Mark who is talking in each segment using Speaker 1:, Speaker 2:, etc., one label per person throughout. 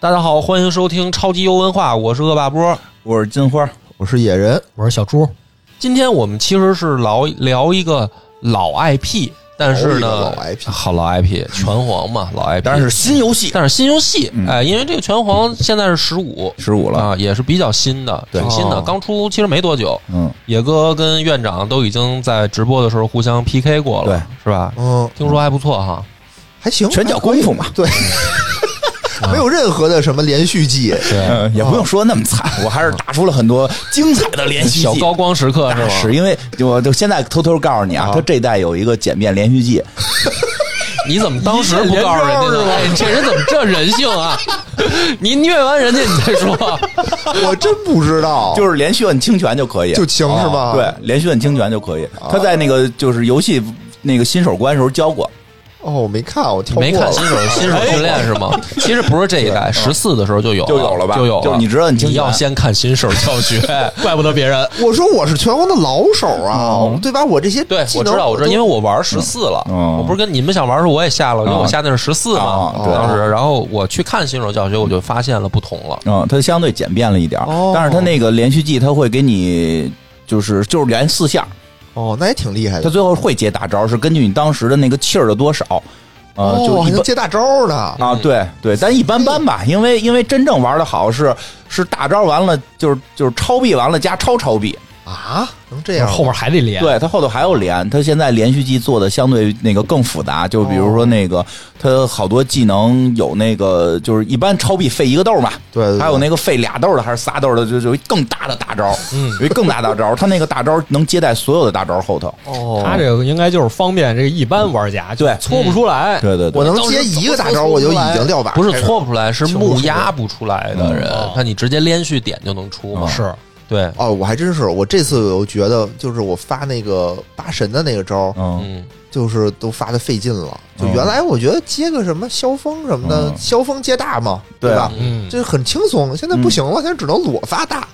Speaker 1: 大家好，欢迎收听超级游文化，我是恶霸波。
Speaker 2: 我是金花，
Speaker 3: 我是野人，
Speaker 4: 我是小猪，
Speaker 1: 今天我们其实是聊聊一个老 IP，但是
Speaker 3: 聊一
Speaker 1: 呢
Speaker 3: 个老 IP
Speaker 1: 好老 IP 拳皇嘛，老 IP，
Speaker 2: 当然是新游戏，嗯
Speaker 1: 但是新游戏，哎，因为这个拳皇现在是十五
Speaker 2: 十五了，
Speaker 1: 啊，也是比较新的，挺新的，
Speaker 3: 哦
Speaker 1: 刚出其实没多久。
Speaker 2: 嗯，
Speaker 1: 野哥跟院长都已经在直播的时候互相 PK 过了，是吧？
Speaker 2: 哦
Speaker 3: 嗯，
Speaker 1: 听说还不错哈，
Speaker 3: 还行，
Speaker 2: 拳脚功夫嘛
Speaker 3: 还可以对， 没有任何的什么连续技，
Speaker 2: 呃也不用说那么惨，我还是打出了很多精彩的哎连续
Speaker 1: 小
Speaker 2: 剧。
Speaker 1: 高光时刻是
Speaker 2: 大
Speaker 1: 吗？
Speaker 2: 师，因为我就现在偷偷告诉你啊，
Speaker 1: 啊
Speaker 2: 他这代有一个简便连续剧，
Speaker 1: 你怎么当时不告诉人家呢？哎，这人怎么这人性啊？你虐完人家你再 说，
Speaker 3: 我真不知道，
Speaker 2: 就是连续摁清泉就可以，啊
Speaker 3: 就轻是吧？啊
Speaker 2: 对，，连续摁清泉就可以。他在那个就是游戏那个新手关的时候教过，
Speaker 3: 哦，我没看，我跳
Speaker 1: 你
Speaker 3: 过
Speaker 1: 没看
Speaker 3: 了
Speaker 1: 新手新手训练是吗？哎其实不是这一代，十四的时候就有
Speaker 2: 啊就有了吧
Speaker 1: 就有
Speaker 2: 就
Speaker 1: 了。
Speaker 2: 是你知道你听
Speaker 1: 你要
Speaker 2: 见
Speaker 1: 先看新手教 学，怪不得别人。
Speaker 3: 我说我是拳皇的老手啊，对吧？我这些
Speaker 1: 对，
Speaker 3: 技
Speaker 1: 我知
Speaker 3: 能
Speaker 1: 道，我知道，因为
Speaker 3: 为
Speaker 1: 我玩十四了，
Speaker 2: 嗯
Speaker 1: 我不是跟你们想玩的时候我也下了，因为我下那是十四嘛
Speaker 2: 啊，对
Speaker 1: 当时，然后我去看新手教学，我就发现了不同了。
Speaker 2: 嗯，它相对简便了一点儿，
Speaker 3: 哦
Speaker 2: 但是它那个连续剧它会给你就是就是连四下，
Speaker 3: 哦，那也挺厉害
Speaker 2: 他
Speaker 3: 的，
Speaker 2: 最后会接大招，是根据你当时的那个气儿的多少，呃，
Speaker 3: 哦，
Speaker 2: 就
Speaker 3: 还
Speaker 2: 一
Speaker 3: 能
Speaker 2: 般
Speaker 3: 接大招呢，
Speaker 2: 啊，对对，咱一般般吧，因为因为真正玩的好是是大招完了，就是就是超必完了加超超必，
Speaker 3: 啊，能这样吗？
Speaker 4: 后面还得连。
Speaker 2: 对他后头还有连，他现在连续技做的相对那个更复杂，就比如
Speaker 3: 哦
Speaker 2: 说那个他好多技能有那个就是一般超必费一个豆嘛，
Speaker 3: 对对对
Speaker 2: 还有那个费俩豆的还是仨豆的，就就有一更大的大招，
Speaker 1: 嗯，
Speaker 2: 有一更大大招，他那个大招能接在所有的大招后头，
Speaker 3: 哦，
Speaker 4: 他这个应该就是方便这个一般玩家，
Speaker 2: 对
Speaker 4: 就搓不出来。
Speaker 1: 嗯
Speaker 2: 对对对，
Speaker 3: 我能接一个大招，我就已经撂把，
Speaker 1: 不是搓不出来，是木压不出来的人，那你直接连续点就能出嘛？
Speaker 4: 嗯是，
Speaker 1: 对，
Speaker 3: 哦，我还真是，我这次我觉得就是我发那个八神的那个招，
Speaker 2: 嗯。
Speaker 1: 嗯，
Speaker 3: 就是都发的费劲了。就
Speaker 2: 嗯
Speaker 3: 原来我觉得接个什么萧峰什么的，
Speaker 2: 嗯
Speaker 3: 萧峰接大嘛，
Speaker 2: 对啊
Speaker 3: 吧？
Speaker 4: 嗯，
Speaker 3: 这很轻松，现在不行了，现在只能裸发大。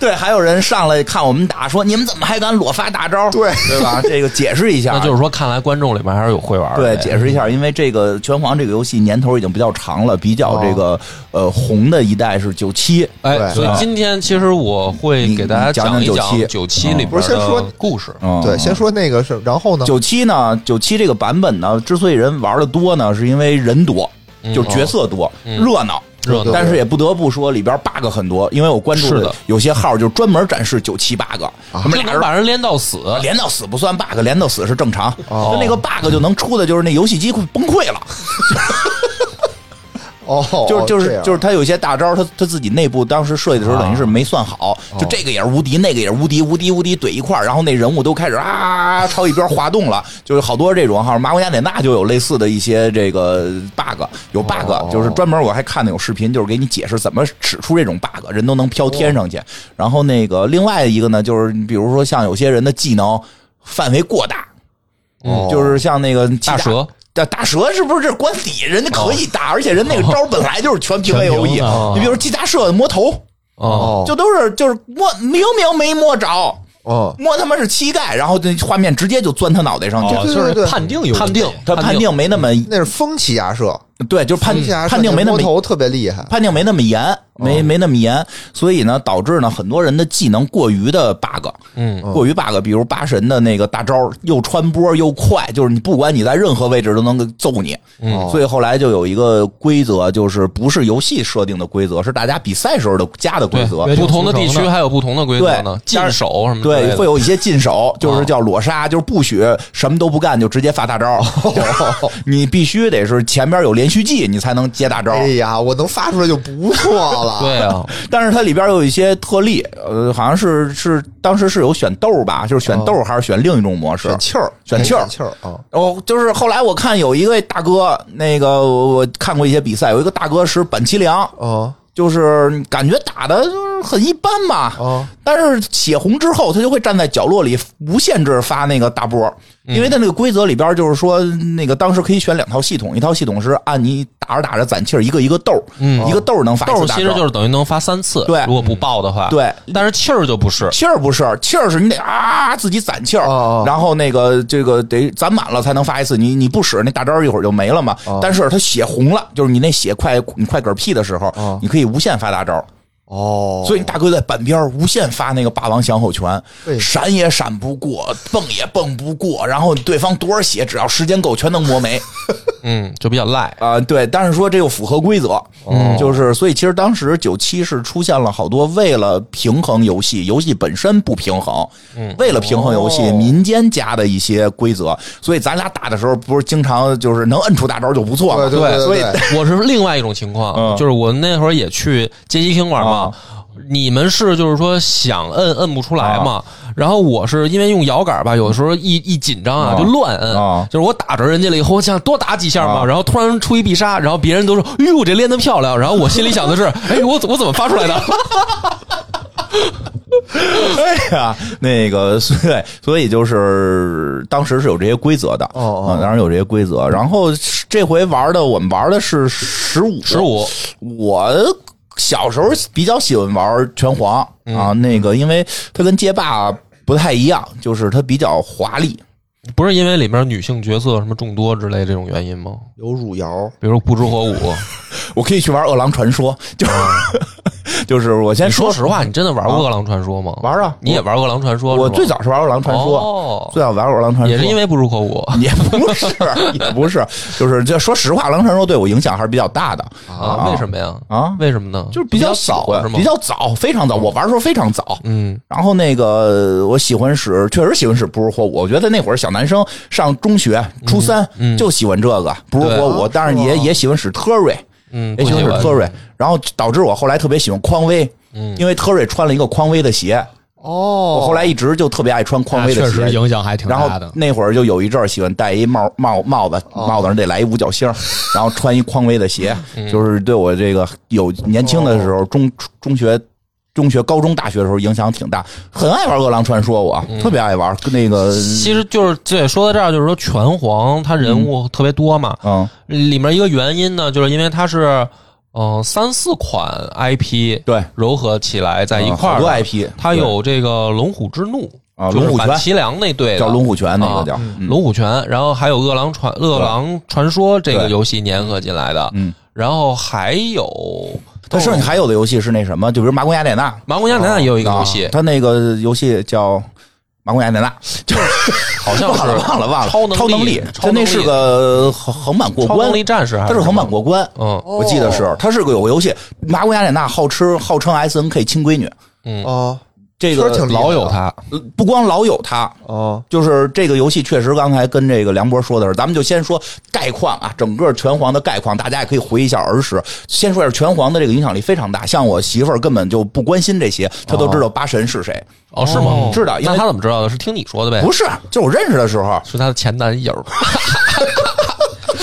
Speaker 2: 对，还有人上来看我们打，说你们怎么还敢裸发大招？
Speaker 3: 对
Speaker 2: 对 吧？这个解释一下，
Speaker 1: 那就是说，看来观众里面还是有会玩的。
Speaker 2: 对解释一下，因为这个拳皇这个游戏年头已经比较长了，比较这个、
Speaker 3: 哦
Speaker 2: 呃红的一代是九七，
Speaker 1: 哎，
Speaker 3: 对
Speaker 1: 所以
Speaker 2: 啊
Speaker 1: 今天其实我会给大家一
Speaker 2: 你
Speaker 1: 讲
Speaker 2: 你
Speaker 1: 九七里边
Speaker 3: 不是先说
Speaker 1: 的故事。
Speaker 2: 嗯，
Speaker 3: 对，先说那个是，然后呢？
Speaker 2: 九七呢，九七这个版本呢，之所以人玩的多呢，是因为人多，就是角色多，热
Speaker 1: 嗯
Speaker 2: 闹。
Speaker 1: 哦热闹
Speaker 2: 但是也不得不说里边 bug 很多，因为我关注
Speaker 1: 是
Speaker 2: 了
Speaker 1: 的
Speaker 2: 有些号就专门展示九七 bug，什么
Speaker 1: 就
Speaker 2: 俩
Speaker 3: 啊
Speaker 1: 能
Speaker 2: 人啊
Speaker 1: 把人连到死，
Speaker 2: 连到死不算 bug，连到死是正常。
Speaker 1: 哦
Speaker 2: 就那个 bug 就能出的就是那游戏机快崩溃了，
Speaker 3: 哦，
Speaker 2: 就是就
Speaker 3: 这
Speaker 2: 是
Speaker 3: 样啊
Speaker 2: 就是他有一些大招，他他自己内部当时设计的时候等于是没算好，
Speaker 3: 哦
Speaker 2: 就这个也是无敌，那个也是无敌，无敌无敌怼一块儿然后那人物都开始啊朝一边滑动了，就是好多这种哈，马古雅典娜就有类似的一些这个 bug，有 bug，、就是
Speaker 3: 哦
Speaker 2: 专门我还看的有视频，就是给你解释怎么使出这种 bug，人都能飘天上去。然后那个另外一个呢，就是比如说像有些人的技能范围过大。
Speaker 1: 嗯
Speaker 2: 就是像那个
Speaker 1: 大蛇。
Speaker 2: 大大蛇是不是这官邸人家可以打，而且人那个招本来就是全屏 A O E
Speaker 4: 全屏的哦。
Speaker 2: 你比如击大射摸头，
Speaker 1: 哦，
Speaker 3: 哦，
Speaker 2: 就都是就是摸明明没摸着，
Speaker 3: 哦，
Speaker 2: 摸他妈是膝盖，然后这画面直接就钻他脑袋上去
Speaker 4: 哦，
Speaker 3: 对对
Speaker 4: 就
Speaker 3: 对
Speaker 4: 是
Speaker 3: 对
Speaker 4: 判定有
Speaker 1: 判定
Speaker 2: 他判定没那么
Speaker 3: 那是风起压射，
Speaker 2: 对，就是判
Speaker 3: 风起压射
Speaker 2: 嗯判定没那
Speaker 3: 摸
Speaker 2: 么
Speaker 3: 头特别厉害。
Speaker 2: 判定没那么严，
Speaker 1: 哦
Speaker 2: 没没那么严，所以呢，导致呢很多人的技能过于的 bug，
Speaker 1: 嗯，
Speaker 2: 过于 bug，比如八神的那个大招又穿波又快，就是你不管你在任何位置都能够揍你。
Speaker 3: 嗯
Speaker 2: 所以后来就有一个规则，就是不是游戏设定的规则，是大家比赛时候的加的规则。
Speaker 1: 不同的地区还有不同的规则呢
Speaker 2: 对，
Speaker 1: 禁手什么之类
Speaker 2: 对，
Speaker 1: 的哦
Speaker 2: 会有一些禁手，就是叫裸杀，就是不许什么都不干就直接发 大招，你必须得是前边有连续技，你才能接大招。
Speaker 3: 哎呀，我能发出来就不错了。
Speaker 1: 对啊，
Speaker 2: 但是它里边有一些特例，呃，好像是是当时是有选豆吧，就是选豆还是选另一种模式？
Speaker 3: 选气儿，
Speaker 2: 选气儿
Speaker 3: 气儿啊！
Speaker 2: 哦，就是后来我看有一位大哥，那个我我看过一些比赛，有一个大哥是板崎良，
Speaker 3: 哦，
Speaker 2: 就是感觉打的就是很一般吧。
Speaker 3: 啊，
Speaker 2: 但是血红之后，他就会站在角落里无限制发那个大波，因为他那个规则里边就是说，那个当时可以选两套系统，一套系统是按你打着打着攒气儿，一个一个豆儿，一个豆儿能发一
Speaker 1: 豆
Speaker 2: 次
Speaker 1: 儿
Speaker 2: 大
Speaker 1: 其实
Speaker 2: 招
Speaker 1: 就是等于能发三次，
Speaker 2: 对
Speaker 1: 如果不爆的话，
Speaker 2: 对
Speaker 1: 但是气儿就不是，
Speaker 2: 气儿不是，气儿是你得啊自己攒气儿，
Speaker 3: 哦哦
Speaker 2: 然后那个这个得攒满了才能发一次。你你不使那大招一会儿就没了嘛。
Speaker 3: 哦
Speaker 2: 但是它血红了，就是你那血快你快嗝屁的时候，
Speaker 3: 哦
Speaker 2: 你可以无限发大招。
Speaker 3: 哦，
Speaker 2: 所以你大哥在板边儿无限发那个霸王降后拳
Speaker 3: 对，
Speaker 2: 闪也闪不过，蹦也蹦不过，然后对方多少血，只要时间够全能磨没。
Speaker 1: 嗯，就比较赖。
Speaker 2: 啊、对，但是说这又符合规则，
Speaker 3: 哦
Speaker 2: 嗯，就是所以其实当时九七是出现了好多为了平衡游戏，游戏本身不平衡，嗯，为了平衡游戏，
Speaker 3: 哦
Speaker 2: 民间加的一些规则，所以咱俩打的时候不是经常就是能摁出大招就不错嘛，
Speaker 3: 对对，
Speaker 2: 所以
Speaker 3: 对
Speaker 1: 我是另外一种情况，
Speaker 2: 嗯啊
Speaker 1: 就是我那会儿也去街机厅玩嘛。你们是就是说想摁摁不出来
Speaker 2: 啊
Speaker 1: 嘛？然后我是因为用摇杆吧，有时候一一紧张啊
Speaker 2: 啊
Speaker 1: 就乱摁，
Speaker 2: 啊
Speaker 1: 就是我打着人家了以后，我想多打几下嘛，
Speaker 2: 啊
Speaker 1: 然后突然出一必杀，然后别人都说：“哟，这练得漂亮。”然后我心里想的是：“哎，我怎我怎么发出来的
Speaker 2: 对呀、那个所以所以就是当时是有这些规则的，
Speaker 3: 哦哦
Speaker 2: 嗯当然有这些规则。然后这回玩的我们玩的是十五，？”
Speaker 1: 十五，
Speaker 2: 我小时候比较喜欢玩拳皇啊，
Speaker 1: 嗯
Speaker 2: 那个因为它跟街霸不太一样，就是它比较华丽。
Speaker 1: 不是因为里面女性角色什么众多之类这种原因吗？
Speaker 3: 有汝窑，
Speaker 1: 比如说不知火 舞，
Speaker 2: 我可以去玩《饿狼传说》，就是 就是我先
Speaker 1: 哦你说
Speaker 2: 说，
Speaker 1: 实话，你真的玩过《饿狼传说》吗？
Speaker 2: 啊玩啊
Speaker 1: 你也玩《饿狼传说》是吗？
Speaker 2: 我最早是玩《饿狼传说》，
Speaker 1: 哦
Speaker 2: 最早玩《饿狼传说》
Speaker 1: 也是因为不入口舞，
Speaker 2: 也不是也不是，就是这说实话，《狼传说》对我影响还是比较大的
Speaker 1: 啊？为什么呀？
Speaker 2: 啊，
Speaker 1: 为什么呢？
Speaker 2: 就是比较早
Speaker 1: 早是吗？
Speaker 2: 比较早，非常早，我玩的时候非常早，
Speaker 1: 嗯，
Speaker 2: 然后那个我喜欢使，确实喜欢使不是火舞。我觉得那会儿小男生上中学初三、就喜欢这个不是火舞，当然也也喜欢使特瑞，
Speaker 1: 嗯，
Speaker 2: 也
Speaker 1: 不
Speaker 2: 喜欢
Speaker 1: 喜
Speaker 2: 使
Speaker 1: 欢
Speaker 2: 特瑞，然后导致我后来特别喜欢匡威，因为特瑞穿了一个匡威的鞋，我
Speaker 3: 哦，
Speaker 2: 后来一直就特别爱穿匡
Speaker 4: 那
Speaker 2: 威的
Speaker 4: 啊确
Speaker 2: 鞋。
Speaker 4: 实影响还挺
Speaker 2: 然后
Speaker 4: 大的。
Speaker 2: 那会儿就有一阵儿喜欢戴一帽帽帽子，帽子上得来一五角星儿，然后穿一匡威的鞋，
Speaker 1: 嗯
Speaker 2: 就是对我这个有年轻的时候中中学。中学、高中、大学的时候影响挺大，很爱玩《饿狼传说》，我
Speaker 1: 嗯
Speaker 2: 特别爱玩。跟那个，
Speaker 1: 其实就是对，说到这儿，就是说拳皇他人物特别多嘛，
Speaker 2: 嗯，
Speaker 1: 里面一个原因呢，就是因为它是嗯三四款 IP
Speaker 2: 对，啊
Speaker 1: 糅合起来在哎一块
Speaker 2: 嗯好
Speaker 1: 儿
Speaker 2: 多
Speaker 1: 的，
Speaker 2: IP，
Speaker 1: 它有这个龙虎之怒
Speaker 2: 啊
Speaker 1: 就是
Speaker 2: 龙虎拳
Speaker 1: 反齐良那队
Speaker 2: 对
Speaker 1: 的
Speaker 2: 叫《龙虎拳》那
Speaker 1: 啊
Speaker 2: 个叫，嗯
Speaker 1: 龙虎拳，然后还有饿狼传饿狼传说这个
Speaker 2: 对
Speaker 1: 游戏粘合进来的，
Speaker 2: 嗯，
Speaker 1: 然后还有哦
Speaker 2: 它剩下还有的游戏是那什么，就比如《麻宫雅典娜》
Speaker 1: 麻宫雅典娜也有一个游戏
Speaker 2: 啊，它那个游戏叫《麻宫雅典娜》，
Speaker 1: 好像是
Speaker 2: 忘了忘了忘了，
Speaker 1: 超能力
Speaker 2: 超能力，
Speaker 1: 超
Speaker 2: 它
Speaker 1: 能力
Speaker 2: 那是个横横版过
Speaker 1: 超
Speaker 2: 关
Speaker 1: 能，力战士还
Speaker 2: 它
Speaker 1: 是什么，
Speaker 2: 是横版过关。
Speaker 1: 嗯
Speaker 2: 我记得是，它是个有个游戏，《麻瓜雅典娜》号称号称 S N K 亲闺女，
Speaker 3: 哦
Speaker 2: 这
Speaker 3: 确实
Speaker 2: 个
Speaker 3: 挺厉害的
Speaker 1: 老有他，
Speaker 2: 呃不光老有它，
Speaker 3: 哦，
Speaker 2: 就是这个游戏确实刚才跟这个梁博说的是，咱们就先说概况啊，整个拳皇的概况，大家也可以回忆一下儿时。先说一下拳皇的这个影响力非常大，像我媳妇儿根本就不关心这些，她都知道八神是谁，
Speaker 1: 哦是吗？
Speaker 2: 知道因为
Speaker 1: 那他怎么知道的？是听你说的呗？
Speaker 2: 不是，啊就我认识的时候，
Speaker 1: 是他的前男友，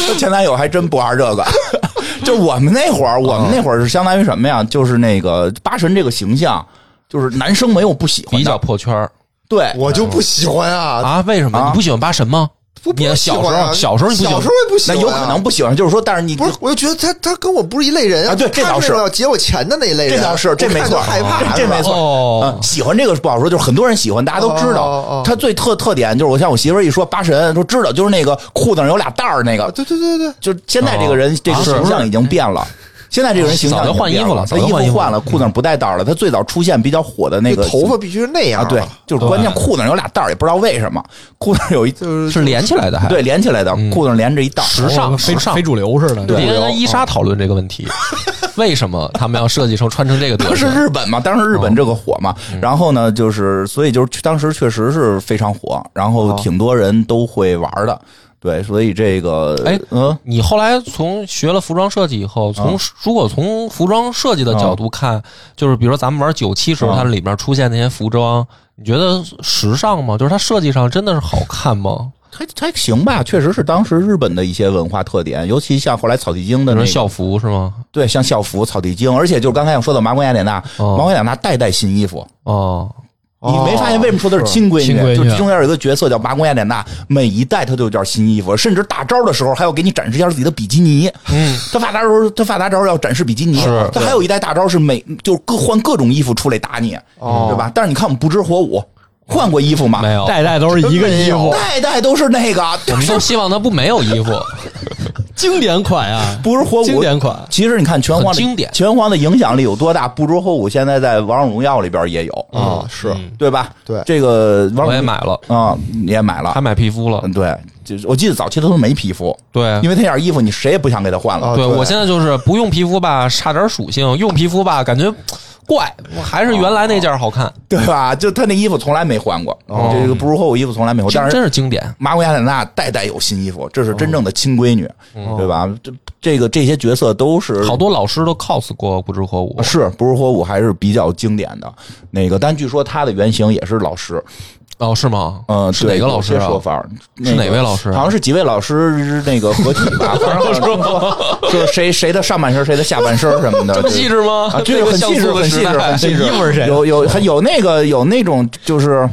Speaker 2: 她前男友还真不玩这个。 就我们那会儿，我们那会儿是相当于什么呀？就是那个八神这个形象，就是男生没有不喜欢
Speaker 1: 比
Speaker 2: 的
Speaker 1: 较，破圈儿
Speaker 2: 对，
Speaker 3: 我就不喜欢啊，
Speaker 1: 啊？为什么
Speaker 2: 啊
Speaker 1: 你不喜欢八神吗？
Speaker 3: 不
Speaker 1: 你
Speaker 3: 不喜
Speaker 1: 小
Speaker 3: 欢
Speaker 1: 时
Speaker 3: 啊
Speaker 1: 候小时候你不喜
Speaker 3: 小
Speaker 1: 欢
Speaker 3: 时候也不喜
Speaker 2: 那
Speaker 3: 欢啊，
Speaker 2: 有可能不喜欢，就是说，但是你
Speaker 3: 不是，我就觉得他他跟我不是一类人
Speaker 2: 啊对这
Speaker 3: 他
Speaker 2: 倒是
Speaker 3: 那种要劫我钱的那一类人，
Speaker 2: 这倒是这
Speaker 3: 我
Speaker 2: 没
Speaker 3: 看
Speaker 2: 错啊
Speaker 3: 就害怕，
Speaker 2: 这
Speaker 3: 是吧
Speaker 2: 没错
Speaker 1: 哦
Speaker 2: 嗯，喜欢这个不好说，就是很多人喜欢，大家都知
Speaker 3: 哦哦哦
Speaker 2: 道。他最特特点就是，我像我媳妇儿一说八神，说知道，就是那个裤子上有俩带儿那
Speaker 3: 啊
Speaker 2: 个，
Speaker 3: 对对对对，
Speaker 2: 就是现在这个人这个
Speaker 1: 哦啊是哦
Speaker 2: 形象已经变了。现在这个人形象
Speaker 1: 早就换衣服了
Speaker 2: 了，
Speaker 1: 早
Speaker 2: 他
Speaker 1: 就
Speaker 2: 衣服
Speaker 1: 换衣服
Speaker 2: 换了，裤子上不带带儿了。他最早出现比较火的那个
Speaker 3: 头发必须是那样
Speaker 2: 啊，对，就是关键裤子上有俩带儿，也不知道为什么，裤子上有一
Speaker 3: 就是
Speaker 1: 是嗯连起来的还，
Speaker 2: 对连起来的，裤子上连着一带儿。
Speaker 1: 时尚
Speaker 4: 哦非
Speaker 1: 时尚
Speaker 4: 非主流似的，
Speaker 1: 对，应
Speaker 4: 主
Speaker 1: 该
Speaker 4: 流
Speaker 1: 跟伊
Speaker 2: 啊
Speaker 1: 莎讨论这个问题，为什么他们要设计成穿成这个德
Speaker 2: 当时
Speaker 1: 行？
Speaker 2: 日本嘛，当时
Speaker 1: 哦
Speaker 2: 日本这个火嘛，
Speaker 1: 嗯
Speaker 2: 然后呢，就是所以就是当时确实是非常火，然后
Speaker 1: 哦
Speaker 2: 挺多人都会玩的，对，所以这个
Speaker 1: 哎
Speaker 2: 嗯
Speaker 1: 你后来从学了服装设计以后，从如果从服装设计的角度看，就是比如说咱们玩九七时候，
Speaker 2: 嗯
Speaker 1: 它里面出现那些服装，你觉得时尚吗？就是它设计上真的是好看吗？
Speaker 2: 还还行吧，确实是当时日本的一些文化特点，尤其像后来草地精的
Speaker 1: 你说
Speaker 2: 那个
Speaker 1: 校服是吗？
Speaker 2: 对，像校服、草地精，而且就是刚才想说的麻瓜雅典娜，
Speaker 1: 哦
Speaker 2: 麻瓜雅典娜代代新衣服，
Speaker 1: 哦，
Speaker 2: 你没发现为什么说她是亲闺
Speaker 4: 亲
Speaker 2: 女？
Speaker 4: 闺女
Speaker 2: 就中间有一个角色叫麻瓜雅典娜，每一代她都有件新衣服，甚至大招的时候还要给你展示一下自己的比基尼。
Speaker 1: 嗯，
Speaker 2: 她发达时候，她发达招要展示比基尼
Speaker 1: 是，
Speaker 2: 她还有一代大招是每就是各换各种衣服出来打你，
Speaker 3: 哦
Speaker 2: 对吧？但是你看我们不知火舞换过衣服吗？
Speaker 1: 没有，
Speaker 4: 代代都是一个衣服，
Speaker 2: 代代都是那个，
Speaker 1: 我们都希望他不没有衣 服。
Speaker 4: 经典款啊，
Speaker 2: 不知火舞
Speaker 4: 经典款
Speaker 2: 其实你看拳皇的
Speaker 1: 很经典
Speaker 2: 拳皇的影响力有多大？不知火舞现在在《王者荣耀》里边也有，
Speaker 3: 啊，是
Speaker 2: 对吧？
Speaker 3: 对
Speaker 2: 这个王者
Speaker 1: 嗯我也买了，
Speaker 2: 啊，你也买了
Speaker 1: 还。买皮肤了
Speaker 2: 嗯，。对，就是我记得早期他都没皮肤，
Speaker 1: 对啊
Speaker 2: 因，为那件衣服你谁也不想给他换了。
Speaker 3: 啊
Speaker 1: 对
Speaker 3: 对
Speaker 1: 我现在就是不用皮肤吧，差点属性；用皮肤吧，感觉怪。我还是原来那件好看，
Speaker 2: 对吧？就他那衣服从来没换过，
Speaker 3: 哦
Speaker 2: 这个不如火舞衣服从来没有。
Speaker 1: 真
Speaker 2: 但是
Speaker 1: 真是经典。
Speaker 2: 麻瓜雅典娜代代有新衣服，这是真正的亲闺女，对吧？这这个这些角色都是
Speaker 1: 哦
Speaker 2: 呃
Speaker 1: 好多老师都 cos 过不知火舞，
Speaker 2: 啊是不如火舞还是比较经典的那个，但据说他的原型也是老师，
Speaker 1: 哦，是吗？
Speaker 2: 嗯，
Speaker 1: 是
Speaker 2: 对
Speaker 1: 哪个老师
Speaker 2: 有些
Speaker 1: 啊？
Speaker 2: 说法
Speaker 1: 是哪位老师啊
Speaker 2: 好像是几位老师那个合体 吧，反正说说谁谁的上半身，谁的下半身什么的，
Speaker 1: 这么细致吗
Speaker 2: 啊，？这
Speaker 1: 这
Speaker 2: 个
Speaker 1: 个
Speaker 2: 很
Speaker 1: 像
Speaker 2: 细致，
Speaker 1: 素的
Speaker 2: 很细
Speaker 1: 时
Speaker 2: 致，
Speaker 1: 代
Speaker 2: 很细致。
Speaker 4: 这衣服是谁
Speaker 2: 有
Speaker 1: 哦
Speaker 2: 有还有那个有那种就是。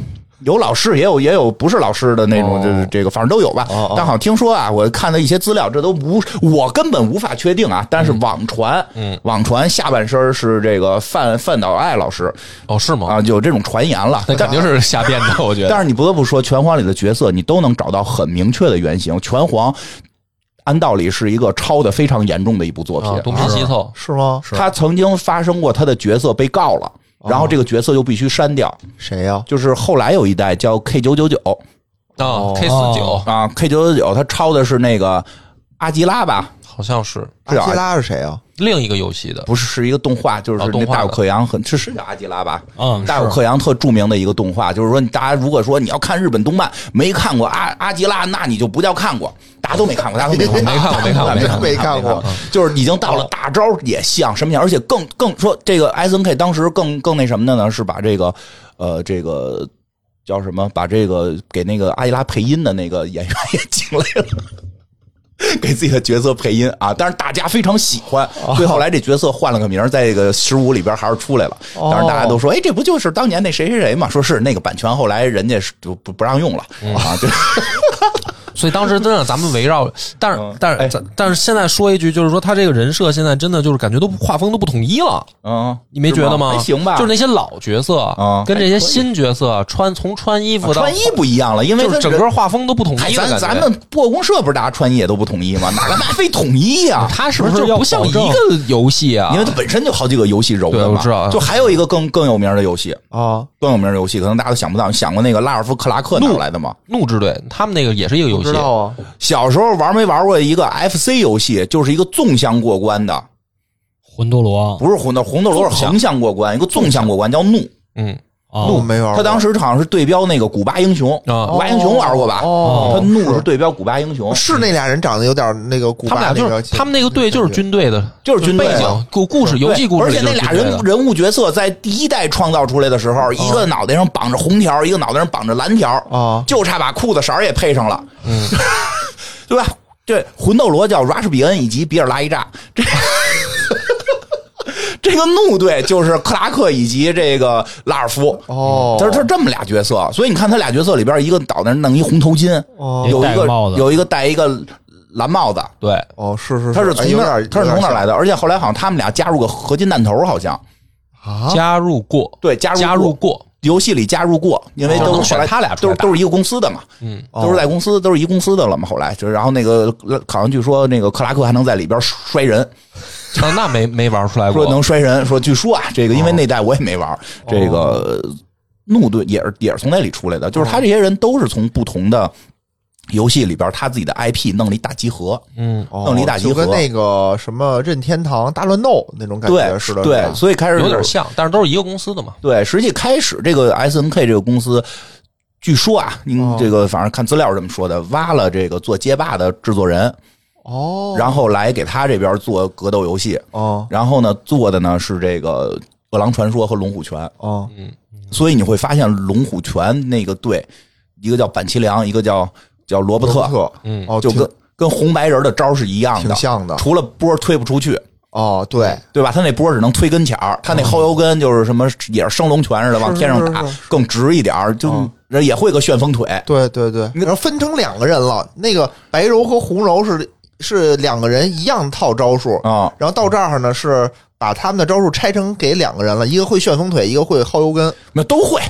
Speaker 2: 有老师，也有也有不是老师的那
Speaker 1: 哦
Speaker 2: 种，就是这个，反正都有吧。但好像听说啊，我看的一些资料，这都无，我根本无法确定啊。但是网传，嗯，网传下半身是这个范范岛爱老师
Speaker 1: 哦，是吗？
Speaker 2: 啊，有这种传言了。
Speaker 1: 那肯定是瞎编 的，我觉得
Speaker 2: 但。是你不得不说，拳皇里的角色你都能找到很明确的原型。拳皇按道理是一个抄的非常严重的一部作品，
Speaker 1: 啊，东拼西凑，
Speaker 3: 是吗？
Speaker 2: 他曾经发生过他的角色被告了，
Speaker 1: 哦
Speaker 2: 然后这个角色就必须删掉。
Speaker 3: 谁呀？
Speaker 2: 就是啊后来有一代叫 K 九九九
Speaker 1: 啊
Speaker 3: 哦
Speaker 1: ，K 四九
Speaker 2: 啊，K 九九九他抄的是那个阿吉拉吧？
Speaker 1: 好像是
Speaker 2: 是啊
Speaker 3: 阿基拉是谁啊？
Speaker 1: 另一个游戏的，
Speaker 2: 不是，是一个动画，就是
Speaker 1: 哦
Speaker 2: 那
Speaker 1: 动画
Speaker 2: 大
Speaker 1: 的
Speaker 2: 有克洋很是是叫阿吉拉吧？
Speaker 4: 嗯
Speaker 2: 大有克洋特著名的一个动画，就是说大家如果说你要看日本动漫没看过阿阿吉拉，那你就不叫看过，大家都没看过，大家都没看过，
Speaker 1: 没看过没看过没看过
Speaker 3: 没看过，
Speaker 2: 嗯就是已经到了大招也像什么样，而且更更说这个 S N K 当时更更那什么的呢，是把这个呃这个。叫什么？把这个给那个阿吉拉配音的那个演员也 请来了， 给自己的角色配音啊。但是大家非常喜欢，
Speaker 1: 哦
Speaker 2: 所以后来这角色换了个名儿，在这个十五里边还是出来了。
Speaker 3: 哦
Speaker 2: 但是大家都说，哎，这不就是当年那谁谁谁嘛？说是那个版权后来人家是就不不让用了
Speaker 1: 嗯
Speaker 2: 啊。 对，
Speaker 1: 所以当时真的咱们围绕，但
Speaker 2: 嗯
Speaker 1: 是但
Speaker 2: 哎
Speaker 1: 是咱但是现在说一句，就是说他这个人设现在真的就是感觉都画风都不统一了，
Speaker 2: 嗯，
Speaker 1: 你没觉得吗？
Speaker 2: 还行吧，哎
Speaker 1: 就是那些老角色
Speaker 2: 嗯
Speaker 1: 跟这些新角色穿从穿衣服到
Speaker 2: 啊穿衣不一样了，因为
Speaker 1: 就
Speaker 2: 他
Speaker 1: 是整个画风都不统
Speaker 2: 嗨，
Speaker 1: 一了感
Speaker 2: 咱
Speaker 1: 觉。
Speaker 2: 咱们播公社不是大家穿衣也都不统一吗？哪干嘛非统 一呀、
Speaker 1: 他是
Speaker 4: 不是
Speaker 1: 就
Speaker 4: 要
Speaker 1: 不像
Speaker 4: 保
Speaker 1: 一
Speaker 4: 证
Speaker 1: 个游戏啊
Speaker 2: 因？为它本身就好几个游戏揉的
Speaker 1: 对
Speaker 2: 嘛，
Speaker 1: 我知道啊
Speaker 2: 就还有一个更更有名的游戏，
Speaker 3: 啊，
Speaker 2: 更有名的游戏，可能大家都想不到。你想过那个拉尔夫克拉克哪来的吗？
Speaker 1: 怒之队他们那个也是一个游
Speaker 3: 不
Speaker 1: 戏
Speaker 3: 知，道啊，
Speaker 2: 小时候玩没玩过一个 FC 游戏，就是一个纵向过关的，
Speaker 4: 魂斗罗
Speaker 2: 不是红豆红豆罗是横向过关，一个纵向过关叫怒。
Speaker 1: 嗯
Speaker 4: 啊，
Speaker 3: 我没玩过。
Speaker 2: 他当时好像是对标那个古巴英雄，
Speaker 1: 啊
Speaker 2: 古巴英雄玩过吧？
Speaker 3: 哦
Speaker 2: 他怒是对标古巴英雄，
Speaker 3: 是那俩人长得有点那个古
Speaker 1: 他们
Speaker 3: 巴
Speaker 1: 俩
Speaker 3: 那
Speaker 1: 就
Speaker 3: 个
Speaker 1: 是他们那个队就是军队的，
Speaker 2: 就是军队
Speaker 1: 背
Speaker 2: 啊
Speaker 1: 景故故事游戏故
Speaker 2: 对
Speaker 1: 事
Speaker 2: 而
Speaker 1: 里就
Speaker 2: 且
Speaker 1: 是哦
Speaker 2: 那
Speaker 1: 军队的，
Speaker 2: 俩人物人物角色在第一代创造出来的时候，一个脑袋上绑着红条，一个脑袋上绑着蓝条，
Speaker 1: 哦
Speaker 3: 啊
Speaker 2: 就差把裤子色儿也配上了，嗯， 对吧？这魂斗罗叫 Rush 比恩以及比尔拉伊扎，这 这个怒队就是克拉克以及这个拉尔夫。
Speaker 3: 哦，
Speaker 2: 他是他是这么俩角色，所以你看他俩角色里边，一个脑袋上弄一红头巾，
Speaker 3: 哦
Speaker 2: 有一
Speaker 4: 戴个
Speaker 2: 个
Speaker 4: 帽子
Speaker 2: 有一个戴一个蓝帽子，
Speaker 1: 对
Speaker 3: 哦是是，
Speaker 2: 他是
Speaker 3: 哎
Speaker 2: 从
Speaker 3: 有
Speaker 2: 那
Speaker 3: 点
Speaker 2: 儿他是从那儿来
Speaker 3: 的
Speaker 2: 的，而且后来好像他们俩加入个合金弹头，好像
Speaker 3: 啊？
Speaker 1: 加入过
Speaker 2: 对加入
Speaker 1: 加入过，
Speaker 2: 游戏里加入过，因为
Speaker 1: 哦
Speaker 2: 都
Speaker 1: 能
Speaker 2: 是
Speaker 1: 选
Speaker 2: 后来
Speaker 1: 他俩出
Speaker 2: 都
Speaker 1: 来
Speaker 2: 是
Speaker 1: 打
Speaker 2: 都是一个公司的嘛，
Speaker 1: 嗯
Speaker 2: 都是在公司都是一公司的了嘛。后来就是，然后那个好像据说那个克拉克还能在里边摔人，
Speaker 1: 那啊那没没玩出来
Speaker 2: 说
Speaker 1: 过，
Speaker 2: 能摔人，说据说啊，这个因为那代我也没
Speaker 1: 哦
Speaker 2: 玩，这个怒顿也是也是从那里出来的，就是
Speaker 1: 哦
Speaker 2: 他这些人都是从不同的。游戏里边他自己的 IP 弄了一大集合，
Speaker 1: 嗯，
Speaker 3: 哦
Speaker 2: 弄了一大集
Speaker 3: 就跟
Speaker 2: 合
Speaker 3: 那个什么任天堂大乱斗那种感
Speaker 2: 对
Speaker 3: 觉似的，是
Speaker 2: 对，
Speaker 3: 吧
Speaker 2: 所以开始
Speaker 1: 有点像，但是都是一个公司的嘛。
Speaker 2: 对，实际开始这个 S N K 这个公司，据说啊，您
Speaker 3: 哦
Speaker 2: 这个反正看资料是这么说的，挖了这个做街霸的制作人，
Speaker 3: 哦，
Speaker 2: 然后来给他这边做格斗游戏，
Speaker 3: 哦
Speaker 2: 然后呢做的呢是这个《饿狼传说》和《龙虎拳》，
Speaker 3: 哦
Speaker 2: 嗯所以你会发现《龙虎拳》那个队，一个叫板崎良，一个叫叫罗伯特，
Speaker 3: 特，
Speaker 1: 嗯
Speaker 3: 哦，
Speaker 2: 就
Speaker 3: 挺
Speaker 2: 跟跟红白人的招是一样
Speaker 3: 挺
Speaker 2: 的，
Speaker 3: 像的，
Speaker 2: 除了波推不出去，
Speaker 3: 哦，对，
Speaker 2: 对吧？他那波只能推跟前儿，他那后腰跟就是什么也是升龙拳似的往天上打
Speaker 3: 是是是，
Speaker 2: 更直一点儿，就
Speaker 3: 嗯
Speaker 2: 也会个旋风腿。
Speaker 3: 对对对，然后分成两个人了，那个白柔和红柔是是两个人一样套招数，
Speaker 2: 啊，
Speaker 3: 然后到这儿呢是把他们的招数拆成给两个人了，一个会旋风腿，一个会薅油根
Speaker 2: 那都会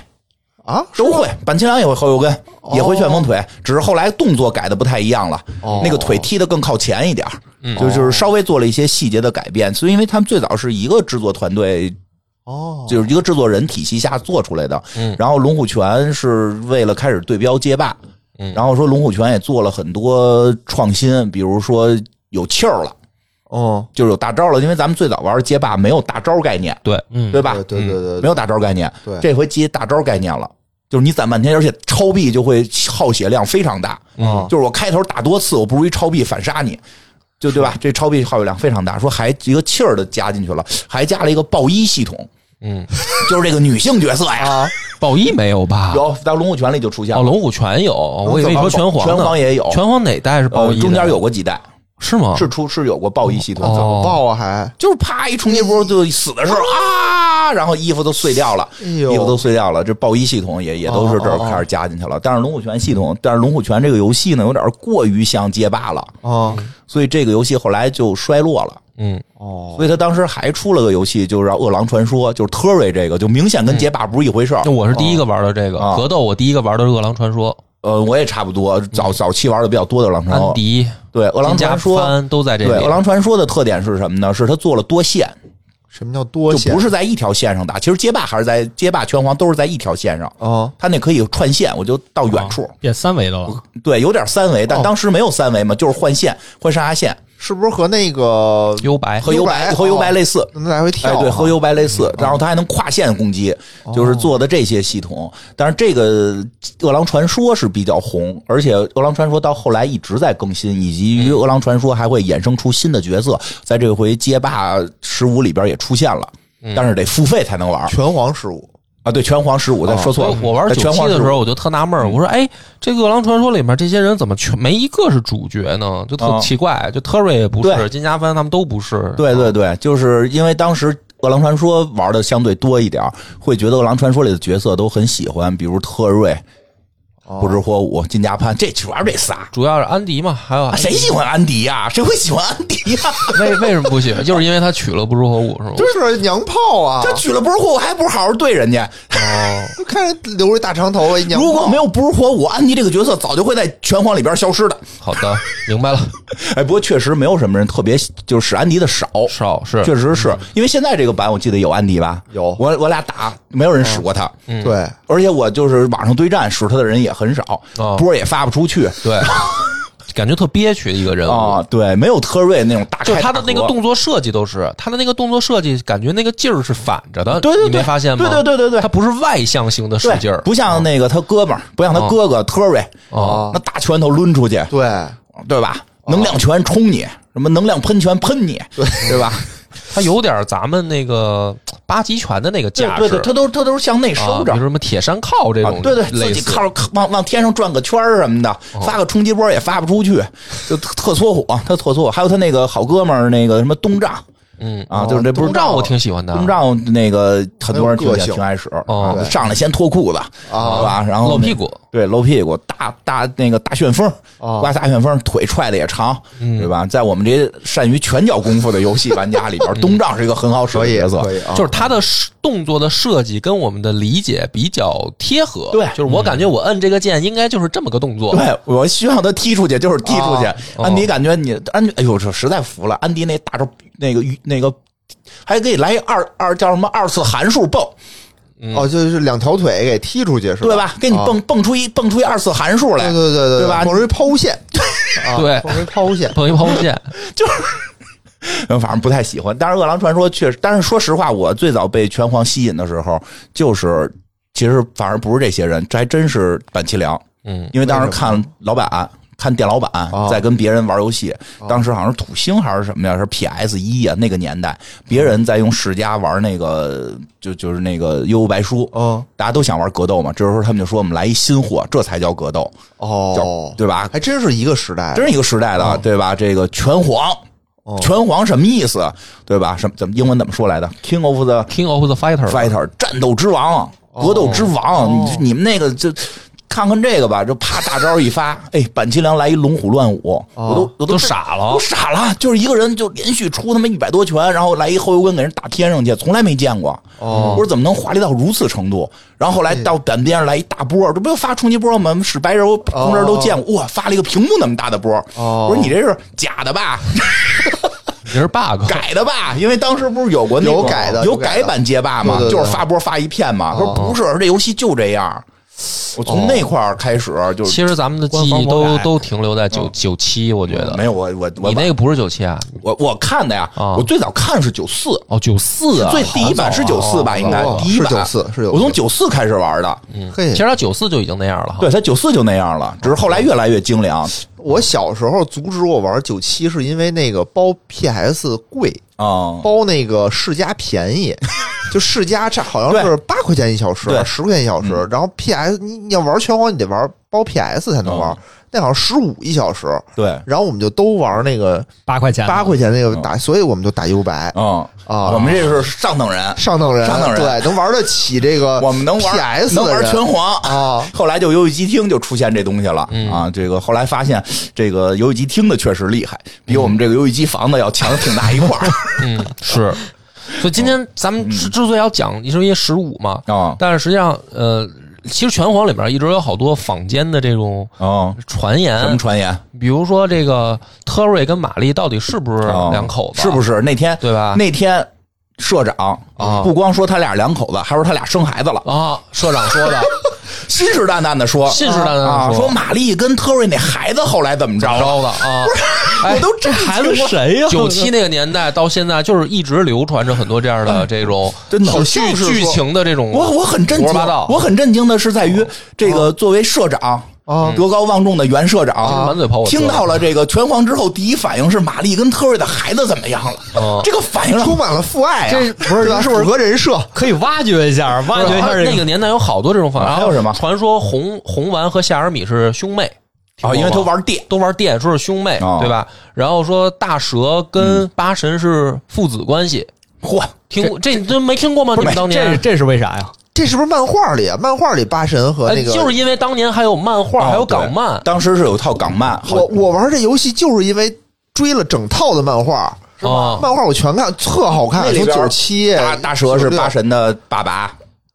Speaker 3: 啊，
Speaker 2: 都会，板清扬也会后右跟，也会
Speaker 3: 哦
Speaker 2: 旋风腿，只是后来动作改的不太一样了，
Speaker 3: 哦
Speaker 2: 那个腿踢得更靠前一点儿，
Speaker 1: 嗯
Speaker 2: 就就是稍微做了一些细节的改变。所以，因为他们最早是一个制作团队
Speaker 3: 哦，
Speaker 2: 就是一个制作人体系下做出来的。
Speaker 1: 嗯
Speaker 2: 然后龙虎拳是为了开始对标街霸，
Speaker 1: 嗯
Speaker 2: 然后说龙虎拳也做了很多创新，比如说有气儿了，
Speaker 3: 哦，
Speaker 2: 就是有大招了。因为咱们最早玩街霸没有大招概念，
Speaker 1: 对，
Speaker 4: 嗯
Speaker 2: 对吧？
Speaker 3: 对对对
Speaker 2: 没
Speaker 3: 对
Speaker 2: 有大招概念，
Speaker 3: 对
Speaker 2: 这回接大招概念了。就是你攒半天，而且超币就会耗血量非常大。
Speaker 1: 嗯
Speaker 2: 就是我开头打多次，我不如一超币反杀你，就对吧？这超币耗血量非常大。说还一个气儿的加进去了，还加了一个爆衣系统，
Speaker 1: 嗯，
Speaker 2: 就是这个女性角色呀，
Speaker 3: 啊，
Speaker 1: 宝一没有吧？
Speaker 2: 有在龙虎拳里就出现
Speaker 1: 哦，
Speaker 2: 了，
Speaker 1: 龙虎拳有，我以为你说拳皇呢。
Speaker 2: 拳皇也有，
Speaker 1: 拳皇哪代是宝
Speaker 2: 呃
Speaker 1: 一的？
Speaker 2: 中间有过几代
Speaker 1: 是吗？
Speaker 2: 是出是有过爆衣系统，
Speaker 1: 哦
Speaker 3: 怎么爆啊还？
Speaker 2: 就是啪一冲击波就死的时候啊，然后衣服都碎掉了。
Speaker 3: 哎
Speaker 2: 衣服都
Speaker 3: 呦，
Speaker 2: 碎掉了，这爆衣系统也也都是这
Speaker 1: 哦
Speaker 2: 儿开始加进去了。但是龙虎拳系统，但是龙虎拳这个游戏呢，有点过于像街霸了，
Speaker 3: 哦
Speaker 2: 所以这个游戏后来就衰落了。
Speaker 1: 嗯，
Speaker 3: 哦，
Speaker 2: 所以他当时还出了个游戏，就是《饿狼传说》，就是 Terry 这个，就明显跟街霸不是一回事儿。
Speaker 1: 那我是第一个玩的这个
Speaker 2: 啊
Speaker 1: 格斗，我第一个玩的是《饿狼传说
Speaker 2: 呃，我也差不多，早早期玩的比较多的《饿狼》，传
Speaker 1: 安
Speaker 2: 说》。
Speaker 1: 迪、
Speaker 2: 对，《哦饿狼
Speaker 1: 金家
Speaker 2: 传说》
Speaker 1: 帆都在这
Speaker 2: 对，《饿
Speaker 1: 里。
Speaker 2: 狼传说》的特点是什么呢？是它做了多线，
Speaker 3: 什么叫多
Speaker 2: 就
Speaker 3: 线？
Speaker 2: 不是在一条线上打。其实街霸还是在街霸、拳皇都是在一条线上，
Speaker 3: 哦
Speaker 2: 它那可以串线，我就到远处。
Speaker 3: 啊
Speaker 4: 变三维的了，
Speaker 2: 对，有点三
Speaker 3: 哦
Speaker 2: 维，但当时没有三维嘛，就是换线、换上下线，
Speaker 3: 是不是和那个
Speaker 1: 幽白
Speaker 2: 和
Speaker 3: 幽
Speaker 2: 游
Speaker 3: 白
Speaker 2: 白和游白
Speaker 3: 哦
Speaker 2: 类似。
Speaker 3: 那来回跳
Speaker 2: 哎，
Speaker 3: 啊？哦
Speaker 2: 对，和游白类似，然后它还能跨线攻击，就是做的这些系统。但是这个《饿狼传说》是比较红，而且《饿狼传说》到后来一直在更新，以
Speaker 3: 嗯
Speaker 2: 及《饿狼传说》还会衍生出新的角色，在这回街霸十五里边也出现了，
Speaker 3: 嗯
Speaker 2: 但是得付费才能玩
Speaker 3: 拳皇十五
Speaker 2: 啊。对，拳皇十五，再说错
Speaker 1: 哦哎我
Speaker 2: 了，
Speaker 1: 我玩
Speaker 2: 在
Speaker 1: 九
Speaker 2: 拳
Speaker 1: 七
Speaker 2: 皇嗯
Speaker 1: 的
Speaker 2: 15
Speaker 1: 时候，我就特纳闷儿，我说：“哎，这个《饿狼传说》里面这些人怎么全没一个是主角呢？就特
Speaker 2: 啊
Speaker 1: 奇怪，就特瑞也不
Speaker 2: 对
Speaker 1: 是，金家帆他们都不是。”
Speaker 2: 对对对，就是因为当时《饿狼传说》玩的相对多一点儿，会觉得《饿狼传说》里的角色都很喜欢，比如特瑞、
Speaker 1: 哦
Speaker 2: 不知火舞、金家潘，这主要是这仨。
Speaker 1: 主要是安迪嘛，还有
Speaker 2: 啊谁喜欢安迪呀、谁会喜欢安迪呀、
Speaker 1: 为为什么不喜欢？就是因为他娶了不知火舞是吗？
Speaker 3: 就是娘炮啊！
Speaker 2: 他娶了不是火舞，还不是好好对人家？
Speaker 1: 哦，
Speaker 3: 就看人留着大长头发，一娘炮
Speaker 2: 如果没有不是火舞，安迪这个角色早就会在拳皇里边消失的。
Speaker 1: 好的，明白了，
Speaker 2: 哎，不过确实没有什么人特别就是使安迪的少，
Speaker 1: 少是
Speaker 2: 确实是因为现在这个版我记得有安迪吧？
Speaker 3: 有
Speaker 2: 我我俩打没有
Speaker 1: 嗯
Speaker 2: 人使过他。
Speaker 3: 对，
Speaker 2: 而且我就是网上对战使他的人也很少，
Speaker 1: 哦
Speaker 2: 波儿也发不出去
Speaker 1: 对，感觉特憋屈的一个人物。
Speaker 2: 啊。对，没有特瑞那种大
Speaker 1: 就
Speaker 2: 开
Speaker 1: 是
Speaker 2: 大
Speaker 1: 他
Speaker 2: 合
Speaker 1: 的那个，动作设计都是，他的那个动作设计，感觉那个劲儿是反着的，
Speaker 2: 对对对，
Speaker 1: 你没发现吗？
Speaker 2: 对对对对
Speaker 1: 他
Speaker 2: 对。
Speaker 1: 不是外向型的使
Speaker 2: 对
Speaker 1: 劲儿，
Speaker 2: 不像那个他哥们儿，不像他哥哥特瑞，啊
Speaker 1: 哦
Speaker 2: 那大拳头抡出去，
Speaker 3: 对，
Speaker 2: 对吧？能量拳冲你，什么能量喷泉喷你，对吧？
Speaker 1: 他有点咱们那个八极拳的那个
Speaker 2: 对
Speaker 1: 架势，
Speaker 2: 对对，他都他都是向内收
Speaker 1: 啊，比
Speaker 2: 着
Speaker 1: 如，什么铁山靠这
Speaker 2: 啊
Speaker 1: 种，
Speaker 2: 对对，自
Speaker 1: 类
Speaker 2: 己
Speaker 1: 似。哦
Speaker 2: 靠往往天上转个圈儿什么的，发个冲击波也发不出去，就特特搓火，他特搓火。还有他那个好哥们儿那个什么东丈
Speaker 1: 嗯，
Speaker 2: 啊，就是这不是
Speaker 1: 东丈我挺喜欢的，啊
Speaker 2: 东丈那个很多人挺
Speaker 3: 很有个性
Speaker 2: 挺爱使，
Speaker 1: 哦
Speaker 2: 啊上来先脱裤子啊，对吧？然后
Speaker 1: 露
Speaker 2: 那
Speaker 1: 屁股，
Speaker 2: 对，露屁股，大大那个大旋风，
Speaker 3: 哦
Speaker 2: 刮大旋风，腿踹的也长，
Speaker 1: 嗯
Speaker 2: 对吧？在我们这些善于拳脚功夫的游戏玩家里 边，东丈是一个很好使的
Speaker 3: 可以
Speaker 2: 角色，
Speaker 3: 可以啊，
Speaker 1: 就是他的设动作的设计跟我们的理解比较贴合，
Speaker 2: 对
Speaker 1: 就是我感觉我摁这个键应该就是这么个动作，
Speaker 2: 对我需要他踢出去就是踢出去。
Speaker 3: 哦
Speaker 2: 安迪感觉你安，哎呦，这实在服了。安迪那大招，那个那个，还给来一二二叫什么二次函数蹦，
Speaker 3: 哦，就是两条腿给踢出去是吧？
Speaker 2: 对吧？给你
Speaker 3: 啊
Speaker 2: 蹦蹦出一蹦出一二次函数来
Speaker 3: 对，对对
Speaker 2: 对吧
Speaker 3: 往回抛物线，啊
Speaker 1: 对
Speaker 3: 往回抛 物线，
Speaker 1: 碰一抛物 线，
Speaker 2: 嗯反正不太喜欢。但是《饿狼传说》确实，但是说实话，我最早被拳皇吸引的时候，就是其实反而不是这些人，这还真是板崎良，
Speaker 1: 嗯，
Speaker 2: 因为当时看老板。看电老板
Speaker 3: 哦
Speaker 2: 在跟别人玩游戏，当时好像是土星还是什么呀，是 PS 一啊呀，那个年代，别人在用世嘉玩那个就就是那个《幽游白书》，
Speaker 3: 嗯，
Speaker 2: 大家都想玩格斗嘛，这时候他们就说我们来一新货，这才叫格斗，
Speaker 3: 哦
Speaker 2: 叫，对吧？
Speaker 3: 还真是一个时代，啊
Speaker 2: 真是一个时代的，啊对吧？这个拳皇，拳皇什么意思，对吧？什么怎么英文怎么说来的？King of the
Speaker 1: King of the Fighter，
Speaker 2: Fighter，战斗之王，格斗之王，你你们那个就。看看这个吧，就啪大招一发，哎，板崎良来一龙虎乱舞，我都
Speaker 1: 都
Speaker 2: 我都
Speaker 1: 傻了
Speaker 2: 都傻了，就是一个人就连续出他妈一百多拳，然后来一后油跟给人打天上去，从来没见过。
Speaker 3: 哦
Speaker 2: 我说怎么能华丽到如此程度？然后后来到板边上来一大波，这不又发冲击波吗？使白柔同仁都见过，哇，发了一个屏幕那么大的波。
Speaker 3: 哦
Speaker 2: 我说你这是假的吧？
Speaker 1: 你是 bug，
Speaker 2: 改的吧？因为当时不是有过那种
Speaker 3: 有改的
Speaker 2: 有
Speaker 3: 有改的
Speaker 2: 改版街霸嘛，
Speaker 3: 对对哦对
Speaker 2: 就是发波发一片嘛。他说不是，这游戏就这样。我从那块儿开始就是
Speaker 3: 哦
Speaker 1: 其实咱们的记忆都都停留在九九七，我觉得
Speaker 2: 嗯没有我我我
Speaker 1: 你那个不是九七啊，
Speaker 2: 我我看的呀，
Speaker 3: 哦
Speaker 1: 啊
Speaker 2: 我最早看是九四。
Speaker 1: 哦，九四啊，
Speaker 2: 最第一版是九四吧，应该
Speaker 3: 哦
Speaker 2: 第一版
Speaker 3: 是94是94嗯
Speaker 2: 我从九四开始玩的，
Speaker 3: 嘿
Speaker 1: 其实，他九四就已经那样了哈。
Speaker 2: 对，他九四就那样了，只是后来越来越精良
Speaker 3: 我小时候阻止我玩九七，是因为那个包 PS 贵，
Speaker 2: 啊。
Speaker 3: 包那个世嘉便宜，就世嘉这好像是八块钱一小时啊
Speaker 2: 对，嗯
Speaker 3: 十块钱一小时。然后 PS 你你要玩拳皇，你得玩包 PS 才能玩，那好像十五一小时。
Speaker 2: 嗯对，
Speaker 3: 然后我们就都玩那个
Speaker 4: 八块钱，
Speaker 3: 八块钱那个打，所以我们就打 U 白
Speaker 2: 嗯，我
Speaker 3: 啊，
Speaker 2: 们这是上等人，
Speaker 3: 上等人，
Speaker 2: 上等人
Speaker 3: 对，能玩得起这
Speaker 1: 呃
Speaker 3: 个
Speaker 2: 我们能玩
Speaker 3: PS
Speaker 2: 能
Speaker 3: 的
Speaker 2: 玩
Speaker 3: 人
Speaker 2: 拳皇
Speaker 3: 啊。
Speaker 2: 后来就游戏机厅就出现这东西了、
Speaker 1: 嗯
Speaker 2: 啊，这个后来发现这个游戏机厅的确实厉害，比我们这个游戏机房子要强挺大一块 儿
Speaker 1: 嗯， 是。所以今
Speaker 2: 哦
Speaker 1: 天咱
Speaker 2: 嗯
Speaker 1: 们之之所以要讲，是因为十五嘛，
Speaker 2: 啊
Speaker 1: 但是实际上，呃，其实拳皇里面一直有好多坊间的这种
Speaker 2: 啊！
Speaker 1: 传言，
Speaker 2: 什么传言？
Speaker 1: 比如说这个特瑞跟玛丽到底是不是
Speaker 2: 啊
Speaker 1: 两口子，
Speaker 2: 是不
Speaker 1: 是？
Speaker 2: 是那天
Speaker 1: 对吧
Speaker 2: 那天社长
Speaker 1: 啊
Speaker 2: 不光说他俩两口子，还说他俩生孩子了，
Speaker 1: 啊，社长说 的，
Speaker 2: 信誓旦旦的说，
Speaker 1: 信誓旦旦地
Speaker 2: 啊
Speaker 1: 说
Speaker 2: 说玛丽跟特瑞那孩子后来怎么着 了？
Speaker 1: 招的啊。
Speaker 2: 我都这
Speaker 4: 孩子谁 呀？
Speaker 1: 九七那个年代到现在，就是一直流传着很多这样的这种
Speaker 2: 哎 真的
Speaker 1: 好剧
Speaker 2: 好像是说
Speaker 1: 剧情的这种，
Speaker 2: 我我很震
Speaker 1: 嗯胡
Speaker 2: 惊
Speaker 1: 说八道，，哦
Speaker 2: 我很震惊的是在于这个作为社长
Speaker 3: 啊
Speaker 2: 德高望重的原社
Speaker 3: 哦
Speaker 2: 长，
Speaker 1: 嗯满嘴跑火车
Speaker 2: 听到了这个拳皇之后，第一反应是玛丽跟特瑞的孩子怎么样了
Speaker 1: 嗯？
Speaker 2: 这个反应让
Speaker 3: 充满了父爱啊！
Speaker 4: 这
Speaker 3: 不是是符合人设？
Speaker 4: 可以挖掘一下，挖掘一下
Speaker 1: 他
Speaker 4: 这
Speaker 1: 那个年代有好多这种反应，
Speaker 2: 还有什么
Speaker 1: 传说红红丸和夏尔米是兄妹
Speaker 2: 啊，
Speaker 1: 听
Speaker 2: 因为他
Speaker 1: 说过吗
Speaker 2: 玩电
Speaker 1: 都玩电，说是兄妹
Speaker 2: 哦，
Speaker 1: 对吧？然后说大蛇跟八神是父子关系，
Speaker 2: 嚯，
Speaker 1: 听过这这没听过吗？你们当
Speaker 4: 这
Speaker 1: 年
Speaker 4: 这是为啥呀？
Speaker 3: 这是不是漫画里啊？漫画里八神和
Speaker 1: 哎
Speaker 3: 那个
Speaker 1: 就是因为当年还有漫画，还有港漫
Speaker 2: 哦对，当时是有套港漫，好
Speaker 3: 我我玩这游戏就是因为追了整套的漫画，
Speaker 1: 啊，
Speaker 3: 漫画我全看，特好
Speaker 2: 那
Speaker 3: 看，
Speaker 2: 里
Speaker 3: 从
Speaker 2: 边
Speaker 3: 九七
Speaker 2: 大大蛇是八，神的爸爸，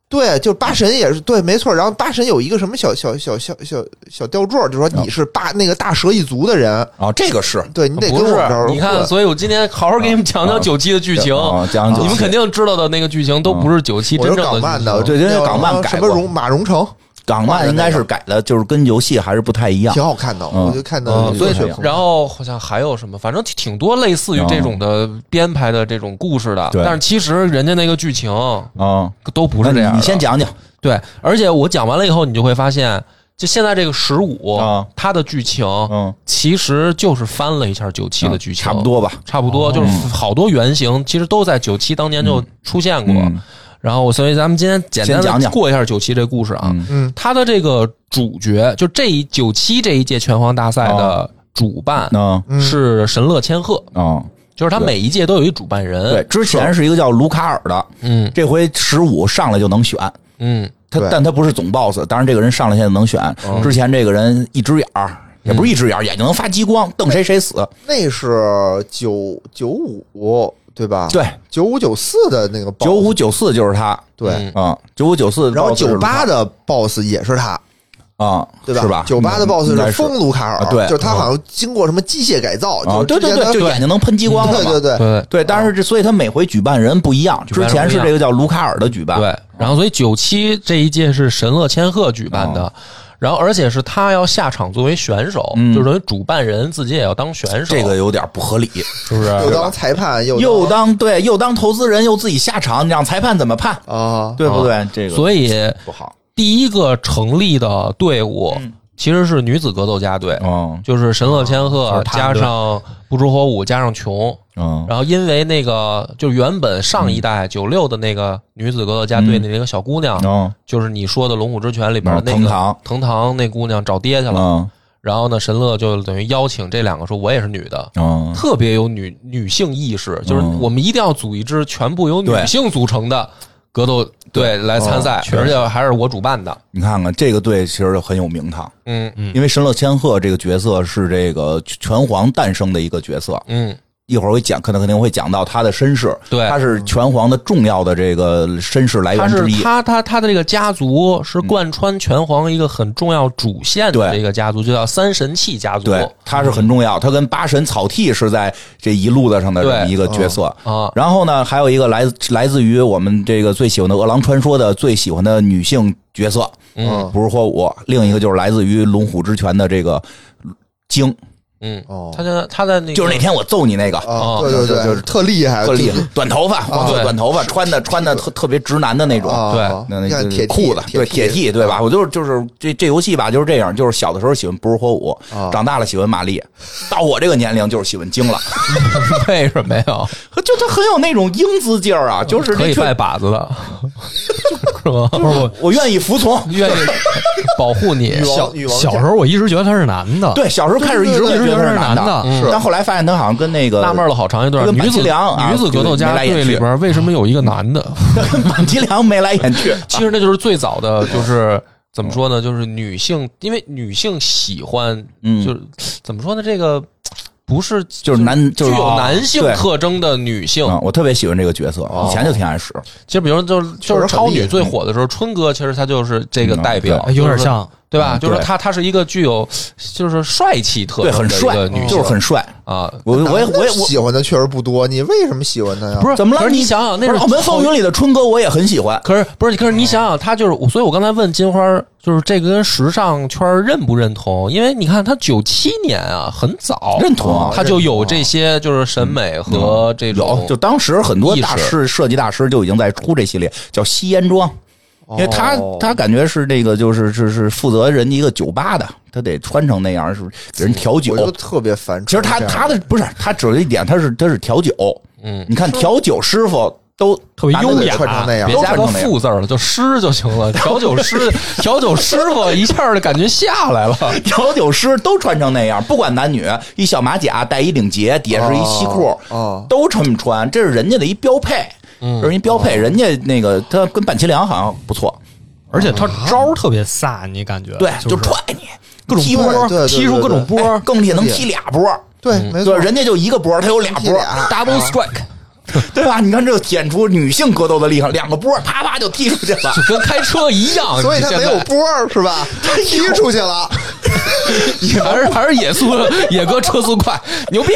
Speaker 3: 对，就是八神也是对，没错。然后八神有一个什么小小小小小小吊坠，就说你是八那个大蛇一族的人，
Speaker 2: 啊，这个是
Speaker 3: 对你得跟
Speaker 1: 不
Speaker 3: 我
Speaker 1: 是
Speaker 3: 们这儿，
Speaker 1: 你看，所以我今天好好给你们讲
Speaker 2: 啊
Speaker 1: 讲九七的剧情
Speaker 2: 啊，讲讲
Speaker 1: 你们
Speaker 2: 九七
Speaker 1: 肯定知道的那个剧情都不是九七
Speaker 3: 嗯我
Speaker 1: 真
Speaker 3: 是
Speaker 1: 正的
Speaker 3: 港漫的，
Speaker 1: 剧情
Speaker 2: 对人家港漫
Speaker 3: 那个
Speaker 2: 改
Speaker 3: 什
Speaker 2: 过
Speaker 3: 么荣马荣成
Speaker 2: 港漫应该是改的，就是跟游戏还是不太一样
Speaker 3: 挺。好看的，
Speaker 2: 嗯
Speaker 3: 我就看的
Speaker 1: 嗯，所以
Speaker 3: 热血澎湃
Speaker 1: 然后好像还有什么，反正挺挺多类似于这种的编排的这种故事的，
Speaker 2: 啊对
Speaker 1: 但是其实人家那个剧情
Speaker 2: 啊，
Speaker 1: 都不是这样
Speaker 2: 那
Speaker 1: 的。啊
Speaker 2: 你先讲讲
Speaker 1: 对，而且我讲完了以后，你就会发现，就现在这个十五、
Speaker 2: 啊
Speaker 1: 它的剧情，
Speaker 2: 嗯啊
Speaker 1: 其实就是翻了一下九七的剧情，
Speaker 2: 差不，多吧。
Speaker 1: 差不多，就是好多原型其实都在九七当年就出现过。
Speaker 2: 嗯
Speaker 1: 然后，所以咱们今天简单
Speaker 2: 先讲
Speaker 1: 的
Speaker 2: 讲
Speaker 1: 过一下九七这故事啊，
Speaker 2: 嗯
Speaker 3: 嗯
Speaker 1: 它的这个主角，就这一九七这一届拳皇大赛
Speaker 2: 哦
Speaker 1: 的主办
Speaker 2: 嗯
Speaker 3: 嗯
Speaker 1: 是神乐千鹤，
Speaker 2: 嗯，
Speaker 1: 就是他每一届都有一主办人。
Speaker 2: 对，，之前是一个叫卢卡尔的，
Speaker 1: 呃嗯
Speaker 2: 这回十五上来就能选。
Speaker 1: 嗯，哦
Speaker 2: 他
Speaker 3: 对
Speaker 2: 但他不是总 boss，当然这个人上来现在能选，之前这个人一只眼儿
Speaker 1: 嗯
Speaker 2: 也不是一只眼儿，眼睛能发激光，瞪谁谁死。
Speaker 3: 那是九九五对吧？
Speaker 2: 对，
Speaker 3: 九五九四的那个 boss，
Speaker 2: 九五九四就是他，
Speaker 3: 对，
Speaker 1: 嗯
Speaker 2: 啊，九五九四，
Speaker 3: 然后九八的 boss 也是他，
Speaker 2: 啊，
Speaker 3: 对
Speaker 2: 是吧？
Speaker 3: 九八的
Speaker 2: 嗯
Speaker 3: boss
Speaker 2: 应该
Speaker 3: 是
Speaker 2: 是
Speaker 3: 风卢卡尔，
Speaker 2: 啊对
Speaker 3: 就是他好像经过什么机械改造，
Speaker 2: 啊，
Speaker 3: 就
Speaker 2: 对
Speaker 3: 是
Speaker 2: 对
Speaker 3: 之前他
Speaker 2: 对，就眼睛能喷激光了
Speaker 3: 对
Speaker 2: 嘛
Speaker 3: 对对，
Speaker 1: 对。
Speaker 2: 对，但是这所以他每回举办人不一样，
Speaker 1: 举办人
Speaker 2: 之前是
Speaker 1: 不一样
Speaker 2: 这个叫卢卡尔的举办，
Speaker 1: 对，然后所以九七这一届是神乐千鹤举办
Speaker 2: 哦
Speaker 1: 的，然后而且是他要下场作为选手，
Speaker 2: 嗯
Speaker 1: 就等于主办人自己也要当选手，
Speaker 2: 这个有点不合理，
Speaker 1: 是不是？
Speaker 3: 又当裁判又
Speaker 2: 又当对又当投资人又自己下场，你让裁判怎么判？
Speaker 3: 啊，
Speaker 2: 对不对？这个
Speaker 1: 所以
Speaker 2: 不好，
Speaker 1: 第一个成立的队伍其实是女子格斗家队，
Speaker 2: 嗯
Speaker 1: 就是神乐千
Speaker 2: 哦就
Speaker 1: 鹤
Speaker 2: 是他
Speaker 1: 加
Speaker 2: 们
Speaker 1: 上不知火舞加上琼，
Speaker 2: 嗯
Speaker 1: 然后因为那个就原本上一代九六的那个女子格斗家队的那个小姑娘，
Speaker 2: 嗯
Speaker 1: 就是你说的《龙虎之拳》里边
Speaker 2: 嗯
Speaker 1: 那
Speaker 2: 藤
Speaker 1: 个
Speaker 2: 堂
Speaker 1: 藤堂那姑娘找爹去了，
Speaker 2: 嗯
Speaker 1: 然后呢，神乐就等于邀请这两个说，我也是女的。
Speaker 2: 嗯，
Speaker 1: 特别有女女性意识，就是
Speaker 2: 嗯
Speaker 1: 我们一定要组一支全部由女
Speaker 2: 对
Speaker 1: 性组成的格斗队来参赛，
Speaker 2: 哦确实
Speaker 1: 而且还是我主办的。
Speaker 2: 你看看这个队其实就很有名堂，
Speaker 1: 嗯嗯
Speaker 2: 因为神乐千鹤这个角色是这个拳皇诞生的一个角色，
Speaker 1: 嗯，
Speaker 2: 一会儿会讲，可能肯定会讲到他的身世，
Speaker 1: 对
Speaker 2: 他是拳皇的重要的这个身世来
Speaker 1: 他
Speaker 2: 源
Speaker 1: 是
Speaker 2: 哎之一，嗯
Speaker 1: 他他他的这个家族是贯穿拳皇一个很重要主线的
Speaker 2: 对
Speaker 1: 这个家族，就叫三神器家族。啊
Speaker 2: 对，他是很重要，他跟八神草剃是在这一路子上的这么
Speaker 1: 对
Speaker 2: 一个角色。
Speaker 1: 啊，
Speaker 2: 然后呢，还有一个来自来自于我们这个最喜欢的《饿狼传说》的最喜欢的女性角色，
Speaker 3: 哦
Speaker 1: 嗯
Speaker 2: 不是火舞；另一个就是来自于《龙虎之拳》的这个京，
Speaker 1: 嗯，
Speaker 3: 哦
Speaker 1: 他在他在那个
Speaker 2: 就是 那天我揍你那个，
Speaker 3: 啊，
Speaker 1: 哦
Speaker 3: 对对对，
Speaker 2: 就是
Speaker 3: 特厉害，
Speaker 2: 特厉
Speaker 3: 就
Speaker 2: 害，短头发，黄色短头发，穿的穿的特特别直男的那种。
Speaker 3: 啊，
Speaker 2: 那那
Speaker 3: 像
Speaker 2: 就是
Speaker 3: 铁剃
Speaker 2: 裤子，对铁
Speaker 3: 剃
Speaker 2: 剃，对吧？我就是就是这这游戏吧，就是这样，就是小的时候喜欢不是火舞，
Speaker 3: 啊
Speaker 2: 长大了喜欢玛丽，到我这个年龄就是喜欢京了，
Speaker 1: 为什么呀？
Speaker 2: 就他很有那种英姿劲儿啊，就是
Speaker 1: 嗯可以
Speaker 2: 这
Speaker 1: 拜
Speaker 2: 确
Speaker 1: 把子 的，是吗？
Speaker 4: 我
Speaker 2: 我愿意服从。
Speaker 1: 愿意保护你。
Speaker 3: 女王
Speaker 4: 小
Speaker 3: 女王
Speaker 4: 小时候我一直觉得他是男的，，
Speaker 2: 对，小时候开始一直
Speaker 4: 一
Speaker 2: 觉
Speaker 4: 直
Speaker 2: 得
Speaker 4: 觉
Speaker 2: 他
Speaker 4: 得他是
Speaker 2: 男
Speaker 4: 男
Speaker 2: 的，
Speaker 3: 是
Speaker 2: 但后来发现他好像跟那个
Speaker 1: 纳闷了好长一段，
Speaker 2: 跟
Speaker 1: 女
Speaker 2: 板
Speaker 1: 子
Speaker 2: 崎良啊
Speaker 1: 女子格斗家队里边为什么有一个男的？
Speaker 2: 跟满 吉良眉来眼去，
Speaker 1: 其实那就是最早的，就是怎么说呢？就是女性，因为女性喜欢，
Speaker 2: 嗯
Speaker 1: 就是怎么说呢？这个不是哦
Speaker 2: 就是是男
Speaker 1: 具
Speaker 2: 就是
Speaker 1: 有男性哦
Speaker 2: 对
Speaker 1: 特征的女性，
Speaker 2: 嗯，我特别喜欢这个角色，以前就挺爱使，
Speaker 1: 其实比如就是就
Speaker 3: 确实
Speaker 1: 是
Speaker 3: 很
Speaker 1: 超
Speaker 3: 厉
Speaker 1: 女
Speaker 3: 害
Speaker 1: 最火的时候，春哥其实他就是这个
Speaker 2: 嗯
Speaker 1: 代表，
Speaker 4: 哎有点
Speaker 1: 就是
Speaker 4: 像
Speaker 1: 对吧？
Speaker 2: 嗯
Speaker 1: 就是
Speaker 2: 对
Speaker 1: 他他是一个具有就是帅嗯气特
Speaker 2: 对，
Speaker 1: 征的
Speaker 2: 很
Speaker 1: 一
Speaker 2: 帅
Speaker 1: 个女，性，
Speaker 2: 就是很帅。
Speaker 1: 啊。
Speaker 2: 我我也
Speaker 3: 男的
Speaker 2: 我也我
Speaker 3: 喜欢的确实不多，你为什么喜欢他呀？
Speaker 1: 不是
Speaker 2: 怎么
Speaker 1: 可
Speaker 2: 了？
Speaker 1: 是你想想，那
Speaker 2: 不
Speaker 1: 是
Speaker 2: 是《澳门
Speaker 1: 头
Speaker 2: 风云》里的春哥，我也很喜欢。
Speaker 1: 可是不是？可是你想想，他就是我，所以我刚才问金花，就是这个跟时尚圈认不认同？因为你看他九七年啊，很早，
Speaker 2: 认同啊
Speaker 1: 他就有这些就是审美和这种
Speaker 2: 有，就当时很多大
Speaker 1: 意识
Speaker 2: 师设计大师就已经在出这系列，叫吸烟装，因为他
Speaker 3: 哦
Speaker 2: 他感觉是这个就是是是负责人一个酒吧的，他得穿成那样，是给人调酒
Speaker 3: 我。就特别烦。
Speaker 2: 其实他他的不是他只有一点，他是他是调酒。
Speaker 1: 嗯，
Speaker 2: 你看调酒师傅都
Speaker 4: 特别
Speaker 2: 拿那
Speaker 4: 优
Speaker 2: 个
Speaker 4: 雅
Speaker 3: 穿成那样
Speaker 1: 别
Speaker 2: 都
Speaker 1: 加
Speaker 2: 穿
Speaker 1: 个
Speaker 2: 成那样
Speaker 1: 副字儿了，就师就行了。调酒师，调酒师傅一下就感觉下来了。
Speaker 2: 调酒师都穿成那样，不管男女，一小马甲，戴一领结，底下是一西裤，
Speaker 3: 哦哦
Speaker 2: 都这么穿，这是人家的一标配，这是一标配。人家那个他跟板崎良好像不错，
Speaker 4: 而且他招儿特别飒，你感觉
Speaker 2: 对，
Speaker 4: 就是
Speaker 2: 踹你，
Speaker 4: 各种
Speaker 2: 踢
Speaker 4: 波
Speaker 2: 波
Speaker 4: 儿，
Speaker 3: 对对对
Speaker 4: 踢出各种波
Speaker 2: 哎
Speaker 4: 儿，
Speaker 2: 更厉害，能踢俩波，
Speaker 3: 对，没错
Speaker 2: 对，，人家就一个波，他有俩波
Speaker 3: 能踢俩
Speaker 2: ，double strike。对 吧？你看这体现出女性格斗的厉害，两个波啪啪就踢出去了。
Speaker 1: 就跟开车一样，
Speaker 3: 所以他
Speaker 1: 你现
Speaker 3: 没
Speaker 1: 在
Speaker 3: 有波儿是吧？踢出 去了，
Speaker 1: 还是还是野速， 野哥车速快，牛逼！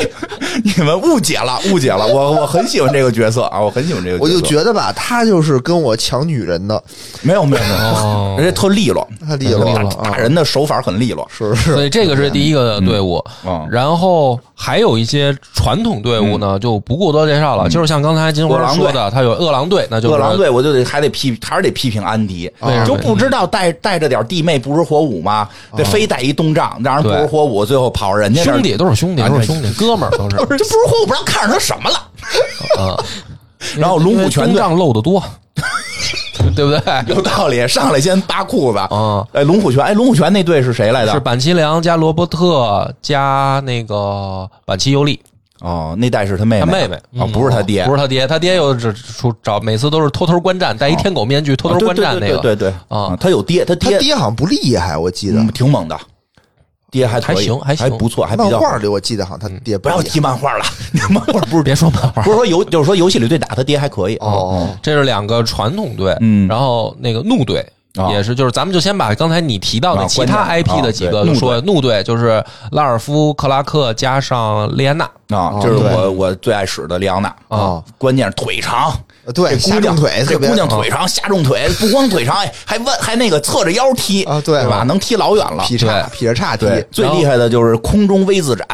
Speaker 2: 你们误解了，误解了。我我很喜欢这个角色啊，我很喜欢这个角
Speaker 3: 我
Speaker 2: 色。
Speaker 3: 就觉得吧，他就是跟我抢女人的，
Speaker 2: 没有没有没
Speaker 1: 哦
Speaker 2: 有，人家特利落，
Speaker 3: 太利落了
Speaker 2: 打
Speaker 3: 啊！
Speaker 2: 人的手法很利落，
Speaker 3: 是是
Speaker 1: 所以这个是第一个队伍，
Speaker 2: 嗯
Speaker 1: 然后还有一些传统队伍呢，就不过多介绍了。就是像刚才金
Speaker 2: 嗯饿
Speaker 1: 花
Speaker 2: 狼队
Speaker 1: 说的，他有饿狼队，那就是
Speaker 2: 饿狼队，我就得还得批，还是得批评安迪
Speaker 3: 啊
Speaker 1: 为什么，
Speaker 2: 就不知道带带着点弟妹不是火舞吗？
Speaker 3: 啊
Speaker 2: 这非带一东丈，让人不
Speaker 1: 对
Speaker 2: 是火舞，最后跑人家那儿
Speaker 1: 兄，弟都是兄弟，
Speaker 2: 啊
Speaker 1: 都是兄弟，哥们儿都是
Speaker 2: 这不是火舞，不知道看上他什 么了。
Speaker 1: 啊。
Speaker 2: 然后龙虎
Speaker 1: 因
Speaker 2: 拳
Speaker 1: 为东
Speaker 2: 队
Speaker 1: 丈漏的多，对不对？
Speaker 2: 有道理，上来先扒裤子
Speaker 1: 啊。
Speaker 2: 哎，龙虎拳，哎，龙虎拳那队是谁来
Speaker 1: 是
Speaker 2: 的？
Speaker 1: 板崎良加罗伯特加那个板崎优利，
Speaker 2: 哦，那代是他妹
Speaker 1: 他
Speaker 2: 妹，
Speaker 1: 妹妹嗯哦
Speaker 2: 啊，不是他爹，
Speaker 1: 不是他爹，他爹又只出找，每次都是偷偷观战，戴一天狗面具偷
Speaker 2: 啊
Speaker 1: 偷
Speaker 2: 对
Speaker 1: 观战那
Speaker 2: 对
Speaker 1: 个。
Speaker 2: 对对嗯对哦
Speaker 1: 啊
Speaker 2: 他有爹，他
Speaker 3: 他
Speaker 2: 爹
Speaker 3: 爹好像不厉害，我记得
Speaker 2: 嗯挺猛的，爹还可以
Speaker 1: 还行还
Speaker 2: 还
Speaker 1: 行
Speaker 2: 不错，还比
Speaker 3: 漫
Speaker 2: 较
Speaker 3: 画里我记得好像他爹
Speaker 2: 不要
Speaker 3: 厉害
Speaker 2: 提漫 画了，你漫画不是
Speaker 1: 别说漫画
Speaker 2: 不，是说游，就是说游戏里对打他爹还可以。
Speaker 3: 哦，
Speaker 1: 这是两个传统队，
Speaker 2: 嗯
Speaker 1: 然后那个怒队。
Speaker 2: 啊
Speaker 1: 也是，就是咱们就先把刚才你提到的
Speaker 2: 啊
Speaker 1: 其他
Speaker 2: 关键
Speaker 1: IP 的几
Speaker 2: 啊
Speaker 1: 个
Speaker 2: 对
Speaker 1: 说，怒队就是拉尔夫、克拉克加上列安娜，
Speaker 2: 啊，这是我我最爱使的里昂娜
Speaker 3: 哦，
Speaker 2: 关键是腿长，
Speaker 3: 呃对
Speaker 2: 这
Speaker 3: 下
Speaker 2: 姑
Speaker 3: 重
Speaker 2: 娘
Speaker 3: 腿
Speaker 2: 这
Speaker 3: 特别
Speaker 2: 姑娘腿啊长，下重腿不光腿长，哎还弯还那个侧着腰踢
Speaker 3: 啊对
Speaker 2: 吧？能踢老远了，
Speaker 3: 劈叉劈着叉踢
Speaker 2: 对，最
Speaker 1: 然后
Speaker 2: 厉害的就是空中 V 字斩，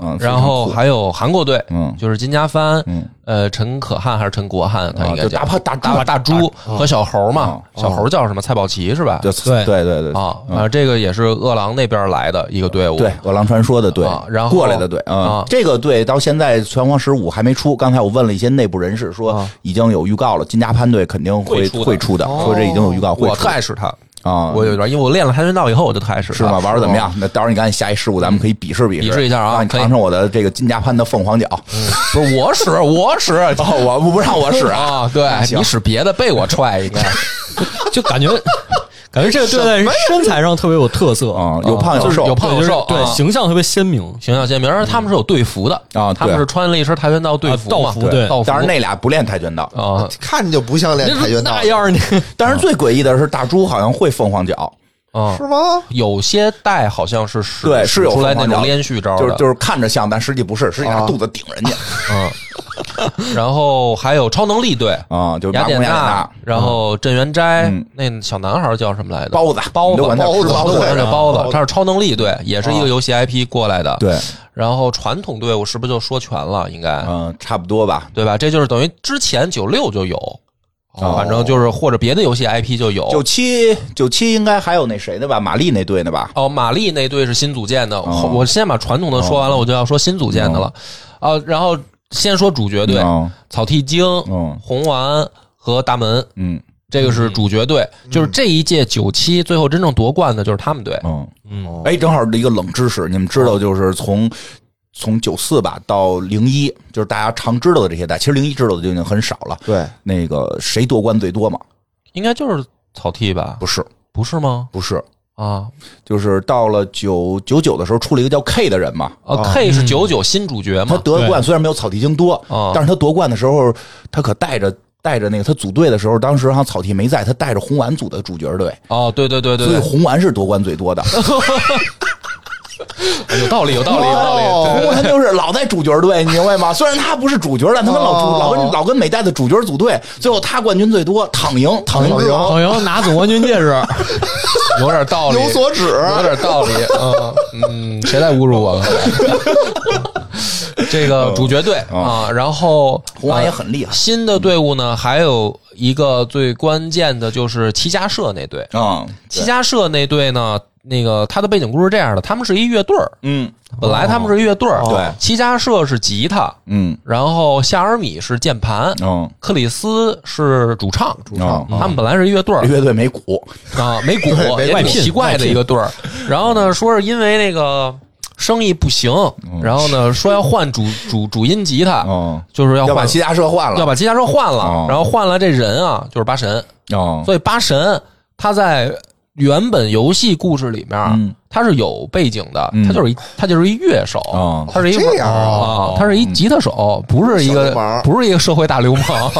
Speaker 1: 嗯
Speaker 2: 嗯，
Speaker 1: 然后
Speaker 2: 非常酷
Speaker 1: 还有韩国队，
Speaker 2: 嗯
Speaker 1: 就是金家帆，
Speaker 2: 嗯，
Speaker 1: 呃陈可汗还是陈国汉，他应
Speaker 2: 啊
Speaker 1: 该
Speaker 2: 就
Speaker 1: 叫
Speaker 2: 大胖大猪
Speaker 1: 大大猪和小猴嘛，
Speaker 2: 嗯
Speaker 1: 小猴叫什么？蔡宝奇是吧？
Speaker 2: 就对
Speaker 4: 对
Speaker 2: 对对对
Speaker 1: 啊，啊，这个也是饿狼那边来的一个队伍。
Speaker 2: 对，饿狼传说的队
Speaker 1: 啊，然后
Speaker 2: 过来的队啊
Speaker 1: 啊，
Speaker 2: 这个队到现在拳皇十五还没出。刚才我问了一些内部人士，说
Speaker 1: 啊
Speaker 2: 已经有预告了，金家潘队肯定会
Speaker 1: 会出的
Speaker 2: 会出的，
Speaker 3: 哦
Speaker 2: 说这已经有预告会
Speaker 1: 我
Speaker 2: 出
Speaker 1: 特
Speaker 2: 的
Speaker 1: 爱使他，
Speaker 2: 啊。
Speaker 1: 我有一段，因为我练了跆拳道以后，我就特爱使嗯他
Speaker 2: 是吗？玩的怎么样？那到时候你赶紧下一十五，咱们可以比试比试，
Speaker 1: 比试一下啊
Speaker 2: 你
Speaker 1: 可以嗯
Speaker 2: 尝尝我的这个金家潘的凤凰脚。
Speaker 1: 不是我使，我使，
Speaker 2: 哦，我不不让我使啊！
Speaker 1: 啊，对
Speaker 2: 行
Speaker 1: 你使别的被我踹应该。
Speaker 4: 就感觉感觉这个队在身材上特别有特色
Speaker 2: 啊，有胖有
Speaker 1: 就是
Speaker 2: 瘦
Speaker 1: 有，胖有
Speaker 4: 对就是
Speaker 1: 瘦啊
Speaker 4: 对形象特别鲜明。
Speaker 1: 形象鲜明，而且他们是有队服的
Speaker 2: 啊
Speaker 1: 他们
Speaker 2: 对
Speaker 1: 是穿了一身跆拳道队服嘛，
Speaker 4: 啊道服对
Speaker 1: 道服。
Speaker 2: 但是那俩不练跆拳道。
Speaker 1: 啊，
Speaker 3: 看着就不像练跆拳道
Speaker 4: 那，样儿你
Speaker 2: 但是最诡异的是，大猪好像会凤凰脚，
Speaker 1: 啊
Speaker 3: 是，吗？
Speaker 1: 有些带好像是使
Speaker 2: 对，
Speaker 1: 使
Speaker 2: 是有
Speaker 1: 出来
Speaker 2: 凤
Speaker 1: 那
Speaker 2: 凰脚
Speaker 1: 种
Speaker 2: 的
Speaker 1: 连续招
Speaker 2: 就
Speaker 1: 的，
Speaker 2: 是就是看着像，但实际不是，实际拿
Speaker 3: 啊
Speaker 2: 肚子顶人家
Speaker 1: 嗯。然后还有超能力队，
Speaker 2: 啊，就
Speaker 1: 雅
Speaker 2: 马
Speaker 1: 典
Speaker 2: 古雅典娜
Speaker 1: 娜，然后镇元斋
Speaker 2: 嗯，
Speaker 1: 那小男孩叫什么来着？
Speaker 2: 包子，
Speaker 1: 包
Speaker 2: 你
Speaker 1: 子，
Speaker 2: 就管他
Speaker 1: 包
Speaker 2: 吃
Speaker 1: 子，
Speaker 2: 包
Speaker 1: 包
Speaker 2: 子啊
Speaker 1: 子，
Speaker 3: 对
Speaker 1: 这
Speaker 3: 啊
Speaker 1: 包
Speaker 3: 包子
Speaker 1: 子，他是超能力队，也是一个游戏 IP 过来的。，
Speaker 2: 对，
Speaker 1: 然后传统队伍是不是就说全了？应该
Speaker 2: 嗯，差不多吧。
Speaker 1: 对吧？这就是等于之前九六就有，哦
Speaker 2: 哦
Speaker 1: 反正就是或者别的游戏 IP 就有。
Speaker 2: 九七九七应该还有那谁的吧，玛丽那队的吧？
Speaker 1: 哦，玛丽那队是新组建的，
Speaker 2: 哦
Speaker 1: 我先把传统的说完了，我就要说新组建的了。啊，然后先说主角队，
Speaker 2: 嗯
Speaker 1: 草剃精、
Speaker 2: 嗯
Speaker 1: 红丸和大门，
Speaker 2: 嗯
Speaker 1: 这个是主角队，
Speaker 3: 嗯
Speaker 1: 就是这一届九七最后真正夺冠的就是他们队。
Speaker 2: 嗯，
Speaker 4: 嗯，
Speaker 2: 哎，正好一个冷知识，你们知道，就是从从九四吧到零一，就是大家常知道的这些代，其实零一知道的就已经很少了。
Speaker 3: 对，
Speaker 2: 那个谁夺冠最多嘛？
Speaker 1: 应该就是草剃吧？
Speaker 2: 不是，
Speaker 1: 不是吗？
Speaker 2: 不是，
Speaker 1: 啊
Speaker 2: 就是到了九九九的时候出了一个叫 K 的人嘛，
Speaker 1: 啊，K
Speaker 3: 嗯
Speaker 1: 是九九新主角
Speaker 2: 他
Speaker 1: 嘛？
Speaker 2: 得冠虽然没有草剃精多
Speaker 1: 哦，
Speaker 2: 但是他夺冠的时候，他可带着带着那个他组队的时候，当时好像草剃没在，他带着红丸组的主角队，
Speaker 1: 哦，对对对对
Speaker 2: 所以
Speaker 1: 对，
Speaker 2: 红丸是夺冠最多的。
Speaker 1: 有道理，有 道理，有道理。
Speaker 3: 哦
Speaker 2: 红丸就是老在主角队，你明白吗？虽然他不是主角，但他跟老主
Speaker 3: 哦
Speaker 2: 老跟老跟美代的主角组队，最后他冠军最多，躺赢躺赢之
Speaker 1: 哦
Speaker 2: 王。
Speaker 4: 好像拿总冠军戒指，
Speaker 1: 有点道理，
Speaker 3: 有所指
Speaker 1: 有点道理。嗯，嗯谁来侮辱我？ 这个
Speaker 3: 嗯
Speaker 1: 主角队啊，然 后
Speaker 2: 红丸也很厉害
Speaker 1: 呃新的队伍呢，还有一个最关键的就是齐家社那队。
Speaker 2: 啊，
Speaker 1: 齐家社那队呢，那个他的背景故事是这样的，他们是一乐队儿，
Speaker 2: 嗯
Speaker 1: 本来他们是乐队儿。
Speaker 2: 对
Speaker 1: 齐家社是吉他，
Speaker 2: 嗯
Speaker 1: 然后夏尔米是键盘，
Speaker 2: 嗯，
Speaker 1: 克里斯是主唱，主
Speaker 2: 唱
Speaker 1: 他们本来是乐队儿，
Speaker 2: 哦乐队没鼓，
Speaker 1: 啊，没 鼓，也挺奇怪的一个队儿。然后
Speaker 2: 嗯
Speaker 1: 呢，说是因为那个生意不行，
Speaker 2: 哦
Speaker 1: 然后呢说要换主 主主音吉他，
Speaker 2: 嗯，
Speaker 1: 就是要
Speaker 2: 要
Speaker 1: 换
Speaker 2: 把齐家社换了，
Speaker 1: 要把吉他手换
Speaker 2: 哦
Speaker 1: 了，然后换了这人啊，就是八神。
Speaker 2: 哦
Speaker 1: 所以八神他在原本游戏故事里面啊
Speaker 2: 嗯，
Speaker 1: 他是有背景的
Speaker 2: 嗯，
Speaker 1: 他就是一他就是一乐手
Speaker 2: 哦，
Speaker 1: 他是一
Speaker 3: 这样
Speaker 1: 啊，他是一吉他手，不是一
Speaker 3: 小
Speaker 1: 个
Speaker 3: 流氓
Speaker 1: 不是一个社会大流 氓。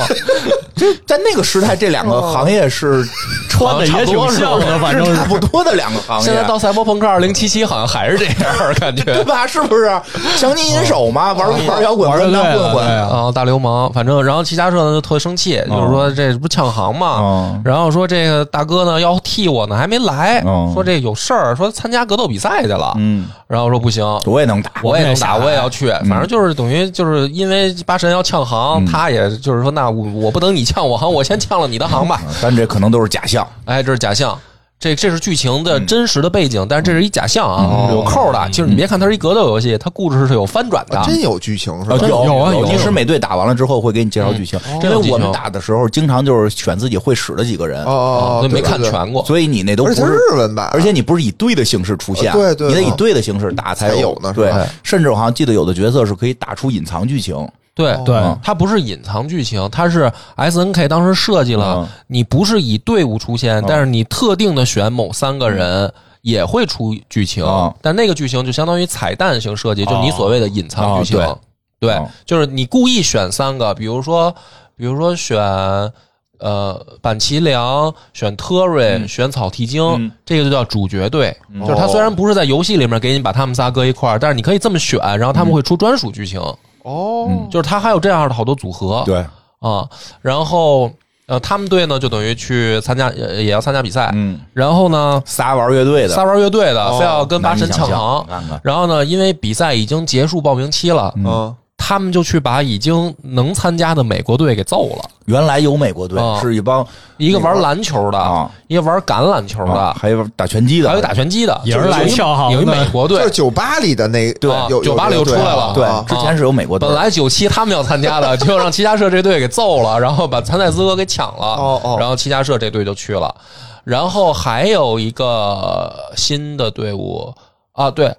Speaker 2: 这在那个时代，这两个
Speaker 1: 嗯
Speaker 2: 行 业是
Speaker 4: 穿的也挺像的，反正
Speaker 2: 是差不多的两个行业。
Speaker 1: 现在到赛博朋克二零七七好像还是这样，感觉
Speaker 2: 对吧？是不是？
Speaker 1: 嗯
Speaker 2: 强尼银手嘛，玩玩摇滚，
Speaker 4: 玩
Speaker 2: 玩
Speaker 4: 乐队
Speaker 2: 当
Speaker 4: 啊
Speaker 2: 混
Speaker 4: 对
Speaker 2: 混。
Speaker 4: 啊，
Speaker 1: 啊，大流氓，反正然后齐家社呢就特生气，就是说这不抢行
Speaker 2: 哦
Speaker 1: 嘛，然后说这个大哥呢要替我呢还没来
Speaker 2: 哦，
Speaker 1: 说这有事儿，说参加格斗比赛去了，
Speaker 2: 嗯，
Speaker 1: 然后说不行。
Speaker 2: 我也能打。
Speaker 1: 我也能打，
Speaker 4: 我也想打
Speaker 1: 我也要去，
Speaker 3: 嗯
Speaker 1: 反正就是等于就是因为八神要呛行，他也就是说，那我我不等你呛我行，我先呛了你的行
Speaker 3: 嗯
Speaker 1: 吧。
Speaker 2: 啊但这可能都是假象。
Speaker 1: 哎，这是假象，这这是剧情的
Speaker 3: 嗯
Speaker 1: 真实的背景，但是这是一假象
Speaker 3: 哦
Speaker 1: 啊，有扣的。就是你别看它是一格斗游戏，它故事是有翻转的
Speaker 3: 啊，真有剧情是吧？
Speaker 2: 哦
Speaker 3: 哦
Speaker 2: 有
Speaker 4: 有啊有
Speaker 2: 其实美队打完了之后会给你介绍剧情，因
Speaker 1: 真
Speaker 2: 为
Speaker 1: 有剧情
Speaker 2: 我们打的时候经常就是选自己会使的几个人
Speaker 3: 哦，哦，
Speaker 1: 所啊
Speaker 3: 哦
Speaker 1: 以没
Speaker 3: 对对
Speaker 1: 看
Speaker 3: 对
Speaker 1: 全过。
Speaker 2: 所以你那都
Speaker 3: 而
Speaker 2: 不
Speaker 3: 且它
Speaker 2: 是
Speaker 3: 是日文版，啊
Speaker 2: 而且你不是以队的形式出现，
Speaker 3: 呃对对
Speaker 2: 你得
Speaker 3: 对
Speaker 2: 以队的形式打才
Speaker 3: 才有呢是
Speaker 2: 对
Speaker 3: 吧哎，
Speaker 2: 甚至我好像记得有的角色是可以打出隐藏剧情，
Speaker 1: 对
Speaker 4: 对
Speaker 2: 嗯
Speaker 1: 它不是隐藏剧情，它是 S N K 当时设计了
Speaker 2: 嗯，
Speaker 1: 你不是以队伍出现，但是你特定的选某三个人。也会出剧情
Speaker 2: 嗯，
Speaker 1: 但那个剧情就相当于彩蛋型设计，就你所谓的隐藏剧
Speaker 2: 哦
Speaker 1: 情。对
Speaker 2: 哦，
Speaker 1: 就是你故意选三个，比如说，比如说选呃板崎良、选特瑞、选草剃
Speaker 2: 嗯哦
Speaker 1: 精，这个就叫主角队。就是他虽然不是在游戏里面给你把他们仨搁一块儿，但是你可以这么选，然后
Speaker 2: 嗯
Speaker 1: 他们会出专属剧情。
Speaker 3: 哦，
Speaker 1: 就是他还有这样的好多组合，
Speaker 2: 对，
Speaker 1: 啊，然后呃，他们队呢就等于去参加，也也要参加比赛，
Speaker 2: 嗯，
Speaker 1: 然后呢，
Speaker 2: 仨玩乐队的，
Speaker 1: 仨玩乐队的、
Speaker 3: 哦
Speaker 1: 非要跟八
Speaker 2: 难以
Speaker 1: 神
Speaker 2: 想
Speaker 1: 抢
Speaker 2: 象啊
Speaker 1: 行，
Speaker 2: 看看
Speaker 1: 然后呢，因为比赛已经结束报名期了，
Speaker 3: 嗯，
Speaker 1: 他们就去把已经能参加的美国队给揍了，
Speaker 2: 原来有美国队
Speaker 1: 啊
Speaker 2: 是一帮
Speaker 1: 一个玩
Speaker 2: 那
Speaker 1: 篮球的，
Speaker 2: 啊
Speaker 1: 一个玩橄榄球的，
Speaker 2: 啊还有打拳击的，
Speaker 1: 还有打拳击的，
Speaker 4: 也是
Speaker 1: 就
Speaker 4: 来
Speaker 1: 有一
Speaker 4: 跳行
Speaker 1: 有一
Speaker 4: 的
Speaker 1: 美国
Speaker 3: 就是
Speaker 1: 队。
Speaker 3: 酒吧里的那
Speaker 1: 对
Speaker 3: 有
Speaker 1: 酒吧里
Speaker 3: 有
Speaker 1: 又出来了
Speaker 2: 对
Speaker 3: 啊，
Speaker 2: 之前是有美国队
Speaker 1: 哦本，来九七他们要参加 的，结果让七家社这队给揍了，然后把参赛资格给抢了。
Speaker 3: 哦哦
Speaker 1: 然后七家社这队就去了，然后还有一个新的队伍啊，对，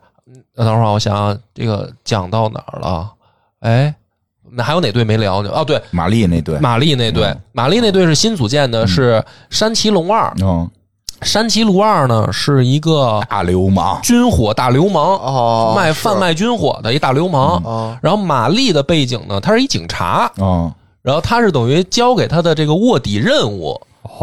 Speaker 1: 等会儿啊我想想，这个讲到哪儿了？哎，那还有哪队没聊呢？哦，对，
Speaker 2: 玛丽那队，
Speaker 1: 玛丽那队，
Speaker 3: 嗯
Speaker 1: 玛丽那队是新组建的，是山崎龙二。
Speaker 2: 嗯，
Speaker 1: 山崎龙二呢是一个
Speaker 2: 大流氓，
Speaker 1: 军火大流氓，
Speaker 3: 哦，
Speaker 1: 卖
Speaker 3: 是
Speaker 1: 贩卖军火的一大流氓。
Speaker 3: 哦
Speaker 1: 然后玛丽的背景呢，她是一警察，
Speaker 2: 嗯，
Speaker 1: 然后她是等于交给她的这个卧底任务，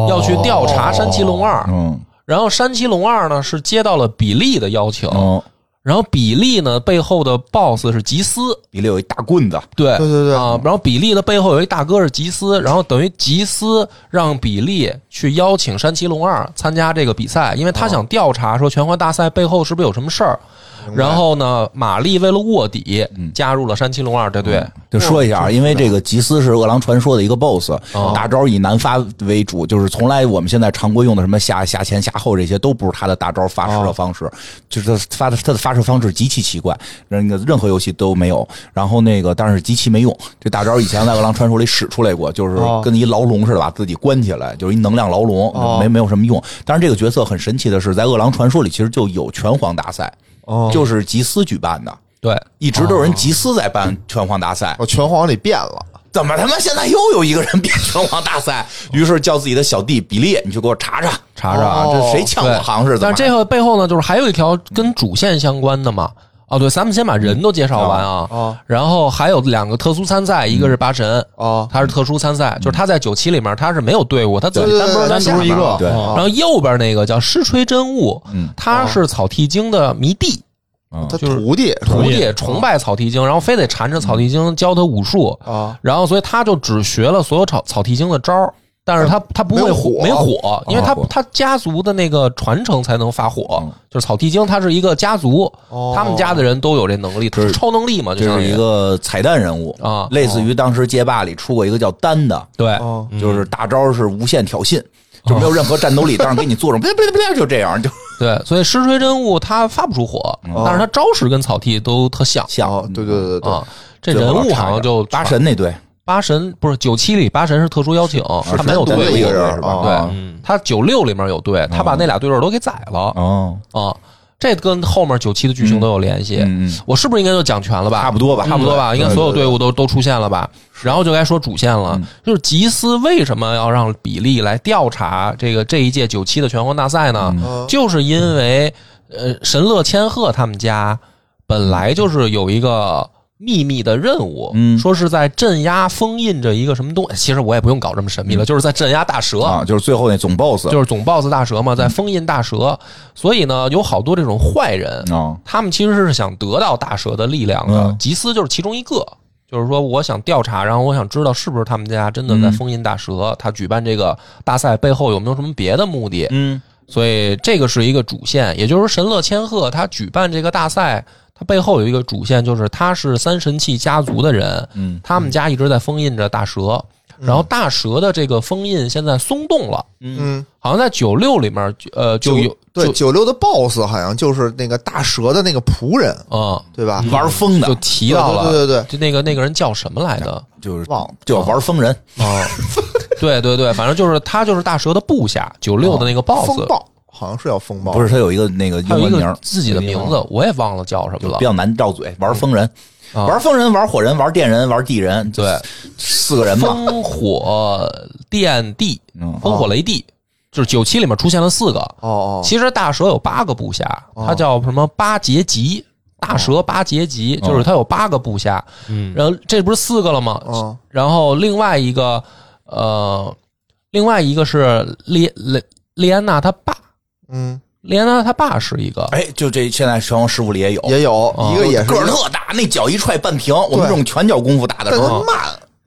Speaker 1: 要去调查山崎龙二。
Speaker 2: 嗯，
Speaker 1: 然后山崎龙二呢是接到了比利的邀请，
Speaker 2: 嗯，
Speaker 1: 然后比利呢背后的 boss 是吉斯，
Speaker 2: 里里有一大棍子，
Speaker 1: 对
Speaker 3: 对对对
Speaker 1: 啊，然后比利的背后有一大哥是吉斯，然后等于吉斯让比利去邀请山崎龙二参加这个比赛，因为他想调查说拳皇大赛背后是不是有什么事儿。然后呢，玛丽为了卧底加入了山崎龙二这队，
Speaker 3: 嗯
Speaker 2: 就说一下啊，因为这个吉斯是饿狼传说的一个 BOSS，、大
Speaker 3: 哦
Speaker 2: 招以南发为主，就是从来我们现在常规用的什么下下前下后这些都不是他的大招发
Speaker 3: 哦
Speaker 2: 射方式，就是他发的他的发射方式极其奇怪，那个任何游戏都没有。然后那个但是极其没用，这大招以前在饿狼传说里使出来过，就是
Speaker 3: 哦
Speaker 2: 跟一牢笼似的把自己关起来，就是一能量牢笼，
Speaker 3: 哦
Speaker 2: 没没有什么用。但是这个角色很神奇的是，在饿狼传说里其实就有拳皇大赛，
Speaker 3: 哦
Speaker 2: 就是吉斯举办的。
Speaker 1: 对，
Speaker 2: 一直都有人吉斯在办拳皇大赛，
Speaker 3: 哦，拳皇里变了，
Speaker 2: 怎么他妈现在又有一个人变拳皇大
Speaker 1: 哦
Speaker 2: 赛？于是叫自己的小弟比利，你去给我查查查查，
Speaker 3: 哦
Speaker 2: 这谁呛我行是怎么？
Speaker 1: 但是这个背后呢，就是还有一条跟主线相关的嘛。哦，对，咱们先把人都介绍完啊，
Speaker 3: 哦
Speaker 1: 然后还有两个特殊参赛，一个是八神，
Speaker 3: 哦
Speaker 1: 他是特殊参赛，就是他在九七里面他是没有队伍，他自
Speaker 3: 对
Speaker 1: 己
Speaker 3: 对
Speaker 1: 单
Speaker 3: 对
Speaker 1: 波
Speaker 3: 单
Speaker 1: 单
Speaker 3: 独
Speaker 1: 独
Speaker 3: 一个
Speaker 2: 对
Speaker 1: 然后右边那个叫石吹真悟，
Speaker 2: 嗯
Speaker 1: 他是草剃精的迷弟
Speaker 2: 嗯
Speaker 3: 他
Speaker 1: 就是
Speaker 3: 徒弟
Speaker 1: 徒
Speaker 4: 弟
Speaker 1: 弟，崇拜草剃精，然后非得缠着草剃精教他武术，
Speaker 3: 啊，
Speaker 1: 然后所以他就只学了所有草草剃精的招儿但是他他不
Speaker 3: 没
Speaker 1: 会
Speaker 3: 有
Speaker 1: 火
Speaker 3: 火
Speaker 1: 没火，因为他
Speaker 2: 没有火
Speaker 1: 他家族的那个传承才能发火
Speaker 2: 嗯，
Speaker 1: 就是草剃精，他是一个家族
Speaker 3: 哦，
Speaker 1: 他们家的人都有这能力，
Speaker 2: 这是
Speaker 1: 超能力嘛，就
Speaker 2: 这
Speaker 1: 像
Speaker 2: 是一个彩蛋人物
Speaker 1: 啊
Speaker 2: 类似于当时街霸里出过一个叫丹的，
Speaker 1: 对
Speaker 3: 哦
Speaker 2: 就是大招是无限挑
Speaker 1: 哦
Speaker 2: 衅，就没有任何战斗力，但是给你做成啪啪啪啪就这样，就
Speaker 1: 对，所以石锤真悟他发不出火，但是他招式跟草剃都特像
Speaker 2: 像
Speaker 3: 哦，对对对对
Speaker 1: 啊。这人物好像就
Speaker 2: 八神那队啊
Speaker 1: 八神不是九七里八神是特殊邀请，他没有
Speaker 2: 单
Speaker 1: 队
Speaker 2: 独
Speaker 3: 队
Speaker 2: 的
Speaker 3: 伍
Speaker 2: 一个
Speaker 3: 对
Speaker 2: 人是
Speaker 1: 哦
Speaker 2: 吧？
Speaker 3: 对
Speaker 2: 啊
Speaker 1: 对，他九六里面有队，他把那俩队友都给宰了
Speaker 2: 哦，
Speaker 1: 啊。这跟后面九七的剧情都有联系。
Speaker 2: 嗯嗯
Speaker 1: 我是不是应该就讲全了吧？
Speaker 2: 差不多吧
Speaker 1: 差不多吧，
Speaker 2: 嗯
Speaker 1: 应该所有队伍都都出现了吧？然后就该说主线了，就是吉斯为什么要让比利来调查这个这一届九七的拳皇大赛呢？
Speaker 3: 嗯
Speaker 1: 就是因为呃，神乐千鹤他们家本来就是有一个。秘密的任务，
Speaker 2: 嗯
Speaker 1: 说是在镇压封印着一个什么东西。其实我也不用搞这么神秘了，就是在镇压大蛇
Speaker 2: 嗯啊，就是最后那总 BOSS
Speaker 1: 就是总 boss 大蛇嘛，在封印大蛇，所以呢，有好多这种坏人，
Speaker 2: 啊，
Speaker 1: 他们其实是想得到大蛇的力量的
Speaker 2: 嗯。
Speaker 1: 吉斯就是其中一个，就是说我想调查，然后我想知道是不是他们家真的在封印大蛇，他举办这个大赛背后有没有什么别的目的？
Speaker 2: 嗯，
Speaker 1: 所以这个是一个主线，也就是说，神乐千鹤他举办这个大赛，他背后有一个主线，就是他是三神器家族的人，
Speaker 2: 嗯，
Speaker 1: 他们家一直在封印着大蛇，然后大蛇的这个封印现在松动了。
Speaker 3: 嗯，
Speaker 1: 好像在九六里面，呃，就有
Speaker 3: 对
Speaker 1: 就
Speaker 3: 九六的 BOSS 好像就是那个大蛇的那个仆人，
Speaker 1: 嗯，
Speaker 3: 对吧？
Speaker 2: 玩疯
Speaker 1: 就
Speaker 2: 的
Speaker 1: 提到了，
Speaker 3: 对对对对
Speaker 1: 就那个那个人叫什么来着？
Speaker 2: 就是
Speaker 3: 忘了
Speaker 2: 就要玩疯人，
Speaker 1: 啊，对对对，反正就是他就是大蛇的部下，九六的那个 boss，
Speaker 3: 哦风暴好像是叫风暴，
Speaker 2: 不是他有一个那个英
Speaker 1: 还有一
Speaker 2: 文名
Speaker 1: 个
Speaker 2: 儿。
Speaker 1: 自己的名字，我也忘了叫什么
Speaker 2: 就
Speaker 1: 了
Speaker 2: 比。较难绕嘴，玩疯人，
Speaker 1: 啊
Speaker 2: 玩疯人，玩火人，玩电人，玩地人，就
Speaker 1: 对
Speaker 2: 四个人嘛，
Speaker 1: 烽火电地，
Speaker 2: 嗯
Speaker 1: 烽火雷地，就是九七里面出现了四个。
Speaker 3: 哦哦
Speaker 1: 其实大蛇有八个部下，
Speaker 2: 哦
Speaker 1: 他叫什么八杰吉。大蛇八杰吉
Speaker 2: 哦
Speaker 1: 就是他有八个部下，
Speaker 4: 嗯，
Speaker 1: 然后这不是四个了吗？
Speaker 3: 哦
Speaker 1: 然后另外一个，呃，另外一个是列列列安娜她爸，
Speaker 3: 嗯，
Speaker 1: 列安娜她爸是一个，
Speaker 2: 哎，就这现在拳皇师傅里也有，
Speaker 3: 也有一个也是
Speaker 2: 个儿特大，那脚一踹半平。我们
Speaker 3: 对
Speaker 2: 这种拳脚功夫打的
Speaker 3: 但
Speaker 2: 时
Speaker 3: 他
Speaker 1: 啊
Speaker 2: 候
Speaker 3: 慢，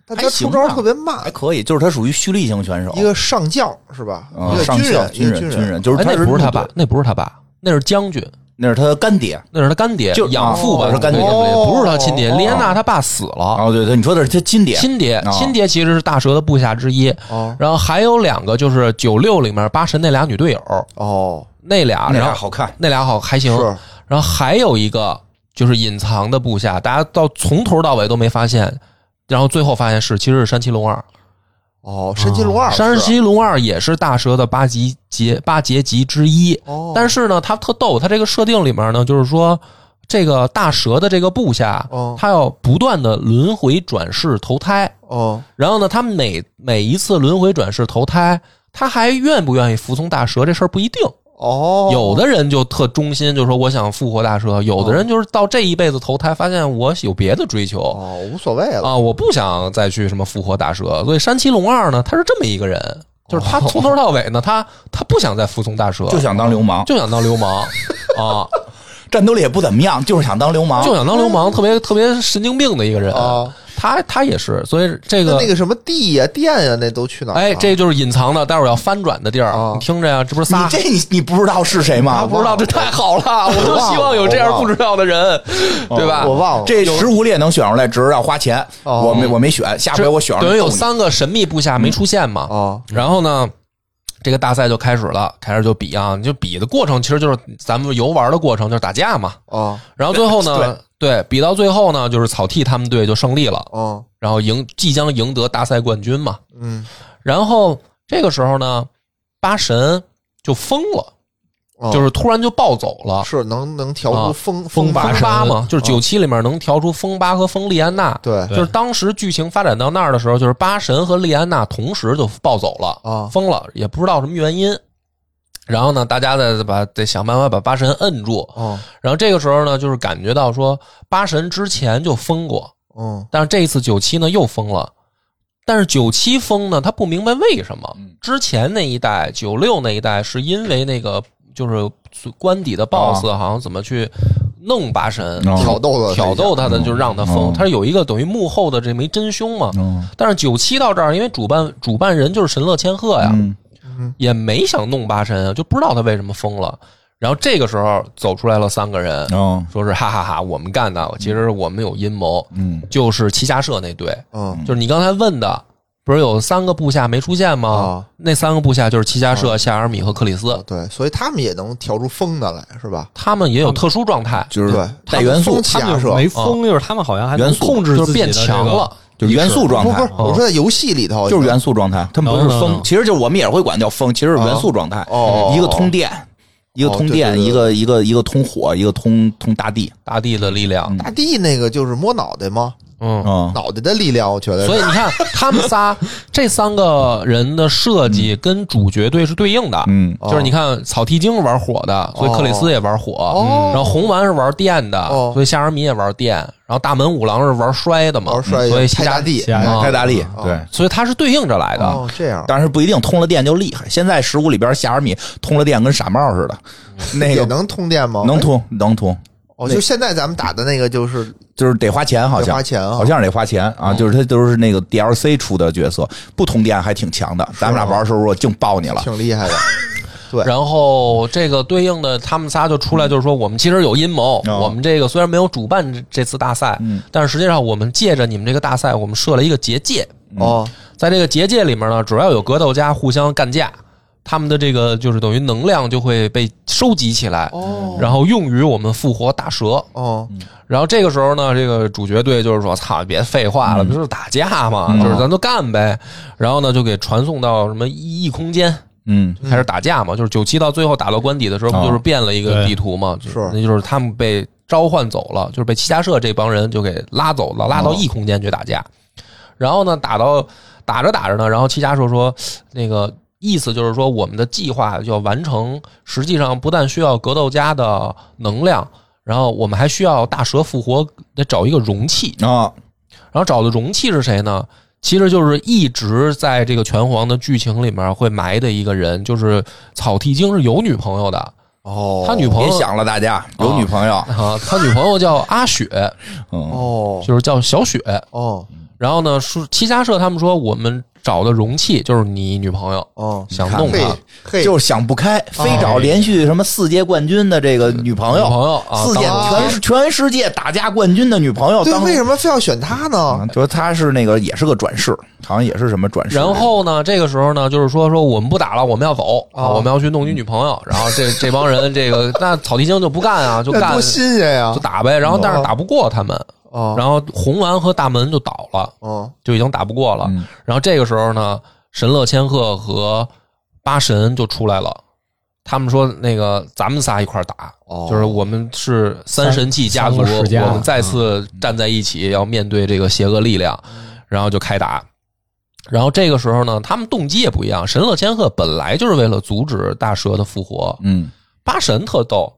Speaker 3: 但他
Speaker 2: 还行
Speaker 3: 出
Speaker 2: 吧
Speaker 3: 招特别
Speaker 2: 还
Speaker 3: 慢，
Speaker 2: 可以，就是他属于蓄力型选手，
Speaker 3: 一个上将是吧？
Speaker 2: 啊
Speaker 3: 一个
Speaker 2: 上
Speaker 3: 军
Speaker 2: 校
Speaker 3: 人，一
Speaker 2: 军
Speaker 3: 个
Speaker 2: 军
Speaker 3: 人，
Speaker 2: 人，就是
Speaker 1: 哎，
Speaker 2: 他
Speaker 1: 那不是他
Speaker 2: 吧？
Speaker 1: 爸，那不是他爸，那是将军
Speaker 2: 那是他干爹。
Speaker 1: 那是他干爹，
Speaker 2: 就
Speaker 1: 养父吧，
Speaker 2: 哦是干爹
Speaker 1: 可以这么理解
Speaker 3: 哦
Speaker 1: 不是他亲爹。
Speaker 3: 哦
Speaker 1: 莉安娜她爸死了，
Speaker 2: 哦，对对，你说的是他亲爹，
Speaker 1: 啊亲爹
Speaker 2: 哦，
Speaker 1: 亲爹其实是大蛇的部下之一。
Speaker 3: 哦
Speaker 1: 然后还有两个就是九六里面八神那俩女队友，
Speaker 3: 哦，
Speaker 1: 那俩，
Speaker 2: 啊那
Speaker 1: 然
Speaker 2: 俩
Speaker 1: 后
Speaker 2: 好看。
Speaker 1: 那俩好还行。
Speaker 3: 是
Speaker 1: 然后还有一个就是隐藏的部下，大家到从头到尾都没发现，然后最后发现是其实是山崎龙二。
Speaker 3: 哦，神奇龙二是，
Speaker 1: 山崎龙二也是大蛇的八级节八节级之一，
Speaker 3: 哦，
Speaker 1: 但
Speaker 3: 是
Speaker 1: 是呢，他特逗，他这个设定里面呢，就是说这个大蛇的这个部下
Speaker 3: 哦，
Speaker 1: 他要不断的轮回转世投胎，
Speaker 3: 哦
Speaker 1: 然后呢，他每每一次轮回转世投胎，他还愿不愿意服从大蛇这事儿不一定。
Speaker 3: 哦，
Speaker 1: 有的人就特忠心，就说我想复活大蛇；有的人就是到这一辈子投胎，发现我有别的追求
Speaker 3: 哦，无所谓了，
Speaker 1: 啊，我不想再去什么复活大蛇。所以山崎龙二呢，他是这么一个人，就是他从头到尾呢，他他不想再服从大蛇，
Speaker 2: 就想当流氓，
Speaker 1: 就想当流氓啊，
Speaker 2: 战斗力也不怎么样，就是想当流氓。
Speaker 1: 就想当流氓，特别特别神经病的一个人啊
Speaker 3: 哦。
Speaker 1: 他他也是，所以这
Speaker 3: 那
Speaker 1: 个
Speaker 3: 那个什么地呀、电呀、那都去哪儿了？
Speaker 1: 哎，这就是隐藏的，待会儿要翻转的地儿啊
Speaker 3: 哦。
Speaker 1: 你听着呀，这不是
Speaker 2: 你
Speaker 1: 仨。
Speaker 2: 这你你不知道是谁吗？
Speaker 1: 不知道，这太好了！ 我都希望有这样不知道的人，对吧？
Speaker 3: 哦我忘了，
Speaker 2: 这十五列能选出来，只是要花钱。
Speaker 3: 哦
Speaker 2: 我没我没选，下回我选上
Speaker 1: 等于有
Speaker 2: 送你
Speaker 1: 三个神秘部下没出现嘛。
Speaker 3: 哦
Speaker 1: 然后呢，这个大赛就开始了，开始就比啊，你就比的过程其实就是咱们游玩的过程，就是打架嘛。
Speaker 3: 哦
Speaker 1: 然后最后呢，对比到最后呢，就是草剃他们队就胜利了，
Speaker 3: 哦，
Speaker 1: 然后赢即将赢得大赛冠军嘛。
Speaker 3: 嗯
Speaker 1: 然后这个时候呢，八神就疯了，
Speaker 3: 哦，
Speaker 1: 就是突然就暴走了。
Speaker 3: 是能能调
Speaker 1: 啊
Speaker 3: 出风
Speaker 4: 风八
Speaker 3: 八
Speaker 1: 风
Speaker 4: 神
Speaker 1: 八嘛，就是
Speaker 3: 哦
Speaker 1: 九七里面能调出风八和风利安娜，
Speaker 3: 对
Speaker 1: 就是当时剧情发展到那儿的时候，就是八神和莉安娜同时就暴走了，
Speaker 3: 啊
Speaker 1: 疯了，也不知道什么原因。然后呢，大家再把得想办法把八神摁住。
Speaker 3: 哦
Speaker 1: 然后这个时候呢，就是感觉到说八神之前就疯过，
Speaker 3: 嗯
Speaker 1: 但是这一次九七呢又疯了。但是九七疯呢，他不明白为什么
Speaker 2: 嗯。
Speaker 1: 之前那一代九六那一代是因为那个就是官邸的 BOSS
Speaker 2: 啊
Speaker 1: 好像怎么去弄八神，
Speaker 2: 哦
Speaker 3: 挑逗的
Speaker 1: 挑逗他的，
Speaker 2: 嗯
Speaker 1: 就让他
Speaker 2: 嗯
Speaker 1: 疯。他是有一个等于幕后的这枚真凶嘛。
Speaker 2: 嗯
Speaker 1: 但是九七到这儿，因为主办主办人就是神乐千鹤呀，
Speaker 2: 嗯
Speaker 1: 也没想弄八神啊，就不知道他为什么疯了。然后这个时候走出来了三个人，
Speaker 3: 嗯
Speaker 2: 哦
Speaker 1: 说是哈哈哈，我们干的，其实我们有阴谋，
Speaker 2: 嗯
Speaker 1: 就是七侠社那队，
Speaker 3: 嗯
Speaker 1: 就是你刚才问的，不是有三个部下没出现吗
Speaker 3: 啊？
Speaker 1: 那三个部下就是七侠社、夏尔米和克里斯，
Speaker 3: 对，所以他们也能调出风的来，是吧？
Speaker 1: 他们也有特殊状态，
Speaker 2: 就是
Speaker 3: 对，
Speaker 2: 带元素
Speaker 3: 风，起
Speaker 4: 他们
Speaker 3: 亚
Speaker 4: 就是
Speaker 3: 射
Speaker 4: 没疯，就是他们好像还
Speaker 2: 元
Speaker 4: 能
Speaker 2: 素
Speaker 4: 控制
Speaker 1: 啊就
Speaker 4: 自
Speaker 1: 是
Speaker 4: 己
Speaker 1: 变
Speaker 4: 的这
Speaker 1: 强
Speaker 4: 个
Speaker 1: 了。
Speaker 2: 就是元素状
Speaker 3: 不是
Speaker 2: 态
Speaker 3: 不是，，
Speaker 1: 哦
Speaker 3: 我说在游戏里头
Speaker 2: 就是元素状态。他们不是
Speaker 4: 能能
Speaker 2: 疯
Speaker 4: 能，
Speaker 2: 其实就是我们也会管叫疯，其实是元素状态。
Speaker 3: 哦
Speaker 2: 一个通电，一个通
Speaker 3: 哦
Speaker 2: 电，
Speaker 3: 对对对
Speaker 2: 一个一个一个通火，一个通通大地。
Speaker 1: 大地的力量，
Speaker 3: 大地那个就是摸脑袋吗？
Speaker 1: 嗯，
Speaker 2: 嗯，
Speaker 3: 脑袋的力量，我觉得是。
Speaker 1: 所以你看，他们仨这三个人的设计跟主角队是对应的。
Speaker 2: 嗯
Speaker 1: 就是你看草剃精是玩火的，所以克里斯也玩火。
Speaker 3: 哦
Speaker 1: 然后红丸是玩电的，
Speaker 3: 哦
Speaker 1: 所以夏尔米也玩电。然后大门五郎是玩摔的嘛，
Speaker 3: 玩哦摔
Speaker 1: 嗯所以
Speaker 3: 拍
Speaker 1: 西
Speaker 3: 大
Speaker 1: 家
Speaker 3: 地，
Speaker 4: 西家
Speaker 1: 啊
Speaker 2: 嗯哎开大力，
Speaker 3: 哦
Speaker 2: 对。
Speaker 1: 所以它是对应着来的。
Speaker 3: 哦，这样
Speaker 2: 但是不一定通了电就厉害。现在十五里边夏尔米通了电跟傻帽似的，那
Speaker 3: 也
Speaker 2: 个
Speaker 3: 能通电吗？
Speaker 2: 能通能通，
Speaker 3: 哦，就现在咱们打的那个就是
Speaker 2: 就是得花钱，好
Speaker 3: 得
Speaker 2: 像
Speaker 3: 花钱啊嗯
Speaker 2: 好像是得花钱啊。就是他都是那个 DLC 出的角色，不通电还挺强
Speaker 3: 啊
Speaker 2: 的。咱们俩玩的时候我竟爆你了，
Speaker 3: 挺厉害的，对，
Speaker 1: 然后这个对应的，他们仨就出来，就是说我们其实有阴谋。
Speaker 2: 哦
Speaker 1: 我们这个虽然没有主办这这次大赛，但是实际上我们借着你们这个大赛，我们设了一个结界。
Speaker 3: 哦
Speaker 1: 在这个结界里面呢，只要有格斗家互相干架，他们的这个就是等于能量就会被收集起来，
Speaker 3: 哦
Speaker 1: 然后用于我们复活大蛇。
Speaker 3: 哦
Speaker 1: 然后这个时候呢，这个主角队就是说：“操，别废话了，不就是打架嘛，就是咱就干呗。”然后呢，就给传送到什么异异空间，
Speaker 2: 嗯，
Speaker 1: 开始打架嘛。就是九七到最后打到官邸的时候，
Speaker 2: 哦
Speaker 1: 不就是变了一个
Speaker 4: 对
Speaker 1: 地图嘛？就是那就是他们被召唤走了，就是被七家社这帮人就给拉走了，拉到异空间去打架。然后呢，打到打着打着呢，然后七家社说那个。意思就是说，我们的计划要完成，实际上不但需要格斗家的能量，然后我们还需要大蛇复活，得找一个容器。
Speaker 2: 啊，
Speaker 1: 然后找的容器是谁呢？其实就是一直在这个拳皇的剧情里面会埋的一个人，就是草剃精是有女朋友的，
Speaker 3: 哦，
Speaker 1: 他女朋
Speaker 2: 别
Speaker 1: 友
Speaker 2: 想了，大家有女朋友，
Speaker 1: 啊，他女朋友叫阿雪，
Speaker 2: 嗯，
Speaker 3: 哦
Speaker 1: 就是叫小雪。
Speaker 3: 哦
Speaker 1: 然后呢，说七家社他们说我们找的容器就是你女朋友
Speaker 3: 哦，
Speaker 1: 想弄
Speaker 3: 嘿
Speaker 1: 她
Speaker 3: 嘿，
Speaker 2: 就是想不开，非
Speaker 3: 啊
Speaker 2: 找连续什么四届冠军的这个女朋
Speaker 1: 女
Speaker 2: 友，
Speaker 1: 朋友啊
Speaker 2: 四届
Speaker 1: 当
Speaker 2: 全世全世界打架冠军的女朋友，
Speaker 3: 对，
Speaker 2: 当
Speaker 3: 为什么非要选他
Speaker 1: 嗯
Speaker 3: 呢？
Speaker 2: 啊？说他是那个也是个转世，好像也是什么转世。
Speaker 1: 然后呢，这个时候呢，就是说说我们不打了，我们要
Speaker 2: 哦
Speaker 1: 走啊，我们要去弄你女朋友。然后这这帮人，这个那草地精就不干啊，就
Speaker 3: 那
Speaker 1: 干
Speaker 3: 多新鲜
Speaker 2: 啊
Speaker 3: 呀
Speaker 1: 就！打呗。然后但是打不过他们，
Speaker 3: 哦
Speaker 1: 然后红丸和大门就倒了，
Speaker 3: 哦
Speaker 1: 就已经打不过了。
Speaker 2: 嗯
Speaker 1: 然后这个时候呢，神乐千鹤和八神就出来了。他们说：“那个，咱们仨一块儿打，
Speaker 3: 哦
Speaker 1: 就是我们是三
Speaker 4: 三
Speaker 1: 神器家族，
Speaker 4: 三个世家
Speaker 1: 我们再次站在一起，要面对这个邪恶力量。”然后就开打。然后这个时候呢，他们动机也不一样。神乐千鹤本来就是为了阻止大蛇的复活，
Speaker 2: 嗯，
Speaker 1: 八神特逗，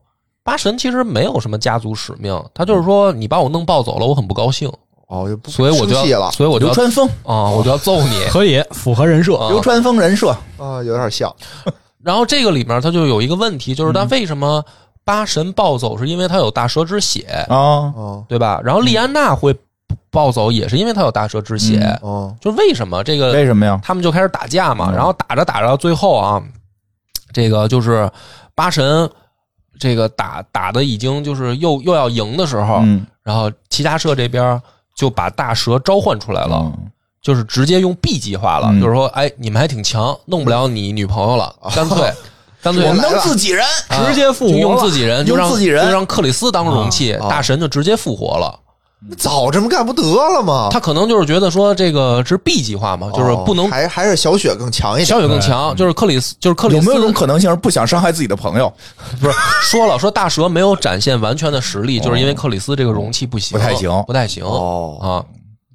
Speaker 1: 八神其实没有什么家族使命，他就是说你把我弄暴走了，我很不高兴，
Speaker 3: 哦，就不
Speaker 1: 所以我就
Speaker 3: 生气
Speaker 1: 要，
Speaker 3: 了
Speaker 1: 所以我就
Speaker 2: 流
Speaker 1: 要
Speaker 2: 川枫，
Speaker 1: 啊，我就要揍 你。
Speaker 4: 可以符合人设，
Speaker 1: 啊
Speaker 2: 流川枫人设，
Speaker 3: 啊，有点像
Speaker 1: 然后这个里面他就有一个问题，就是
Speaker 2: 嗯
Speaker 1: 他为什么八神暴走，是因为他有大蛇之血，
Speaker 2: 啊，
Speaker 3: 哦
Speaker 1: 对吧？然后莉安娜会暴走，也是因为他有大蛇之血
Speaker 2: 嗯，
Speaker 3: 哦
Speaker 1: 就是为什么这个
Speaker 2: 为什么呀？
Speaker 1: 他们就开始打架嘛，
Speaker 2: 嗯
Speaker 1: 然后打着打着到最后啊，这个就是八神这个打打的已经就是又又要赢的时候，
Speaker 2: 嗯，
Speaker 1: 然后齐达社这边就把大蛇召唤出来了，就是直接用 B 计划了，
Speaker 2: 嗯哦
Speaker 1: 就是说，哎，你们还挺强，弄不了你女朋友了，干 脆干脆
Speaker 2: 我们
Speaker 3: 来
Speaker 2: 能
Speaker 3: 了
Speaker 2: 自己人，
Speaker 1: 啊
Speaker 4: 直接复
Speaker 1: 就用
Speaker 4: 活
Speaker 1: 自
Speaker 4: 了。
Speaker 1: 己人，
Speaker 2: 用
Speaker 1: 就让
Speaker 2: 自己人哦
Speaker 1: 就让克里斯当容器，
Speaker 3: 啊啊
Speaker 1: 大神就直接复活了。
Speaker 3: 那早这么干不得了吗？
Speaker 1: 他可能就是觉得说这个是 B 计划嘛，就是不
Speaker 3: 哦
Speaker 1: 能
Speaker 3: 还还是小雪更强一点。
Speaker 1: 小雪更强，就是克里斯，就是克里
Speaker 2: 有
Speaker 1: 斯
Speaker 2: 没有一种可能性是不想伤害自己的朋友？
Speaker 1: 不是说了说大蛇没有展现完全的实力，就是因为克里斯这个容器不行，
Speaker 2: 哦不太行
Speaker 1: 不太行
Speaker 3: 哦，
Speaker 1: 啊，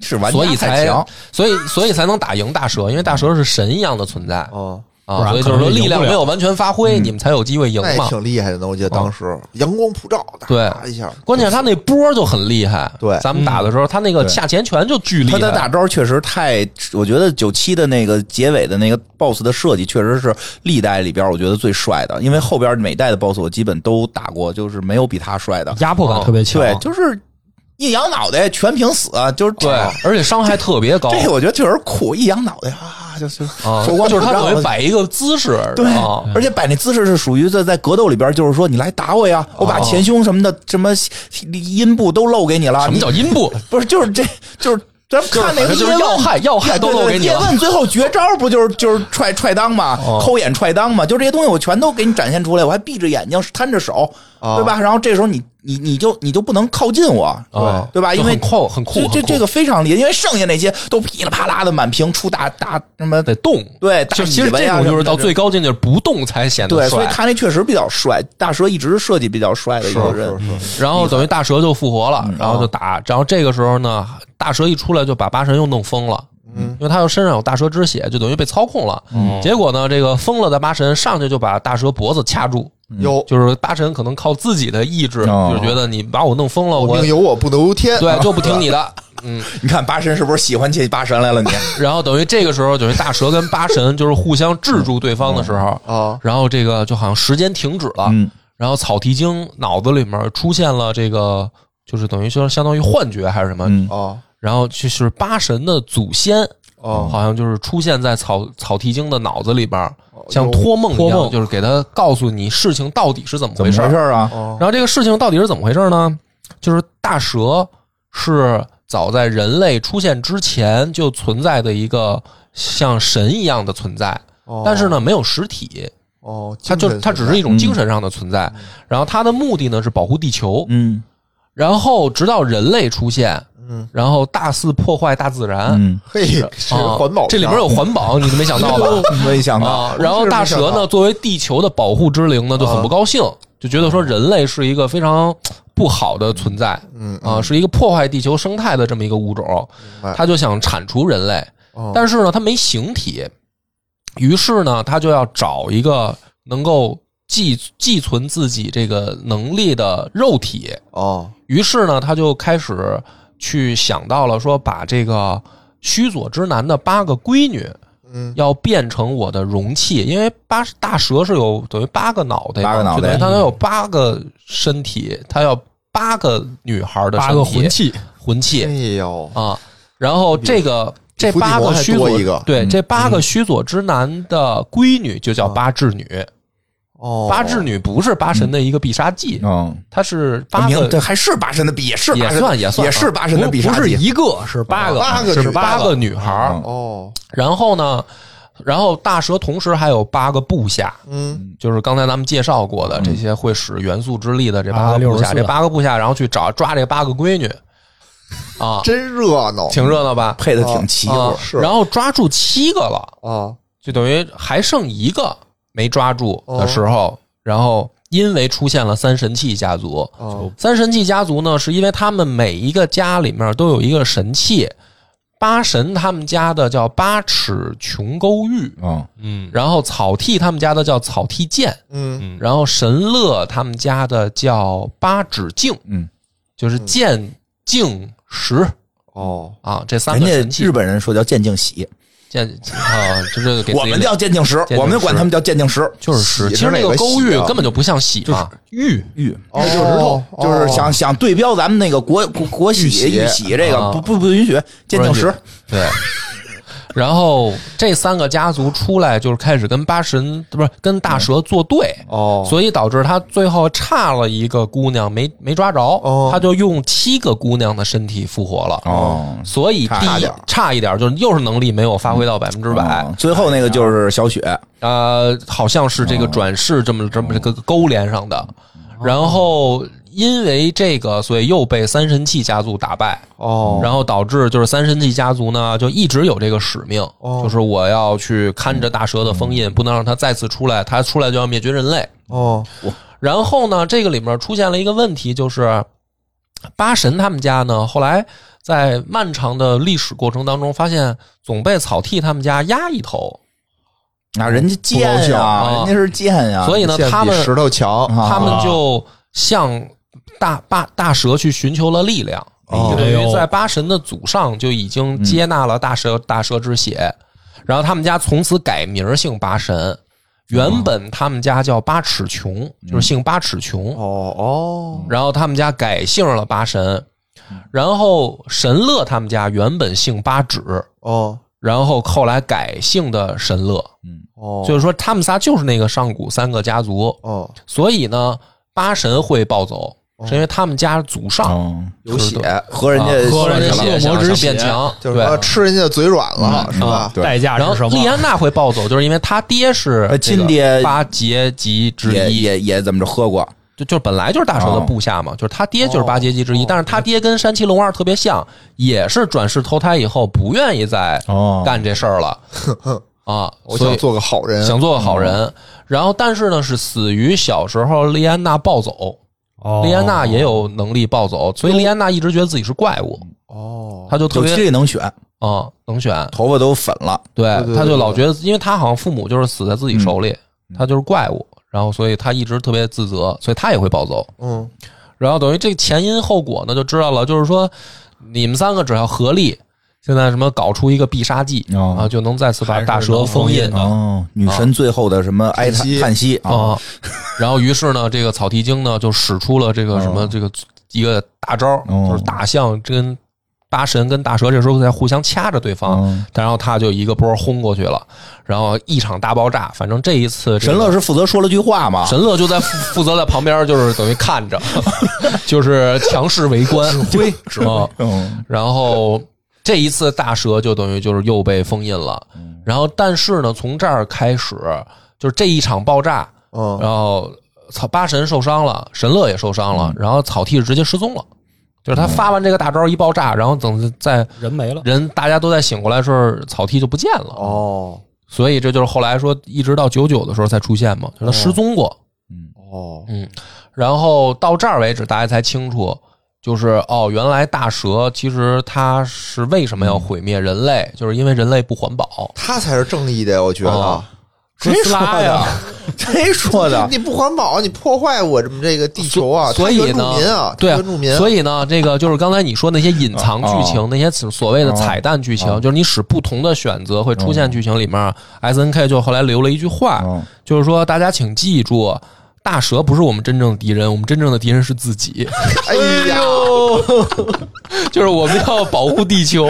Speaker 2: 是玩家
Speaker 1: 所以才
Speaker 2: 太强，
Speaker 1: 所以所以才能打赢大蛇，因为大蛇是神一样的存在
Speaker 3: 哦，
Speaker 1: 啊，所以就是说力量没有完全发挥，
Speaker 4: 嗯
Speaker 1: 你们才有机会赢
Speaker 3: 那也
Speaker 1: 嘛。哦
Speaker 3: 挺厉害的呢。我记得当时阳光普照，
Speaker 1: 对
Speaker 3: 打一下，
Speaker 1: 关键是他那波就很厉害，
Speaker 3: 对
Speaker 1: 咱们打的时候，他那个下前拳就巨厉
Speaker 2: 他
Speaker 1: 害，
Speaker 2: 的大招确实太，我觉得九七的那个结尾的那个 BOSS 的设计，确实是历代里边我觉得最帅的。因为后边每代的 BOSS 我基本都打过，就是没有比他帅的。
Speaker 4: 压迫感特别强，
Speaker 2: 对，就是一扬脑袋全平死，啊就是
Speaker 1: 对，而且伤害特别高
Speaker 2: 这个我觉得确实酷，一扬脑袋啊，就就
Speaker 1: 啊，
Speaker 2: 手光
Speaker 1: 就是他
Speaker 2: 不
Speaker 1: 等
Speaker 2: 着
Speaker 1: 于摆一个姿势，
Speaker 2: 对
Speaker 1: 啊，
Speaker 2: 而且摆那姿势是属于在在格斗里边，就是说你来打我呀，
Speaker 1: 哦
Speaker 2: 我把前胸什么的、什么阴部都露给你了。
Speaker 1: 什么
Speaker 2: 你
Speaker 1: 叫阴部？
Speaker 2: 不是，就是这就是咱们看那个
Speaker 1: 就是
Speaker 2: 叶问
Speaker 1: 要害要害都露给你
Speaker 2: 叶
Speaker 1: 了哦
Speaker 2: 问最后绝招不就是就是踹踹裆嘛，抠眼踹裆嘛，就这些东西我全都给你展现出来，我还闭着眼睛摊着手，
Speaker 3: 哦
Speaker 2: 对吧？然后这时候你你你就你就不能靠近我，
Speaker 1: 哦
Speaker 2: 对吧？
Speaker 1: 就
Speaker 2: 因为
Speaker 1: 很酷很酷
Speaker 2: 这这
Speaker 1: 很酷
Speaker 2: 这个非常厉害，因为剩下那些都噼里啪啦的满屏出大大什么
Speaker 1: 得动，
Speaker 2: 对
Speaker 1: 就
Speaker 2: 大
Speaker 1: 其实
Speaker 2: 尾巴
Speaker 1: 这
Speaker 2: 呀
Speaker 1: 种就是
Speaker 2: 什么的
Speaker 1: 到最高境界不动才显得
Speaker 2: 对，所以
Speaker 1: 帅，
Speaker 2: 他那确实比较帅。大蛇一直是设计比较帅的一个人，
Speaker 1: 然后等于大蛇就复活了，
Speaker 2: 嗯
Speaker 1: 然后就
Speaker 2: 哦
Speaker 1: 打。然后这个时候呢，大蛇一出来就把八神又弄疯了，嗯，因为他又身上有大蛇之血，就等于被操控了。
Speaker 2: 哦
Speaker 1: 嗯，结果呢，这个疯了的八神上去就把大蛇脖子掐住，
Speaker 3: 有
Speaker 1: 就是八神可能靠自己的意志，
Speaker 2: 哦
Speaker 1: 就是觉得你把我弄疯了，
Speaker 3: 我
Speaker 1: 我
Speaker 3: 命由我不能由天。
Speaker 1: 对就不听你 的。
Speaker 2: 你看八神是不是喜欢起八神来了你？
Speaker 1: 然后等于这个时候，等于大蛇跟八神就是互相制住对方的时候，
Speaker 3: 啊，
Speaker 1: 然后这个就好像时间停止了，
Speaker 2: 嗯
Speaker 1: 然后草剃精脑子里面出现了这个，就是等于说相当于幻觉还是什么，
Speaker 2: 嗯，
Speaker 3: 哦
Speaker 1: 然后就是八神的祖先，
Speaker 3: 哦
Speaker 1: 好像就是出现在草草剃精的脑子里边儿，
Speaker 3: 哦
Speaker 1: 像托梦一
Speaker 4: 托
Speaker 1: 样，
Speaker 4: 梦
Speaker 1: 就是给他告诉你事情到底是 怎么
Speaker 2: 怎
Speaker 1: 回
Speaker 2: 么
Speaker 1: 事
Speaker 2: 回事
Speaker 1: 儿。
Speaker 2: 儿啊？
Speaker 3: 哦
Speaker 1: 然后这个事情到底是怎么回事儿呢？就是大蛇是早在人类出现之前就存在的一个像神一样的存在，
Speaker 3: 哦
Speaker 1: 但是呢没有实体，
Speaker 3: 哦，
Speaker 1: 它就
Speaker 3: 精神
Speaker 1: 它只是一种
Speaker 2: 嗯
Speaker 1: 精神上的存在。然后它的目的呢是保护地球，
Speaker 2: 嗯
Speaker 1: 然后直到人类出现，
Speaker 3: 嗯，
Speaker 1: 然后大肆破坏大自然。
Speaker 2: 嗯，
Speaker 3: 嘿，是
Speaker 1: 啊
Speaker 3: 环保片儿，
Speaker 1: 这里面有环保，你都没想到 吧？
Speaker 2: 没想到，
Speaker 1: 啊，然后大蛇呢，作为地球的保护之灵呢，就很
Speaker 3: 啊
Speaker 1: 不高兴，就觉得说人类是一个非常不好的存在，
Speaker 3: 嗯
Speaker 1: 啊，是一个破坏地球生态的这么一个物种
Speaker 3: 白，
Speaker 1: 他就想铲除人类，
Speaker 3: 哦
Speaker 1: 但是呢，他没形体，于是呢，他就要找一个能够寄寄存自己这个能力的肉体，
Speaker 3: 哦
Speaker 1: 于是呢，他就开始去想到了说，把这个须佐之男的八个闺女，
Speaker 3: 嗯，
Speaker 1: 要变成我的容器，因为八大蛇是有等于八个脑袋嘛，
Speaker 2: 八个脑袋
Speaker 1: 就等于它能有八个身体，它要八个女孩的身体
Speaker 4: 八个魂器，
Speaker 1: 魂
Speaker 3: 哎
Speaker 1: 器
Speaker 3: 呦
Speaker 1: 啊。然后这个这
Speaker 3: 伏地
Speaker 1: 八
Speaker 3: 魔还
Speaker 1: 须
Speaker 3: 多
Speaker 1: 佐
Speaker 3: 一个
Speaker 1: 对，
Speaker 2: 嗯
Speaker 1: 这八个须佐之男的闺女就叫八智女。
Speaker 3: 哦，
Speaker 1: 八智女不是八神的一个必杀技，
Speaker 2: 嗯，
Speaker 1: 它是八
Speaker 2: 名
Speaker 1: 个
Speaker 2: 这，还是八神的比，也是
Speaker 1: 也
Speaker 2: 八神
Speaker 1: 算也算啊
Speaker 2: 也是八神的比
Speaker 4: 不
Speaker 2: 杀
Speaker 4: 不是
Speaker 2: 技，
Speaker 4: 一个，是八个，
Speaker 3: 八个
Speaker 4: 是
Speaker 3: 女
Speaker 1: 八
Speaker 4: 八
Speaker 1: 个女孩儿。
Speaker 2: 嗯
Speaker 3: 哦，
Speaker 1: 然后呢，然后大蛇同时还有八个部下，
Speaker 3: 嗯，
Speaker 1: 就是刚才咱们介绍过的这些会使元素之力的这八
Speaker 4: 啊
Speaker 1: 个部下，
Speaker 4: 64
Speaker 1: 这八个部下，然后去找抓这八个闺女，啊，
Speaker 3: 真热闹，
Speaker 1: 挺热闹吧？
Speaker 2: 配的挺齐
Speaker 1: 啊
Speaker 2: 乎，
Speaker 3: 是
Speaker 1: 然后抓住七个了，
Speaker 3: 啊，
Speaker 1: 就等于还剩一个没抓住的时候，然后因为出现了三神器家族，
Speaker 3: 哦
Speaker 1: 三神器家族呢，是因为他们每一个家里面都有一个神器，八神他们家的叫八尺琼勾玉，
Speaker 2: 嗯，
Speaker 4: 嗯，
Speaker 1: 然后草剃他们家的叫草剃剑，
Speaker 3: 嗯
Speaker 1: 然后神乐他们家的叫八指镜，
Speaker 2: 嗯，
Speaker 1: 就是剑、镜、石
Speaker 3: 哦，
Speaker 1: 啊，这三个
Speaker 2: 人
Speaker 1: 神
Speaker 2: 家
Speaker 1: 器
Speaker 2: 日。本人说叫鉴定喜，
Speaker 1: 剑啊，这这给自己
Speaker 2: 我们叫鉴定石，
Speaker 1: 定石
Speaker 2: 我们就管他们叫鉴定石，
Speaker 1: 就是石，
Speaker 3: 喜
Speaker 1: 其实那
Speaker 3: 是哪个
Speaker 1: 勾玉
Speaker 3: 喜啊
Speaker 1: 根本就不像喜嘛，
Speaker 4: 玉
Speaker 2: 玉。那
Speaker 3: 哦
Speaker 2: 就是石头，
Speaker 1: 哦
Speaker 2: 就是想想对标咱们那个国国国
Speaker 3: 玉
Speaker 2: 玺
Speaker 3: 玺
Speaker 2: 玉玺这个
Speaker 1: 啊
Speaker 2: 不不不允许鉴定石，
Speaker 1: 对。 然后这三个家族出来就是开始跟八神不是跟大蛇作对，
Speaker 3: 哦，
Speaker 1: 所以导致他最后差了一个姑娘没没抓着，
Speaker 3: 哦
Speaker 1: 他就用七个姑娘的身体复活了。
Speaker 2: 哦
Speaker 1: 所以第
Speaker 2: 差
Speaker 1: 一
Speaker 2: 点
Speaker 1: 差一点，就是又是能力没有发挥到百分之百，
Speaker 2: 哦最后那个就是小雪，
Speaker 1: 呃，好像是
Speaker 2: 哦
Speaker 1: 这个转世这么这么这个勾连上的，然后因为这个，所以又被三神器家族打败，
Speaker 3: 哦，
Speaker 1: 然后导致就是三神器家族呢，就一直有这个使命，
Speaker 3: 哦
Speaker 1: 就是我要去看着大蛇的封印，不能让它再次出来，它出来就要灭绝人类。
Speaker 3: 哦，
Speaker 1: 然后呢，这个里面出现了一个问题，就是八神他们家呢，后来在漫长的历史过程当中，发现总被草剃他们家压一头，
Speaker 2: 啊，人家
Speaker 3: 不高
Speaker 2: 贱
Speaker 3: 兴
Speaker 2: 呀、
Speaker 1: 啊
Speaker 2: 人家是贱呀、
Speaker 1: 所以呢
Speaker 3: 剑，比
Speaker 1: 他们
Speaker 3: 石头强，
Speaker 2: 啊
Speaker 1: 他们就向大大大蛇去寻求了力量，
Speaker 3: 哦嗯
Speaker 1: 就等于在八神的祖上就已经接纳了大蛇大蛇之血，然后他们家从此改名姓八神。原本他们家叫八尺琼，就是姓八尺琼，
Speaker 3: 嗯哦哦，
Speaker 1: 然后他们家改姓了八神，然后神乐他们家原本姓八指，
Speaker 3: 哦
Speaker 1: 然后后来改姓的神乐，
Speaker 3: 哦，
Speaker 1: 就是说他们仨就是那个上古三个家族，
Speaker 3: 哦
Speaker 1: 所以呢，八神会暴走，是因为他们家祖
Speaker 3: 哦
Speaker 1: 上
Speaker 2: 嗯，
Speaker 3: 有血，
Speaker 2: 和人家
Speaker 1: 啊喝
Speaker 4: 人
Speaker 1: 人
Speaker 4: 家
Speaker 1: 家血
Speaker 4: 恶魔
Speaker 1: 想
Speaker 4: 之
Speaker 1: 想
Speaker 4: 血
Speaker 1: 变强，
Speaker 3: 就是
Speaker 1: 对嗯
Speaker 3: 说。吃人家的嘴软了，是吧？
Speaker 2: 对
Speaker 4: 代价
Speaker 1: 然
Speaker 4: 是什
Speaker 1: 后
Speaker 4: 么？
Speaker 1: 莉安娜会暴走，就是因为她爹是
Speaker 3: 哎
Speaker 2: 呃亲爹
Speaker 1: 那个八杰吉之
Speaker 2: 也
Speaker 1: 一，
Speaker 2: 也也怎么着喝过，
Speaker 1: 就就本来就是大蛇
Speaker 3: 哦
Speaker 1: 的部下嘛，就是他爹就是八杰吉之一，但是他爹跟山崎龙二特别像，也是转世投胎以后不愿意再
Speaker 2: 哦
Speaker 1: 干这事儿 了、啊，
Speaker 3: 我
Speaker 1: 所
Speaker 3: 想
Speaker 1: 以
Speaker 3: 做个好人，
Speaker 1: 想做个好人。然后，但是呢，是死于小时候莉安娜暴走，
Speaker 4: 哦
Speaker 1: 莉安娜也有能力暴走，所以莉安娜一直觉得自己是怪物，
Speaker 3: 哦，
Speaker 1: 她就特
Speaker 2: 有七
Speaker 1: 别
Speaker 2: 里能选，
Speaker 1: 啊、能选，
Speaker 2: 头发都粉了，
Speaker 1: 对
Speaker 3: 对对，
Speaker 1: 她就
Speaker 3: 对
Speaker 1: 老
Speaker 3: 对
Speaker 1: 觉得，因为她好像父母就是死在自己手里，她就是怪物，然后所以她一直特别自责，所以她也会暴走。
Speaker 3: 嗯
Speaker 1: 然后等于这个前因后果呢，就知道了。就是说，你们三个只要合力，现在什么搞出一个必杀技、
Speaker 2: 哦
Speaker 1: 啊，就能再次把大蛇封印啊、
Speaker 2: 哦，女神最后的什么哀
Speaker 3: 叹息
Speaker 2: 叹叹息啊，
Speaker 1: 然后，于是呢，这个草剃精呢就使出了这个什么
Speaker 2: 哦
Speaker 1: 这个一个大招，
Speaker 2: 哦
Speaker 1: 就是大象跟八神跟大蛇这时候在互相掐着对方，
Speaker 2: 嗯
Speaker 1: 然后他就一个波轰过去了，然后一场大爆炸。反正这一次、这个
Speaker 2: 神乐是负责说了句话嘛，
Speaker 1: 神乐就在负负责在旁边，就是等于看着， 就是强势围观哦指挥指挥。
Speaker 2: 嗯，
Speaker 1: 然后这一次大蛇就等于就是又被封印了。然后但是呢，从这儿开始就是这一场爆炸，
Speaker 3: 嗯，
Speaker 1: 然后草八神受伤了，神乐也受伤了，然后草剃是直接失踪了。就是他发完这个大招一爆炸，然后等在
Speaker 4: 人没了，
Speaker 1: 人大家都在醒过来的时候，草剃就不见了。
Speaker 3: 哦
Speaker 1: 所以这就是后来说一直到九九的时候才出现嘛，就是他失踪过。
Speaker 3: 哦
Speaker 1: 嗯，然后到这儿为止，大家才清楚，就是哦，原来大蛇其实它是为什么要毁灭人类，就是因为人类不环保。
Speaker 3: 他才是正义的，我觉得
Speaker 1: 哦。
Speaker 2: 谁
Speaker 1: 哥斯
Speaker 2: 说
Speaker 1: 拉
Speaker 2: 的
Speaker 1: 呀？
Speaker 2: 谁说的？
Speaker 3: 你不环保，你破坏我这么这个地球啊！
Speaker 1: 所
Speaker 3: 他
Speaker 1: 以
Speaker 3: 原
Speaker 1: 呢
Speaker 3: 住民啊，，
Speaker 1: 对
Speaker 3: 他原住民，
Speaker 1: 所以呢，这个就是刚才你说那些隐藏剧情，那些所谓的彩蛋剧情，就是你使不同的选择会出现剧情里面。S N K 就后来留了一句话，
Speaker 2: 嗯
Speaker 1: 就是说大家请记住，大蛇不是我们真正的敌人，我们真正的敌人是自己。
Speaker 3: 哎呀，
Speaker 1: 就是我们要保护地球，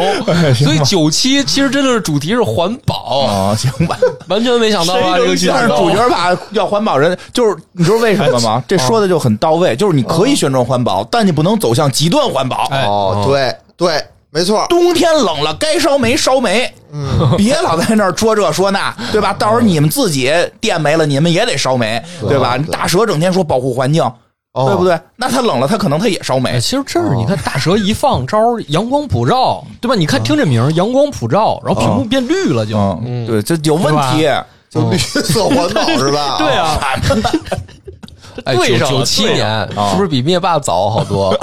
Speaker 1: 所以九期其实真的是主题是环保，
Speaker 2: 哦，行 吧。
Speaker 1: 完全没想到啊，这个剧
Speaker 2: 但是主角吧要环保人，就是你知道为什么吗？这说的就很到位，就是你可以宣传环保，但你不能走向极端环保。
Speaker 1: 哎
Speaker 3: 哦，对对，没错，
Speaker 2: 冬天冷了，该烧煤烧煤， 别老在那儿说这说那，对吧？到时候你们自己电没了，你们也得烧煤，哦对吧？
Speaker 3: 对
Speaker 2: 你大蛇整天说保护环境，
Speaker 3: 哦
Speaker 2: 对不对？那它冷了，它可能它也烧煤
Speaker 4: 哎，。其实这是你看大蛇一放招，阳光普照，对吧？你看听这名儿，阳光普照，然后屏幕变绿了就，
Speaker 2: 嗯，对，这有问题。
Speaker 3: 就绿色环 保是吧？
Speaker 4: 对，啊，
Speaker 1: 哎，
Speaker 4: 对
Speaker 1: 九
Speaker 4: 上了
Speaker 1: 九七
Speaker 4: 对
Speaker 1: 年
Speaker 4: 上
Speaker 1: 是不是比灭霸早好多？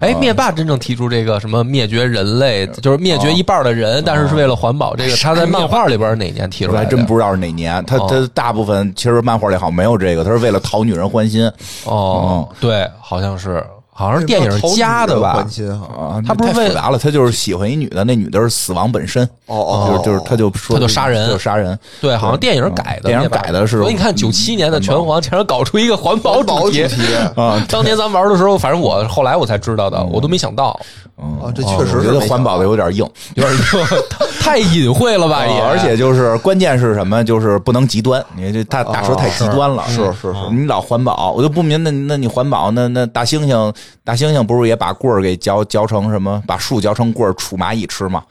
Speaker 1: 哎，灭霸真正提出这个什么灭绝人类，就是灭绝一半的人，但是是为了环保。这个他在漫画里边是哪年提出
Speaker 2: 我
Speaker 1: 来
Speaker 2: 还
Speaker 1: 的？
Speaker 2: 真不知道是哪年，他他大部分其实漫画里好像没有这个，他是为了讨女人欢心
Speaker 1: 哦，对，好像是，好像是电影加的吧
Speaker 3: 关？心哈，
Speaker 2: 啊。
Speaker 1: 他不是
Speaker 2: 太
Speaker 1: 为
Speaker 2: 复杂了，他就是喜欢一女的，那女的是死亡本身，
Speaker 3: 哦哦
Speaker 2: 就是就是他就说
Speaker 1: 他就杀人
Speaker 2: 就杀人，
Speaker 1: 对，好像电影改的，
Speaker 2: 电影
Speaker 1: 灭霸
Speaker 2: 改的是
Speaker 1: 所以你看九七年的拳皇竟然搞出一个环保
Speaker 3: 环保主
Speaker 1: 题。
Speaker 3: 题
Speaker 2: 啊
Speaker 1: 当年咱玩的时候，反正我后来我才知道的，我都没想到，
Speaker 2: 嗯
Speaker 3: 啊，这确实
Speaker 2: 我
Speaker 3: 是
Speaker 2: 觉得
Speaker 3: 没
Speaker 2: 环保的有点硬，
Speaker 1: 有点 太隐晦了吧也。
Speaker 2: 啊而且就是关键是什么？就是不能极端，你这大大蛇太极端了，啊是是是，你老环保，我就不明那那你环保，那那大猩猩大猩猩不是也把棍儿给嚼嚼成什么？把树嚼成棍儿杵蚂蚁吃吗？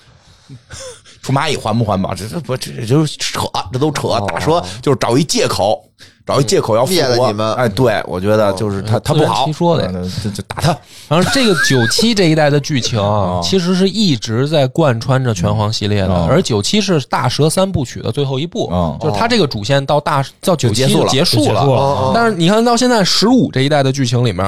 Speaker 2: 杵蚂蚁环不环保？这这不这这就是扯，这都扯。大蛇就是找一借口，找一借口要复
Speaker 3: 灭了
Speaker 2: 活
Speaker 3: 你们
Speaker 2: 哎，对，我觉得就是他他
Speaker 1: 哦自
Speaker 2: 不
Speaker 1: 圆
Speaker 2: 好，
Speaker 1: 其说的
Speaker 2: 嗯就就打他。
Speaker 1: 然后这个九七这一代的剧情啊，其实是一直在贯穿着拳皇系列的，
Speaker 2: 嗯
Speaker 1: 而九七是大蛇三部曲的最后一部，
Speaker 2: 嗯
Speaker 1: 就是它这个主线到大到九七
Speaker 2: 结束了
Speaker 1: 结束
Speaker 4: 结
Speaker 1: 了。嗯
Speaker 4: 束了
Speaker 3: 哦哦
Speaker 1: 但是你看到现在十五这一代的剧情里面，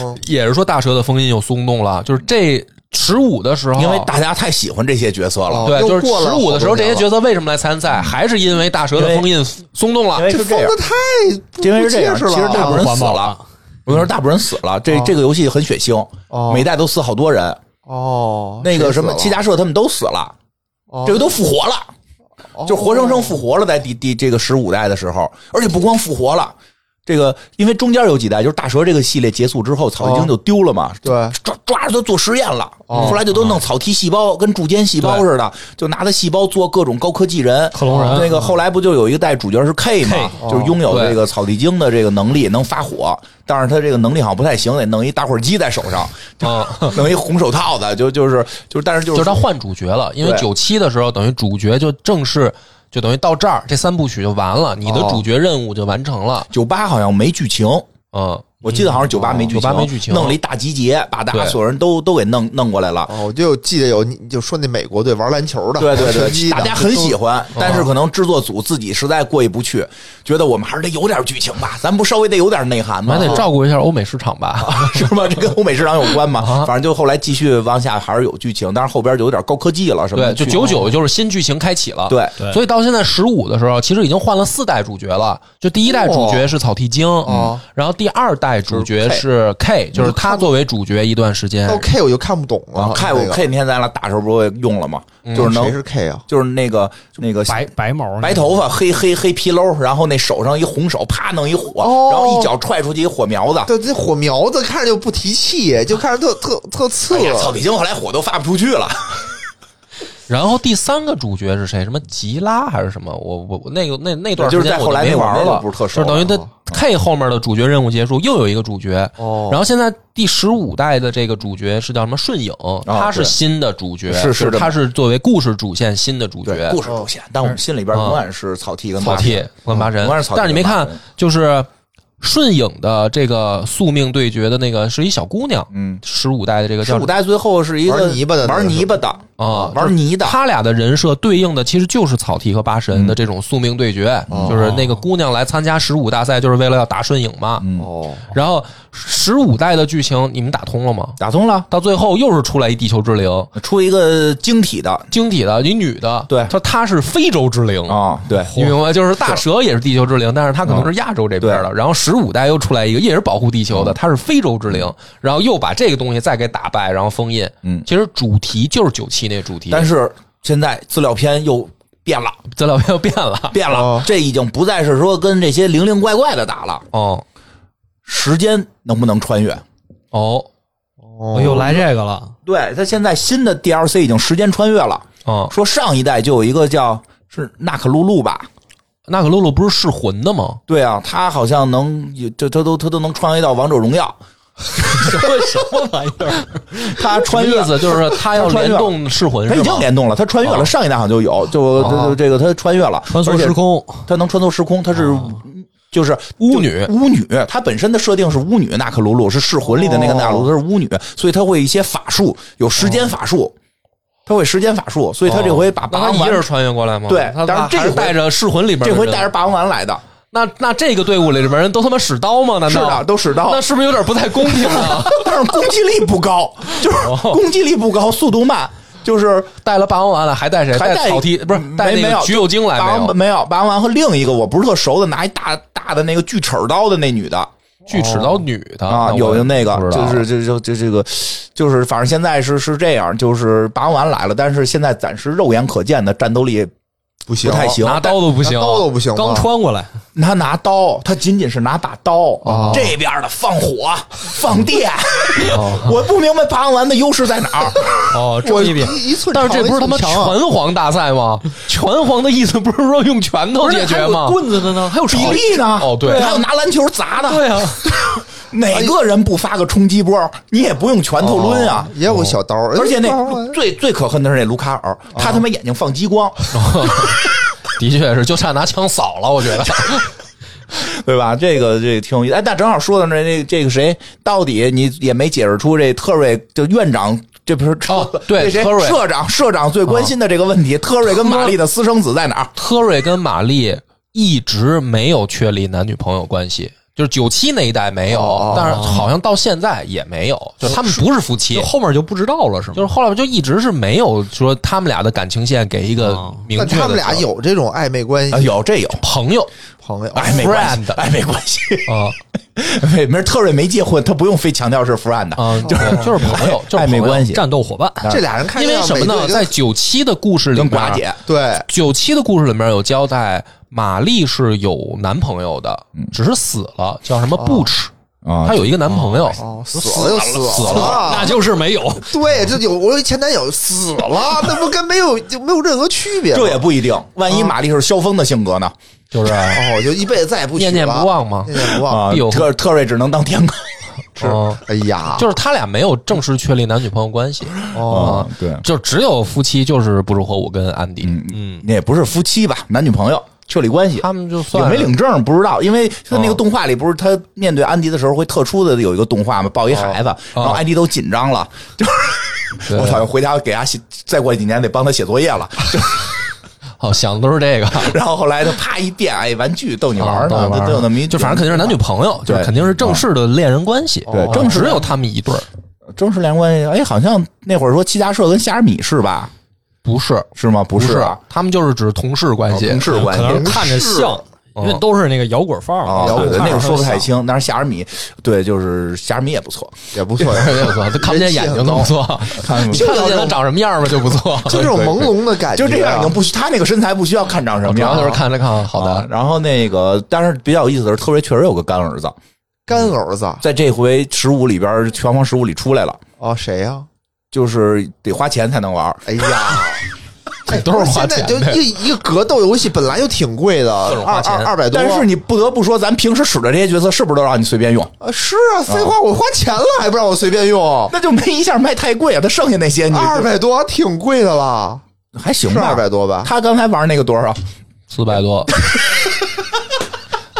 Speaker 3: 哦
Speaker 1: 也是说大蛇的封印又松动了，就是这十五的时候，
Speaker 2: 因为大家太喜欢这些角色了，
Speaker 3: 哦
Speaker 1: 对
Speaker 3: 又
Speaker 1: 就是
Speaker 3: 过了
Speaker 1: 十
Speaker 3: 好多
Speaker 1: 五的时候，这些
Speaker 3: 年了
Speaker 1: 角色为什么来参赛，还是因为大蛇的封印松动了
Speaker 2: 因。为
Speaker 3: 这
Speaker 2: 是这
Speaker 3: 封
Speaker 2: 样
Speaker 3: 的。太不
Speaker 2: 因为是这样，
Speaker 3: 不
Speaker 2: 其
Speaker 3: 结实
Speaker 2: 实
Speaker 3: 了
Speaker 2: 大部
Speaker 3: 啊
Speaker 2: 分人
Speaker 4: 环
Speaker 2: 死
Speaker 4: 保
Speaker 2: 了，我跟你说，大部分人死了。这这个游戏很血腥
Speaker 3: 哦，
Speaker 2: 每代都死好多人。
Speaker 3: 哦，
Speaker 2: 那个什么
Speaker 3: 谁死了哦
Speaker 2: 七家社他们都死了，这个都复活了，就活生生复活了。在第第这个十五代的时候，而且不光复活了，这个因为中间有几代就是大蛇这个系列结束之后，草精就丢了嘛，
Speaker 3: 哦对
Speaker 2: 抓抓着他做实验了，
Speaker 1: 哦
Speaker 2: 后来就都弄草剃细胞，跟铸间细胞似的，就拿他细胞做各种高科技人、哦
Speaker 4: 克隆人
Speaker 1: 嗯
Speaker 2: 那个后来不就有一个代主角是 K 嘛，
Speaker 1: 哦
Speaker 2: 就是拥有这个草地精的这个能力，能发火，但是他这个能力好像不太行，得弄一打火机在手上，
Speaker 1: 嗯，
Speaker 2: 弄一红手套的，就就是就是，但是就
Speaker 1: 就是是他换主角了，因为
Speaker 2: 对
Speaker 1: 九七的时候等于主角就正式就等于到这儿，这三部曲就完了，你的主角任务就完成了。
Speaker 2: 九八好像没剧情。
Speaker 1: 嗯，
Speaker 2: 我记得好像九八没剧情，
Speaker 1: 98没剧情
Speaker 2: 弄了一大集结，把大家
Speaker 1: 对
Speaker 2: 所有人都都给弄弄过来了。
Speaker 3: 哦，我就记得有你你就说那美国队玩篮球的，
Speaker 2: 对对
Speaker 3: 拳击
Speaker 2: 对，
Speaker 3: 的
Speaker 2: 大家很喜欢，
Speaker 1: 嗯
Speaker 2: 但是可能制作组自己实在过意不去，觉得我们还是得有点剧情吧，咱不稍微得有点内涵
Speaker 1: 我
Speaker 2: 吗
Speaker 1: 们？还得照顾一下欧美市场吧。
Speaker 2: 是吧？这跟欧美市场有关嘛？
Speaker 1: 啊
Speaker 2: 反正就后来继续往下还是有剧情，但是后边就有点高科技了，什么
Speaker 1: 对，
Speaker 2: 的
Speaker 1: 就
Speaker 2: 去
Speaker 1: 九九就是新剧情开启了。
Speaker 2: 对
Speaker 4: 对
Speaker 1: 所以到现在十五的时候，其实已经换了四代主角了。就第一代主角是草剃精，嗯然后第二代主角哦是 K，就是他作为主角一段时间
Speaker 3: 到。K 哦我就看不懂
Speaker 1: 啊
Speaker 3: 了。
Speaker 2: 看我
Speaker 3: 那个
Speaker 2: 哦 K 那天咱俩打时候不是用了吗？
Speaker 1: 嗯
Speaker 2: 就是
Speaker 3: 谁
Speaker 2: 能
Speaker 3: 是 K 啊？
Speaker 2: 就是那个那个
Speaker 4: 白白毛
Speaker 2: 白头发黑黑黑皮褛，然后那手上一红手，啪弄一火，
Speaker 3: 哦
Speaker 2: 然后一脚踹出去一火苗子。
Speaker 3: 对，这火苗子看着就不提气，就看着特特特
Speaker 2: 哎
Speaker 3: 次。
Speaker 2: 呀，草地精后来火都发不出去了。
Speaker 1: 然后第三个主角是谁？什么吉拉还是什么？我我我那个那那段
Speaker 2: 对就是
Speaker 1: 时间
Speaker 2: 在
Speaker 1: 我
Speaker 2: 后来
Speaker 1: 没
Speaker 2: 那会儿
Speaker 1: 玩
Speaker 2: 那
Speaker 1: 了，
Speaker 2: 就不是特熟
Speaker 1: 就等于他
Speaker 2: 了啊
Speaker 1: K 后面的主角任务结束，又有一个主角。
Speaker 3: 哦
Speaker 1: 然后现在第十五代的这个主角是叫什么？顺影，他是
Speaker 2: 啊对
Speaker 1: 新的主角，
Speaker 2: 是是
Speaker 1: 就
Speaker 2: 这么
Speaker 1: 他是作为故事主线新的主角。
Speaker 2: 故事主线，但我们心里边永远是草剃跟
Speaker 1: 哦啊草剃跟麻神
Speaker 2: 永远是，草剃跟麻神
Speaker 1: 但是你没看，就是顺影的这个宿命对决的那个是一小姑娘，
Speaker 2: 嗯，
Speaker 1: 十五代的这个
Speaker 2: 十
Speaker 1: 叫
Speaker 2: 五代最后是一个
Speaker 3: 玩泥巴的那个
Speaker 2: 玩泥巴的
Speaker 1: 啊
Speaker 2: 玩泥的。嗯
Speaker 1: 他俩的人设对应的其实就是草剃和八神的这种宿命对决，
Speaker 2: 哦
Speaker 1: 就是那个姑娘来参加十五大赛，就是为了要打顺影嘛。
Speaker 2: 嗯
Speaker 3: 哦，
Speaker 1: 然后十五代的剧情你们打通了吗？
Speaker 2: 打通了，
Speaker 1: 到最后又是出来一地球之灵，
Speaker 2: 出一个晶体的
Speaker 1: 晶体的一女的，
Speaker 2: 对
Speaker 1: 她她是非洲之灵。
Speaker 2: 啊，对，
Speaker 1: 你明白，就是大蛇也是地球之灵，但是它可能是亚洲这边
Speaker 2: 哦
Speaker 1: 的。然后十五代又出来一个，也是保护地球
Speaker 2: 嗯
Speaker 1: 的，它是非洲之灵，然后又把这个东西再给打败，然后封印。
Speaker 2: 嗯
Speaker 1: 其实主题就是九七那主题，
Speaker 2: 但是现在资料片又变了，
Speaker 1: 资料片又变了。
Speaker 2: 变了，
Speaker 3: 哦
Speaker 2: 这已经不再是说跟这些零零怪怪的打了，
Speaker 1: 哦，
Speaker 2: 时间能不能穿越？
Speaker 1: 哦，
Speaker 4: 我又哎来这个了，
Speaker 2: 对他现在新的 DLC 已经时间穿越了，
Speaker 1: 啊，
Speaker 2: 说上一代就有一个叫是纳可露露吧，
Speaker 1: 纳可露露不是噬魂的吗？
Speaker 2: 对啊，他好像能，这他都他都能穿越到王者荣 耀，
Speaker 4: 什么什么玩意 儿？
Speaker 2: 他穿越
Speaker 1: 意思就是他要
Speaker 2: 穿
Speaker 1: 联
Speaker 2: 越了
Speaker 1: 动噬魂，
Speaker 2: 他已经联动了，他穿越了，
Speaker 1: 哦
Speaker 2: 上一代好像就有，就这这这个他穿越了，
Speaker 4: 穿梭时，
Speaker 1: 哦
Speaker 4: 空，
Speaker 2: 他能穿梭时空，他是就是
Speaker 1: 巫女
Speaker 2: 就巫女，她本身的设定是巫女纳克鲁鲁，是噬魂里的
Speaker 1: 哦
Speaker 2: 那个纳克鲁鲁，她是巫女，所以她会一些法术，有时间法术，她会时间法术，所以她这回把
Speaker 1: 哦那
Speaker 2: 霸
Speaker 1: 他
Speaker 2: 王
Speaker 1: 一
Speaker 2: 丸
Speaker 1: 人穿越过来吗？
Speaker 2: 对
Speaker 1: 他
Speaker 2: 但是
Speaker 1: 他
Speaker 2: 这
Speaker 1: 还是
Speaker 2: 回
Speaker 1: 带着噬魂里边的
Speaker 2: 这
Speaker 1: 人，
Speaker 2: 回带着霸王丸来的，
Speaker 1: 那那这个队伍里边人都他妈使刀吗？难
Speaker 2: 是
Speaker 1: 道
Speaker 2: 的，都使刀
Speaker 1: 那，是不是有点不太公 平啊？哦
Speaker 2: 但是攻击力不高，就是攻击力不高，速度慢，就是
Speaker 1: 带了霸王丸来，还带谁？
Speaker 2: 还带
Speaker 1: 带草剃不是
Speaker 2: 没
Speaker 1: 带
Speaker 2: 没
Speaker 1: 那
Speaker 2: 有
Speaker 1: 个橘右京来
Speaker 2: 霸
Speaker 1: 哎没有
Speaker 2: 王？没有霸王丸和另一个我不是特熟的，拿一大大的那个锯齿刀的那女的
Speaker 1: 锯齿刀女的
Speaker 2: 啊，
Speaker 1: 我
Speaker 2: 有的那个
Speaker 1: 不知道
Speaker 2: 就是就就就这个，就是反正现在是是这样，就是霸王丸来了，但是现在暂时肉眼可见的战斗力
Speaker 3: 不
Speaker 2: 不
Speaker 3: 行，
Speaker 2: 太行，
Speaker 1: 拿刀都不行，
Speaker 3: 拿刀都不行吗，
Speaker 4: 刚穿过来，
Speaker 2: 他拿刀，他仅仅是拿把刀，
Speaker 1: 哦
Speaker 2: 这边的放火放电，
Speaker 1: 哦
Speaker 2: 我不明白霸王丸的优势在哪 儿。
Speaker 4: 哦，
Speaker 3: 我
Speaker 4: 这一
Speaker 3: 一
Speaker 4: 遍。
Speaker 3: 一寸
Speaker 1: 但
Speaker 3: 长
Speaker 1: 是这
Speaker 3: 一寸强啊，
Speaker 1: 不是他妈拳皇大赛吗？拳皇的意思不是说用拳头解决吗？
Speaker 4: 棍子的呢，还有
Speaker 2: 比利呢？
Speaker 1: 哦对
Speaker 2: 还有拿篮球砸的，
Speaker 4: 对啊，
Speaker 2: 哪个人不发个冲击波？你也不用拳头抡
Speaker 1: 哦
Speaker 2: 啊。
Speaker 3: 也有个小刀，
Speaker 2: 而且
Speaker 3: 哎霸王丸
Speaker 2: 那最最可恨的是那卢卡
Speaker 1: 哦
Speaker 2: 尔，他他妈眼睛放激光，
Speaker 1: 的确是，就差拿枪扫了，我觉得。
Speaker 2: 对吧？这个这个挺有意思。哎，那正好说到那那这个谁，到底你也没解释出这特瑞就院长。这不是特、
Speaker 1: 哦对
Speaker 2: 这谁
Speaker 1: 特瑞啊
Speaker 2: 社长社长最关心的这个问题，特瑞跟玛丽的私生子在哪 儿？
Speaker 1: 特瑞跟玛丽一直没有确立男女朋友关系，就是九七那一代没
Speaker 3: 哦
Speaker 1: 有，但是好像到现在也没有，就他们不是夫妻
Speaker 4: 就。后面就不知道了是吗？
Speaker 1: 就是后来就一直是没有说他们俩的感情线给一个
Speaker 4: 哦
Speaker 1: 明确
Speaker 3: 但
Speaker 1: 的说。
Speaker 3: 他们俩有这种暧昧关
Speaker 1: 哎
Speaker 2: 啊，
Speaker 3: 系，
Speaker 2: 有这有，
Speaker 1: 朋友
Speaker 3: 朋友，
Speaker 2: 哎，没关系
Speaker 1: friend，
Speaker 2: 哎，没关系，
Speaker 1: 啊
Speaker 2: 没没事特瑞没结婚，他不用非强调是 friend 的，
Speaker 1: 啊，就是就是朋友，就是
Speaker 2: 哎，
Speaker 1: 朋
Speaker 2: 没
Speaker 1: 友
Speaker 2: 关系，
Speaker 4: 战斗伙伴，
Speaker 3: 这俩人看
Speaker 1: 因
Speaker 3: 这
Speaker 1: 为
Speaker 3: 样
Speaker 1: 什么
Speaker 3: 每
Speaker 1: 呢？
Speaker 3: 个
Speaker 1: 在九七的故事里
Speaker 2: 跟
Speaker 1: 面，
Speaker 2: 寡姐
Speaker 3: 对
Speaker 1: 九七的故事里面有交代，玛丽是有男朋友的，
Speaker 3: 嗯
Speaker 1: 只是死了，叫什么布什，
Speaker 2: 啊
Speaker 1: 她有一个男朋友，
Speaker 3: 哦，死了就死了，
Speaker 1: 死
Speaker 4: 那就是没有。
Speaker 3: 对，这有我有一前男友死了，那不跟没有就没有任何区别吗？
Speaker 2: 这也不一定，万
Speaker 1: 啊
Speaker 2: 一玛丽是萧峰的性格呢？
Speaker 1: 就是啊
Speaker 3: 哦，就一辈子再也不娶
Speaker 1: 念念
Speaker 3: 了
Speaker 1: 不忘嘛
Speaker 3: 念念不忘。
Speaker 2: 啊
Speaker 1: 必有，
Speaker 2: 特特瑞只能当天狗。
Speaker 1: 嗯
Speaker 3: 哎呀，
Speaker 1: 就是他俩没有正式确立男女朋友关系，啊
Speaker 2: 哦，对，
Speaker 1: 就只有夫妻，就是不知火舞跟安迪，
Speaker 2: 嗯，那也不是夫妻吧，男女朋友确立关系。
Speaker 1: 他们就算哦
Speaker 2: 有没领证不知道，因为他那个动画里不是他面对安迪的时候会特殊的有一个动画嘛，抱一孩子，然后安迪都紧张了，就是
Speaker 1: 哦 对
Speaker 2: 我好像回家给他写，再过几年得帮他写作 业了。就
Speaker 1: 哦，想的都是这个。
Speaker 2: 然后后来他啪一变，哎，玩具逗你玩
Speaker 1: 啊
Speaker 2: 儿
Speaker 1: 逗
Speaker 2: 呢，
Speaker 1: 玩
Speaker 2: 都
Speaker 1: 儿
Speaker 2: 有那么一
Speaker 1: 就反正肯定是男女朋友，就是
Speaker 2: 对
Speaker 1: 肯定是正式的恋人关系。哦
Speaker 2: 对正式
Speaker 1: 只有他们一对儿，
Speaker 2: 正啊式恋爱关系。哎，好像那会儿说七家社跟夏尔米是吧？
Speaker 1: 不是
Speaker 2: 是吗？不
Speaker 1: 不是
Speaker 2: 啊，，哦
Speaker 1: 他们就是指同事关系。
Speaker 2: 同事关
Speaker 4: 可
Speaker 2: 系。
Speaker 4: 能是看着像，因为都是那个摇滚范儿嘛
Speaker 2: 啊，，
Speaker 4: 摇
Speaker 2: 对
Speaker 4: 滚
Speaker 2: 对，
Speaker 4: 范
Speaker 2: 那
Speaker 4: 儿
Speaker 2: 个说不太
Speaker 4: 像。
Speaker 2: 清，但是夏尔米，对，就是夏尔米也不错，
Speaker 3: 也不错，
Speaker 1: 也哎不错，他看不见眼睛都不错，
Speaker 2: 看
Speaker 1: 你看得见他长什么样吗？就不错。
Speaker 3: 就这种朦胧的感觉
Speaker 2: 就
Speaker 3: 啊，
Speaker 2: 这样已经不需，他那个身材不需要看长什么
Speaker 1: 主
Speaker 2: 样
Speaker 1: 要
Speaker 2: 啊，
Speaker 1: 就是看着看好
Speaker 2: 啊
Speaker 1: 的，
Speaker 2: 然后那个，但是比较有意思的是，特瑞确实有个干儿子，
Speaker 3: 干儿子
Speaker 2: 在这回十五里边《拳皇十五》里出来了，
Speaker 3: 哦，谁呀？
Speaker 2: 就是得花钱才能玩儿。
Speaker 3: 哎呀，哎
Speaker 1: 都是花钱
Speaker 3: 现在
Speaker 1: 的
Speaker 3: 就一一个格斗游戏本来就挺贵的，
Speaker 1: 各种
Speaker 3: 二
Speaker 1: 花钱
Speaker 3: 二二百多，
Speaker 2: 但是你不得不说，咱平时使的这些角色是不是都让你随便用？
Speaker 3: 啊是啊，废话，我花钱了还不让我随便用，
Speaker 2: 那就没一下卖太贵啊！他剩下那些你
Speaker 3: 二百多挺贵的啦，
Speaker 2: 还行
Speaker 3: 是
Speaker 2: 吧？
Speaker 3: 二百多吧？
Speaker 2: 他刚才玩那个多少？
Speaker 1: 四百 多。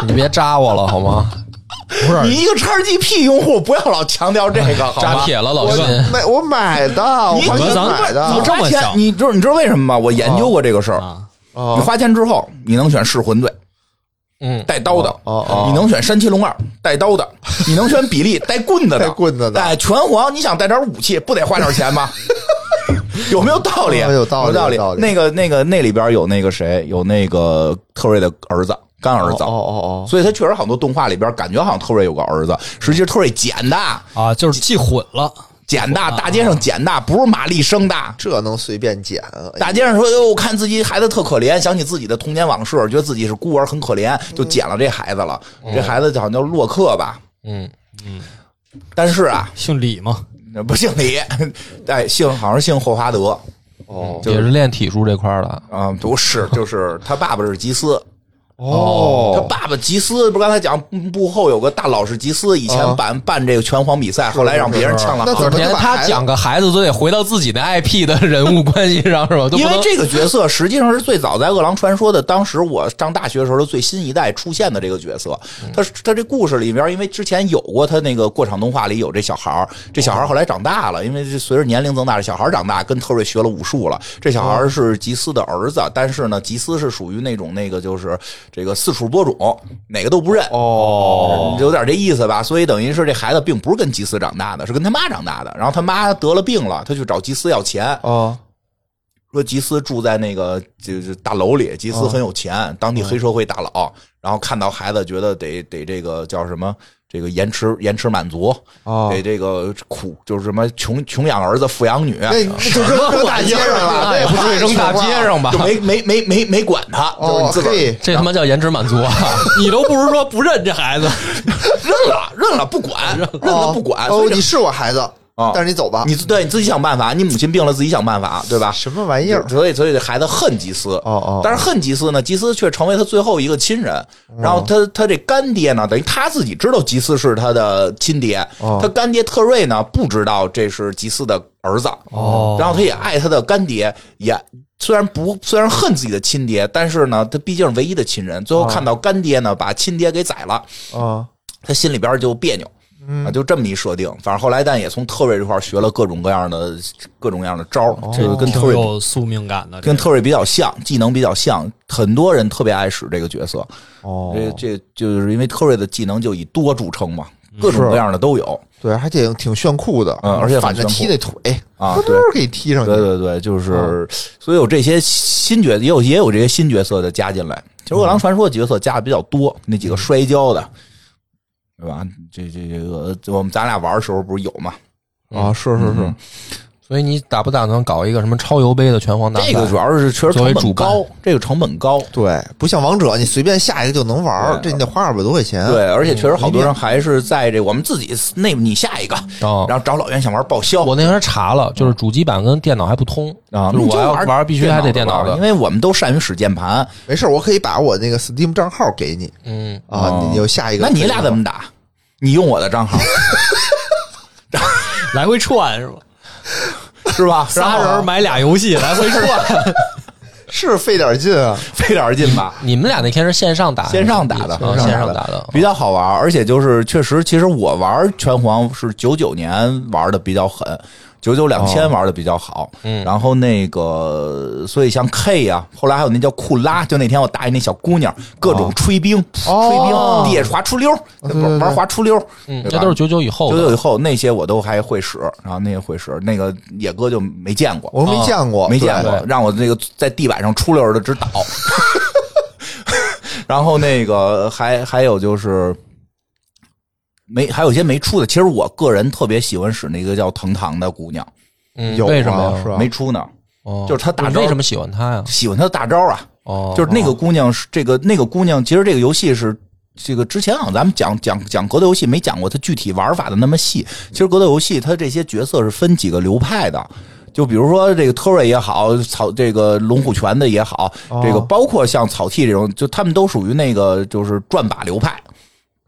Speaker 1: 你别扎我了好吗？不是
Speaker 2: 你一个叉 GP 用户不要老强调这个，好
Speaker 1: 扎
Speaker 2: 吗？
Speaker 1: 铁了，老
Speaker 3: 我
Speaker 1: 辛。
Speaker 3: 买我买的，我
Speaker 2: 你
Speaker 3: 花钱
Speaker 4: 咱们
Speaker 3: 买的
Speaker 4: 咱们，
Speaker 2: 花
Speaker 4: 这么
Speaker 2: 钱
Speaker 4: 想，
Speaker 2: 你知道你知道为什么吗？我研究过这个事儿。
Speaker 4: 啊
Speaker 3: 哦
Speaker 2: 你花钱之后，你能选噬魂队
Speaker 1: 嗯，
Speaker 2: 带刀的，
Speaker 3: 哦哦
Speaker 2: 你能选山崎龙二带刀 的，你能选比利带棍子的，
Speaker 3: 带棍子的
Speaker 2: 哎，拳皇你想带点武器，不得花点钱 吗？有没有道理？
Speaker 3: 哦有道理
Speaker 2: 道
Speaker 3: 有道理
Speaker 2: 那个那个那里边有那个谁，有那个特瑞的儿子，干儿子。
Speaker 3: 哦哦
Speaker 2: 所以他确实好多动画里边感觉好像特瑞有个儿子，实际是特瑞捡的，
Speaker 4: 啊，就是记混了，
Speaker 2: 捡
Speaker 3: 哦
Speaker 2: 的，大街上捡的，不是玛丽生的。
Speaker 3: 这能随便捡？哎
Speaker 2: 大街上说：“哟，看自己孩子特可怜，想起自己的童年往事，觉得自己是孤儿很可怜，就捡了这孩子了。这孩子好像叫洛克
Speaker 1: 哦
Speaker 2: 吧？
Speaker 1: 嗯，
Speaker 2: 但是啊，
Speaker 4: 姓李嘛，
Speaker 2: 那不姓李，哎，姓好像是姓霍华德
Speaker 3: 哦
Speaker 1: 也是练体术这块儿的。
Speaker 2: 啊、不是，就是他爸爸是吉斯，他
Speaker 3: 哦，
Speaker 2: 爸爸吉斯不是刚才讲幕后有个大佬是吉斯，以前
Speaker 1: 哦
Speaker 3: 啊
Speaker 2: 办、办这个拳皇比赛，后来让别人呛了
Speaker 3: 那
Speaker 2: 行。
Speaker 3: 怎么
Speaker 1: 而且
Speaker 3: 就把
Speaker 1: 他
Speaker 3: 孩子
Speaker 1: 讲个孩子都得回到自己的 IP 的人物关系上，是吧？都不
Speaker 2: 因为
Speaker 1: 能
Speaker 2: 这个角色实际上是最早在《饿狼传说》的，当时我上大学的时候最新一代出现的这个角色。
Speaker 1: 嗯
Speaker 2: 他他这故事里边，因为之前有过他那个过场动画里有这小孩儿，这小孩
Speaker 1: 哦
Speaker 2: 儿后来长大了，因为这随着年龄增大，这小孩儿长大跟特瑞学了武术了。这小孩
Speaker 1: 哦
Speaker 2: 儿是吉斯的儿子，但是呢，吉斯是属于那种那个就是这个四处播种，哪个都不认。
Speaker 3: 哦，
Speaker 2: 有点这意思吧，所以等于是这孩子并不是跟吉斯长大的，是跟他妈长大的。然后他妈得了病了，他去找吉斯要钱，
Speaker 3: 哦，
Speaker 2: 说吉斯住在那个就是大楼里，吉
Speaker 3: 哦
Speaker 2: 斯很有钱，当地
Speaker 3: 嗯
Speaker 2: 黑社会大佬，然后看到孩子，觉得得得这个叫什么？这个延迟延迟满足，
Speaker 3: 哦
Speaker 2: 得这个苦就是什么穷穷养儿子富养女，
Speaker 3: 那那就扔扔大街上啊
Speaker 2: 哎
Speaker 3: 了，
Speaker 1: 那也不至于扔大街上吧
Speaker 2: 就？没没没没没管他，就是
Speaker 3: 哦
Speaker 2: 你，自个儿
Speaker 3: 可以，
Speaker 1: 这他妈叫颜值满足啊！
Speaker 4: 你都不如说不认这孩子，
Speaker 2: 认了认了不管，认了
Speaker 3: 哦
Speaker 2: 不管，所
Speaker 3: 哦
Speaker 2: 以，这
Speaker 3: 你是我孩子，
Speaker 2: 哦
Speaker 3: 但是你走吧，
Speaker 2: 你自对你自己想办法，你母亲病了自己想办法，对吧？
Speaker 3: 什么玩意儿？
Speaker 2: 所以，所以这孩子恨吉斯，
Speaker 3: 哦哦
Speaker 2: 但是恨吉斯呢，吉斯却成为他最后一个亲人。然后他他这干爹呢，等于他自己知道吉斯是他的亲爹，
Speaker 3: 哦
Speaker 2: 他干爹特瑞呢不知道这是吉斯的儿子，
Speaker 4: 哦
Speaker 2: 然后他也爱他的干爹，也虽然不虽然恨自己的亲爹，但是呢，他毕竟是唯一的亲人。最
Speaker 3: 哦
Speaker 2: 后看到干爹呢把亲爹给宰了，
Speaker 3: 啊，
Speaker 2: 他心里边就别扭。
Speaker 3: 嗯
Speaker 2: 啊，就这么一设定，反正后来但也从特瑞这块儿学了各种各样的各种各样的招儿，
Speaker 3: 哦
Speaker 2: 就是跟特
Speaker 1: 嗯
Speaker 4: 挺
Speaker 2: 瑞
Speaker 4: 有宿命感的，
Speaker 2: 跟
Speaker 4: 这个
Speaker 2: 特瑞比较像，技能比较像，很多人特别爱使这个角色。
Speaker 3: 哦
Speaker 2: 这这就是因为特瑞的技能就以多著称嘛，
Speaker 1: 嗯
Speaker 2: 各种各样的都有
Speaker 3: 对，还挺挺炫酷的，啊
Speaker 2: 嗯而且很
Speaker 3: 反着
Speaker 2: 炫酷
Speaker 3: 踢那腿，
Speaker 2: 啊
Speaker 3: 咯。
Speaker 2: 对
Speaker 3: 噔给你踢上去
Speaker 2: 对，对对，
Speaker 1: 嗯
Speaker 2: 就是所以有这些新角，也有也有这些新角色的加进来。其实《饿狼传说》的角色加的比较多，那几个摔跤的，对吧？这这这个，就我们咱俩玩的时候不是有嘛？
Speaker 3: 啊，是是
Speaker 2: 嗯
Speaker 3: 是，
Speaker 1: 所以你打不打算搞一个什么超油杯的拳皇大赛？
Speaker 2: 这个主要是确实
Speaker 1: 作为
Speaker 2: 成本
Speaker 1: 主办
Speaker 2: 高，这个成本高。
Speaker 3: 对，不像王者，你随便下一个就能玩儿，这你得花二百多块钱，
Speaker 2: 嗯
Speaker 3: 啊
Speaker 1: 啊
Speaker 2: 对，而
Speaker 1: 嗯
Speaker 2: 且确实好多人还是在这我们自己内部，你下一个，
Speaker 1: 哦
Speaker 2: 然后找老袁想玩报销，
Speaker 1: 我那天查了，就是主机版跟电脑还不通
Speaker 2: 啊，
Speaker 1: 就是
Speaker 2: 那
Speaker 1: 我
Speaker 2: 就
Speaker 1: 要
Speaker 2: 玩
Speaker 1: 玩必须还得电脑
Speaker 2: 玩
Speaker 1: 的。
Speaker 2: 因为我们都善于使键盘。
Speaker 3: 没事儿，我可以把我那个 Steam 账号给你
Speaker 1: 嗯，
Speaker 3: 啊，
Speaker 2: 哦
Speaker 3: 你你就下一个。
Speaker 2: 那你俩怎么打？你用我的账号
Speaker 4: 来回串是吧？
Speaker 2: 是 吧？
Speaker 4: 仨人买俩游戏，来回串，
Speaker 3: 是费点劲啊？
Speaker 2: 费点劲吧。
Speaker 1: 你们俩那天是线上打还是，
Speaker 2: 线上打的
Speaker 1: 啊线上打的。
Speaker 2: 比较好玩，而且就是确实，其实我玩拳皇是九九年玩的比较狠，九九两
Speaker 1: 哦
Speaker 2: 千玩的比较好。嗯，然后那个，所以像 K 呀、后来还有那叫库拉，就那天我大爷那小姑娘，各种吹冰，
Speaker 3: 哦
Speaker 2: 吹冰，地下滑出溜，玩玩滑出溜，
Speaker 1: 嗯，
Speaker 2: 对吧
Speaker 1: 这都是九九以后
Speaker 2: 九九以
Speaker 1: 的。
Speaker 2: 后那些我都还会使，然后那些会使，那个野哥就没见过，
Speaker 3: 我没见过，
Speaker 2: 哦没见过
Speaker 3: 对，
Speaker 2: 让我那个在地板上出溜的直倒。然后那个还还有就是没还有一些没出的，其实我个人特别喜欢使那个叫藤堂的姑娘，
Speaker 1: 嗯，
Speaker 3: 有啊
Speaker 1: 为什么呀？
Speaker 3: 是吧
Speaker 2: 没出呢，
Speaker 1: 哦
Speaker 2: 就是他打
Speaker 1: 你
Speaker 2: 招
Speaker 1: 为什么喜欢他呀？
Speaker 2: 喜欢她的大招啊，
Speaker 1: 哦，
Speaker 2: 就是那个姑娘是这个那个姑娘，其实这个游戏是。这个之前好像咱们讲讲讲格斗游戏没讲过它具体玩法的那么细。其实格斗游戏它这些角色是分几个流派的，就比如说这个特瑞也好，草这个龙虎拳的也好，这
Speaker 1: 哦
Speaker 2: 个包括像草剃这种，就他们都属于那个就是转把流派，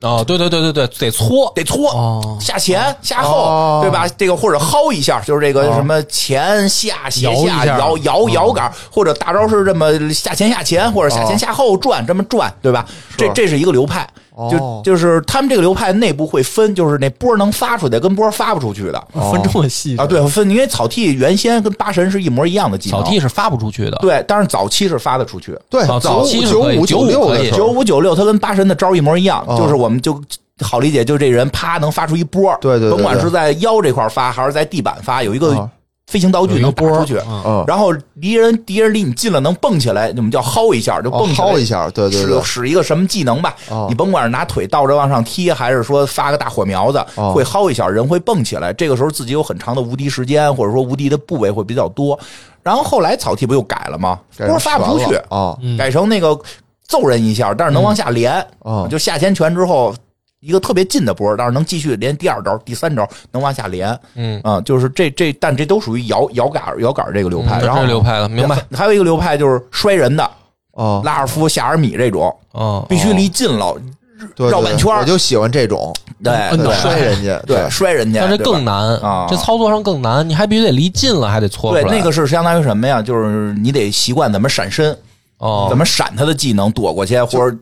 Speaker 1: 哦，对对对对对，得搓。
Speaker 2: 得搓、
Speaker 4: 哦
Speaker 2: 下前下后，
Speaker 3: 哦
Speaker 2: 对吧？这个或者薅一下，就是这个什么前下斜
Speaker 4: 摇一
Speaker 2: 下
Speaker 4: 下
Speaker 2: 摇摇摇杆，或者大招是这么下前下前，或者下前下后转，这么转，对吧？这这是一个流派。就
Speaker 3: 哦
Speaker 2: 就是他们这个流派内部会分，就是那波能发出去的跟波发不出去的
Speaker 4: 分这么细
Speaker 2: 啊，对，分因为草剃原先跟八神是一模一样的技能，
Speaker 1: 草剃是发不出去的，
Speaker 2: 对，但是早期是发得出去，
Speaker 3: 对，
Speaker 1: 啊早期是
Speaker 3: 九
Speaker 1: 可以
Speaker 3: 五
Speaker 1: 九
Speaker 3: 九
Speaker 1: 五
Speaker 3: 六
Speaker 1: 可
Speaker 3: 的
Speaker 1: 以
Speaker 3: 时
Speaker 2: 九
Speaker 3: 候，啊
Speaker 2: 五九六，他跟八神的招一模一样，
Speaker 3: 哦
Speaker 2: 就是我们就好理解，就这人啪能发出一波，
Speaker 3: 对对对对
Speaker 2: 甭管是在腰这块发还是在地板发，有一个
Speaker 3: 哦
Speaker 2: 飞行道具
Speaker 4: 有一
Speaker 2: 能
Speaker 4: 个
Speaker 2: 打
Speaker 4: 波
Speaker 2: 出去，
Speaker 4: 嗯
Speaker 3: 嗯，
Speaker 2: 然后离人敌人离你近了能蹦起来，我们叫薅一下，就蹦
Speaker 3: 哦
Speaker 2: 起来
Speaker 3: 薅一下，对对对
Speaker 2: 使，使一个什么技能吧
Speaker 3: 哦，
Speaker 2: 你甭管是拿腿倒着往上踢，还是说发个大火苗子，
Speaker 3: 哦
Speaker 2: 会薅一下，人会蹦起来。这个时候自己有很长的无敌时间，或者说无敌的部位会比较多。然后后来草剃不又改了吗？
Speaker 3: 改
Speaker 2: 波
Speaker 3: 成
Speaker 2: 发不出
Speaker 3: 拳
Speaker 2: 去
Speaker 3: 了哦
Speaker 1: 嗯
Speaker 2: 改成那个揍人一下，但是能往下连
Speaker 1: 嗯
Speaker 3: 哦，
Speaker 2: 就下前拳之后。一个特别近的波，但是能继续连第二招、第三招能往下连。
Speaker 1: 嗯
Speaker 2: 啊，就是这这，但这都属于摇摇杆摇杆这个流
Speaker 1: 嗯
Speaker 2: 派。然
Speaker 1: 这
Speaker 2: 后
Speaker 1: 是流派了，明白？
Speaker 2: 还还有一个流派就是摔人的，
Speaker 3: 哦，
Speaker 2: 拉尔夫、夏尔米这种，
Speaker 1: 哦，
Speaker 2: 必须离近了，
Speaker 3: 对对
Speaker 2: 绕半圈儿
Speaker 3: 我就喜欢 这种，
Speaker 2: 对
Speaker 4: 摁倒
Speaker 2: 对
Speaker 3: 摔人家，
Speaker 2: 对摔人家，
Speaker 1: 但这
Speaker 2: 对吧
Speaker 1: 更难
Speaker 2: 啊
Speaker 1: 这操作上更难，你还必须得离近了，还得搓
Speaker 2: 对
Speaker 1: 出来。
Speaker 2: 那个是相当于什么呀？就是你得习惯怎么闪身，
Speaker 1: 哦，
Speaker 2: 怎么闪他的技能躲过去，或者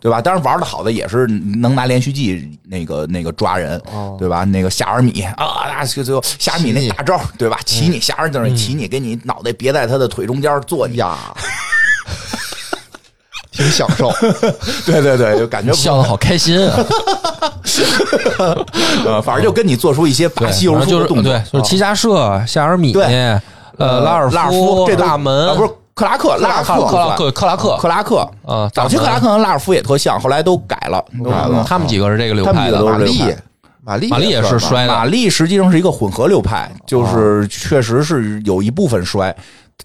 Speaker 2: 对吧？当然玩的好的也是能拿连续技那个那个抓人，
Speaker 1: 哦
Speaker 2: 对吧？那个夏尔米啊啊，就最后夏尔米那大招，对
Speaker 1: 嗯
Speaker 2: 吧？骑你夏尔等于骑你，给你脑袋别在他的腿中间坐你，
Speaker 3: 呀，挺享受。
Speaker 2: 对对对，就感觉不
Speaker 1: 笑的好开心 啊！
Speaker 2: 呃，反正就跟你做出一些巴
Speaker 1: 对，
Speaker 2: 西柔
Speaker 1: 反正
Speaker 2: 术
Speaker 1: 就
Speaker 2: 的
Speaker 1: 是
Speaker 2: 动作
Speaker 1: 对，，就是齐霞社、夏尔米，
Speaker 2: 对
Speaker 1: 呃，拉
Speaker 2: 尔
Speaker 1: 尔
Speaker 2: 夫这都
Speaker 1: 大门，
Speaker 2: 啊，不是克拉克，拉尔夫
Speaker 1: 克拉克克拉克
Speaker 2: 克拉克。
Speaker 1: 啊，
Speaker 2: 早期克拉
Speaker 1: 大嗯
Speaker 2: 克跟拉尔夫也特像，后来都改了，都改
Speaker 1: 门，他们几个是这个流
Speaker 2: 他们
Speaker 1: 派
Speaker 2: 几个
Speaker 1: 的
Speaker 2: 都
Speaker 3: 玛
Speaker 2: 是
Speaker 3: 丽
Speaker 2: 流派，
Speaker 3: 玛丽，
Speaker 1: 玛丽也是
Speaker 3: 摔，
Speaker 1: 摔
Speaker 2: 马
Speaker 1: 的，啊
Speaker 2: 力实际上是一个混合流派，就是确实是有一部分摔，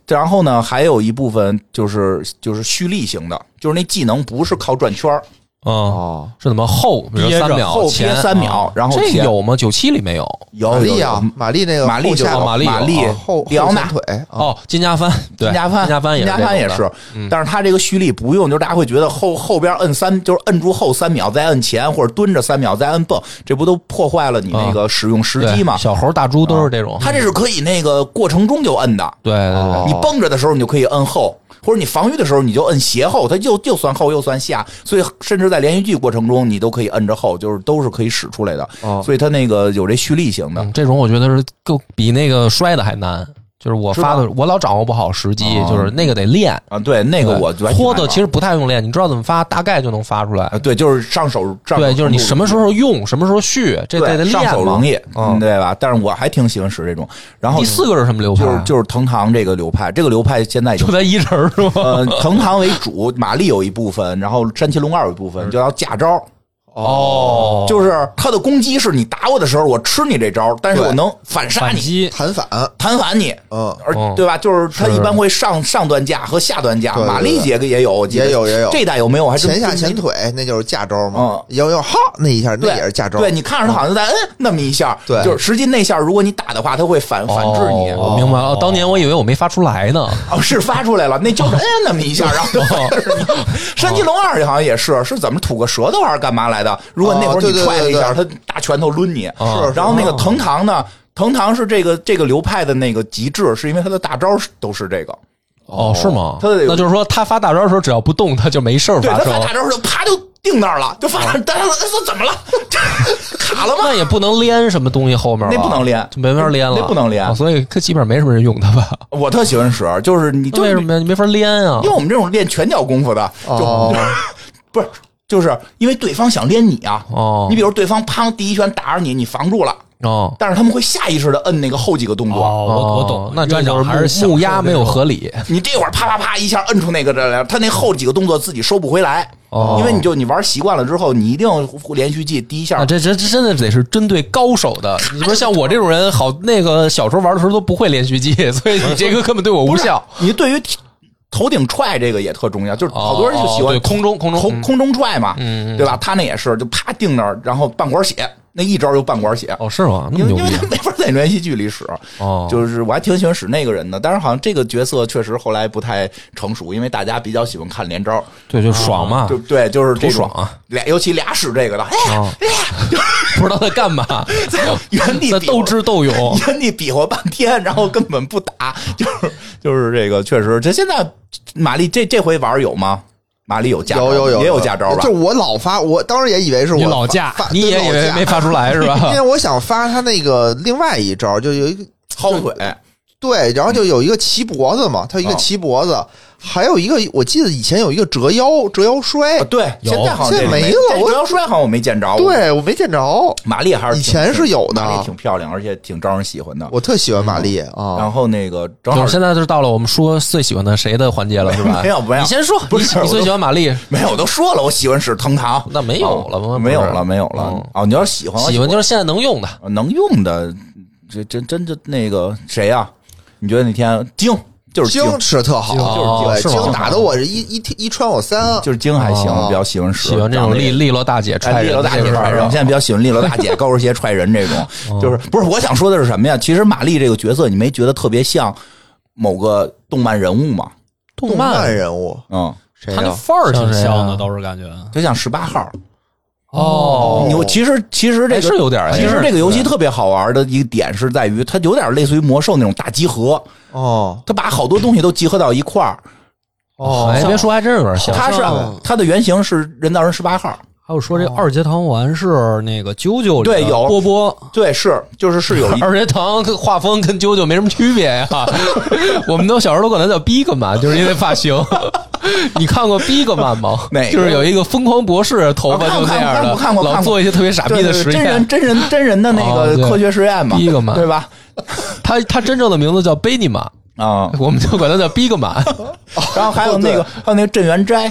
Speaker 2: 然后呢，还有一部分就是就是蓄力型的，就是那技能不是靠转圈儿，
Speaker 1: 嗯，
Speaker 3: 哦，
Speaker 1: 是怎么后比如
Speaker 4: 憋着
Speaker 1: 三秒
Speaker 2: 后
Speaker 1: 哦前
Speaker 2: 贴三秒，然后
Speaker 1: 这
Speaker 2: 前
Speaker 1: 有吗？九七里没有
Speaker 2: 有
Speaker 3: 玛
Speaker 2: 有
Speaker 3: 丽
Speaker 2: 有
Speaker 3: 啊，玛丽那个
Speaker 2: 马力
Speaker 3: 后
Speaker 2: 就
Speaker 3: 下
Speaker 2: 有
Speaker 1: 马力有
Speaker 2: 马力
Speaker 1: 哦
Speaker 3: 后
Speaker 2: 里奥
Speaker 3: 后
Speaker 2: 纳
Speaker 3: 前腿啊，
Speaker 1: 哦，金加帆，对，
Speaker 2: 金加帆，
Speaker 1: 金加帆也
Speaker 2: 金
Speaker 1: 是这种的，嗯
Speaker 2: 加帆也是，但是他这个蓄力不用，就是大家会觉得后后边摁三，就是摁住后三秒再摁前，或者蹲着三秒再摁蹦，这不都破坏了你那个使用时
Speaker 1: 啊对
Speaker 2: 机吗？
Speaker 1: 小猴、大猪都是这种，
Speaker 2: 哦他这是可以那个过程中就摁的，
Speaker 1: 对对对
Speaker 3: 哦
Speaker 2: 你蹦着的时候你就可以摁后，或者你防御的时候你就摁斜后，它又又算后又算下，所以甚至在连续剧过程中你都可以摁着后，就是都是可以使出来的。
Speaker 3: 哦
Speaker 2: 所以它那个有这蓄力型的，
Speaker 1: 嗯，这种我觉得是更比那个摔的还难，就是我
Speaker 2: 是吧
Speaker 1: 发的我老掌握不好时机，
Speaker 2: 哦
Speaker 1: 就是那个得练。
Speaker 2: 啊，对那个我
Speaker 1: 搓的其
Speaker 2: 实
Speaker 1: 实不太用练，你知道怎么发，大概就能发出来。
Speaker 2: 啊对，就是上手上手
Speaker 1: 对，就是你什么时
Speaker 2: 候。
Speaker 1: 候用，什么时候续，这
Speaker 2: 对
Speaker 1: 得得
Speaker 2: 上手
Speaker 1: 练嘛
Speaker 2: 容。易，嗯，对吧？但是我还挺喜欢使这种。然后
Speaker 1: 第四个是什么流派
Speaker 2: 就
Speaker 1: 啊？
Speaker 2: 是就是藤堂这个流派，这个流派现在 已经
Speaker 1: 就咱一人儿是吗？
Speaker 2: 呃藤堂为主，马丽有一部分，然后山崎龙二有一部
Speaker 1: 嗯
Speaker 2: 分，叫架招。
Speaker 1: 哦就
Speaker 2: 就是他的攻击是你打我的时候，我吃你这招，但是
Speaker 3: 对
Speaker 2: 我能反杀
Speaker 4: 反
Speaker 2: 你、
Speaker 4: 击
Speaker 3: 弹反，
Speaker 2: 弹反你，
Speaker 3: 嗯，
Speaker 2: 而
Speaker 1: 哦
Speaker 2: 对吧？就是他
Speaker 1: 是
Speaker 2: 一般会上上段架和下段架，
Speaker 3: 对对
Speaker 2: 玛丽姐也有，我记得
Speaker 3: 也有也有
Speaker 2: 这代有没有？我还真
Speaker 3: 前下
Speaker 2: 真
Speaker 3: 前腿那就是架招嘛
Speaker 2: 嗯，
Speaker 3: 摇摇哈那一下那
Speaker 2: 对
Speaker 3: 也是架招，
Speaker 2: 对你看着他好像在嗯那么一下，
Speaker 3: 对哦
Speaker 2: 就是实际那下如果你打的话，他会反哦反制你。
Speaker 1: 我哦明白了。当年我以为我没发出来呢。
Speaker 2: 哦，是发出来了，那就是嗯那么一下，然后就反制你。山鸡龙二好像也是，是怎么吐个舌头还是干嘛来的？如果那会儿
Speaker 3: 哦对
Speaker 2: 你
Speaker 3: 对
Speaker 2: 踹他一下，
Speaker 3: 对
Speaker 2: 他大拳头抡你。
Speaker 1: 啊
Speaker 3: 是
Speaker 2: 然后那个藤堂呢，藤堂是这个这个流派的那个极致，是因为他的大招是都是这个，
Speaker 1: 哦，是吗？
Speaker 2: 他得有
Speaker 1: 那就是说，他发大招的时候，只要不动，他就没事儿
Speaker 2: 对
Speaker 1: 发
Speaker 2: 他
Speaker 1: 生
Speaker 2: 发。大招就啪就定那儿了，就发那儿，大家说哎怎么了？ 卡了吗？
Speaker 1: 那也不能连什么东西后面吧，
Speaker 2: 那不能连
Speaker 1: 就没法连了，
Speaker 2: 那不能连
Speaker 1: 哦所以它基本上没什么人用它吧？
Speaker 2: 我特喜欢使，就是你就
Speaker 1: 为
Speaker 2: 是
Speaker 1: 什么呀？你没法连啊
Speaker 2: 因为？我们这种练拳脚功夫的，就、
Speaker 3: 哦
Speaker 2: 不是。就是因为对方想连你啊，
Speaker 1: 哦
Speaker 2: 你比如对方砰第一拳打着你，你防住了，
Speaker 1: 哦
Speaker 2: 但是他们会下意识的摁那个后几个动作，
Speaker 4: 哦，我我
Speaker 1: 哦
Speaker 4: 懂了，
Speaker 1: 那这
Speaker 4: 院
Speaker 1: 就是
Speaker 4: 长还是享
Speaker 1: 木
Speaker 4: 受
Speaker 1: 木鸭
Speaker 4: 这
Speaker 1: 没有
Speaker 4: 种
Speaker 1: 合理
Speaker 2: 你这会儿啪啪啪一下摁出那个这来，他那后几个动作自己收不回来，
Speaker 1: 哦
Speaker 2: 因为你就你玩习惯了之后，你一定连续记第一下
Speaker 1: 啊！。这这这真的得是针对高手的。你说像我这种人，好那个小时候玩的时候都不会连续技， 所以你这个根本对我无效。
Speaker 2: 你对于头顶踹这个也特重要，就是好多人就喜
Speaker 1: 哦对
Speaker 2: 欢
Speaker 1: 空中空中
Speaker 2: 空
Speaker 1: 嗯
Speaker 2: 空中踹嘛，
Speaker 1: 嗯嗯
Speaker 2: 对吧？他那也是就啪定那儿，然后半管血，那一招就半管血，
Speaker 1: 哦，是吗？那
Speaker 2: 因
Speaker 1: 么
Speaker 2: 为
Speaker 1: 牛
Speaker 2: 因为
Speaker 1: 逼
Speaker 2: 他没法在连续剧里使。
Speaker 1: 哦！
Speaker 2: 就是我还挺喜欢使那个人的，但是好像这个角色确实后来不太成熟，因为大家比较喜欢看连招，
Speaker 1: 啊对，就爽嘛，
Speaker 2: 就对，就是这
Speaker 1: 图
Speaker 2: 种
Speaker 1: 爽啊！
Speaker 2: 俩尤其俩使这个的，哎呀
Speaker 1: 哦
Speaker 2: 哎呀，
Speaker 1: 不知道在干嘛，
Speaker 2: 原 地
Speaker 1: 在
Speaker 2: 比划
Speaker 1: 斗智斗 勇。
Speaker 2: 原地比划半天，然后根本不打， 就是就是这个，确实，这现在玛丽这这回玩有吗？玛丽有驾招，
Speaker 3: 有有有
Speaker 2: 也有驾招吧
Speaker 3: 就？我老发，我当时也以为是我
Speaker 4: 你老
Speaker 3: 发
Speaker 4: 架
Speaker 3: 发
Speaker 1: 你
Speaker 3: 对
Speaker 1: 也以
Speaker 3: 老
Speaker 1: 为
Speaker 3: 架
Speaker 1: 没发出来是
Speaker 3: 因
Speaker 1: 吧
Speaker 3: 为？我想发他那个另外一招，就有一个
Speaker 2: 薅腿，
Speaker 3: 对，然后就有一个骑脖子嘛，他有一个
Speaker 2: 哦
Speaker 3: 骑脖子，还有一个我记得以前有一个折腰折腰摔
Speaker 2: 啊，对，
Speaker 4: 有
Speaker 2: 现在好像
Speaker 3: 现在
Speaker 2: 没
Speaker 3: 没了我
Speaker 2: 折腰摔好像我没见着。，
Speaker 3: 对我没见着，
Speaker 2: 玛丽还是
Speaker 3: 以
Speaker 2: 挺
Speaker 3: 前是有的
Speaker 2: 玛丽挺漂亮，而且挺招人喜欢的。
Speaker 3: 我特喜欢玛丽啊
Speaker 2: 嗯然，后那个正好
Speaker 1: 就是现在就是到了我们说最喜欢的谁的环节了，是吧？
Speaker 2: 没有没有
Speaker 1: 你先说，
Speaker 2: 不是
Speaker 1: 你你最喜欢玛丽，
Speaker 2: 没有，我都说了，我喜欢使藤堂，
Speaker 1: 那没有了吗？不
Speaker 2: 啊
Speaker 1: 是嗯
Speaker 2: 没有了，没有了。哦，你要是喜欢，
Speaker 1: 喜欢就是现在能用的，
Speaker 2: 啊能用的，这真真的那个谁呀、你觉得那天京就是
Speaker 3: 京吃的特好，
Speaker 1: 就是
Speaker 3: 对
Speaker 1: 京是吗
Speaker 3: 京打的我是一一一穿我三啊，
Speaker 2: 嗯就是京还行，
Speaker 1: 哦
Speaker 2: 比较喜欢使
Speaker 1: 喜欢这种利利落大姐
Speaker 2: 哎，
Speaker 1: 踹
Speaker 2: 利
Speaker 1: 人
Speaker 2: 落大姐
Speaker 1: 这个事
Speaker 2: 踹
Speaker 1: 儿哦
Speaker 2: 人，我
Speaker 1: 啊
Speaker 2: 现在比较喜欢利落大 姐高跟鞋踹人这种，就是不是我想说的是什么呀？其实玛丽这个角色，你没觉得特别像某个动漫人物吗？
Speaker 1: 动
Speaker 3: 漫
Speaker 1: 漫
Speaker 3: 人物，
Speaker 2: 嗯，
Speaker 3: 谁
Speaker 4: 他那
Speaker 3: 呀？
Speaker 4: 范儿挺像
Speaker 1: 像谁
Speaker 4: 的，
Speaker 1: 啊
Speaker 4: 倒是感觉
Speaker 2: 就像十八号，
Speaker 1: 哦
Speaker 2: 你其实其实这
Speaker 1: 还
Speaker 2: 个
Speaker 1: 是有点儿哎
Speaker 2: 其实这个游戏特别好玩的一个点是在于，它有点类似于魔兽那种大集合，
Speaker 3: 哦
Speaker 2: 它把好多东西都集合到一块儿。
Speaker 3: 哦
Speaker 1: 哎，别说，还真有点像。
Speaker 2: 它是
Speaker 3: 像
Speaker 2: 它的原型是人造人十八号，
Speaker 4: 还有说
Speaker 1: 哦
Speaker 4: 这二阶堂丸是那个啾啾里的
Speaker 2: 对有
Speaker 4: 波波，
Speaker 2: 对，是就是 是有一
Speaker 1: 二阶堂跟画风跟啾啾没什么区别呀，我们都小时候都管他叫逼格曼，就是因为发型。 你看过逼格曼吗
Speaker 2: 哪？个
Speaker 1: 就是有一个疯狂博士，头发就那样的，
Speaker 2: 我看过看过看过看过
Speaker 1: 老做一些特别傻逼的
Speaker 2: 对对
Speaker 1: 实
Speaker 2: 对真
Speaker 1: 验
Speaker 2: 人。真人真人的那
Speaker 1: 哦
Speaker 2: 个
Speaker 1: 对
Speaker 2: 科学实验嘛，
Speaker 1: 逼格嘛
Speaker 2: 对吧？
Speaker 1: 他他真正的名字叫贝尼玛，
Speaker 2: 啊，
Speaker 1: 我们就管他叫逼格 曼。
Speaker 2: 然后还有那个
Speaker 3: 对
Speaker 2: 还有那个镇元斋，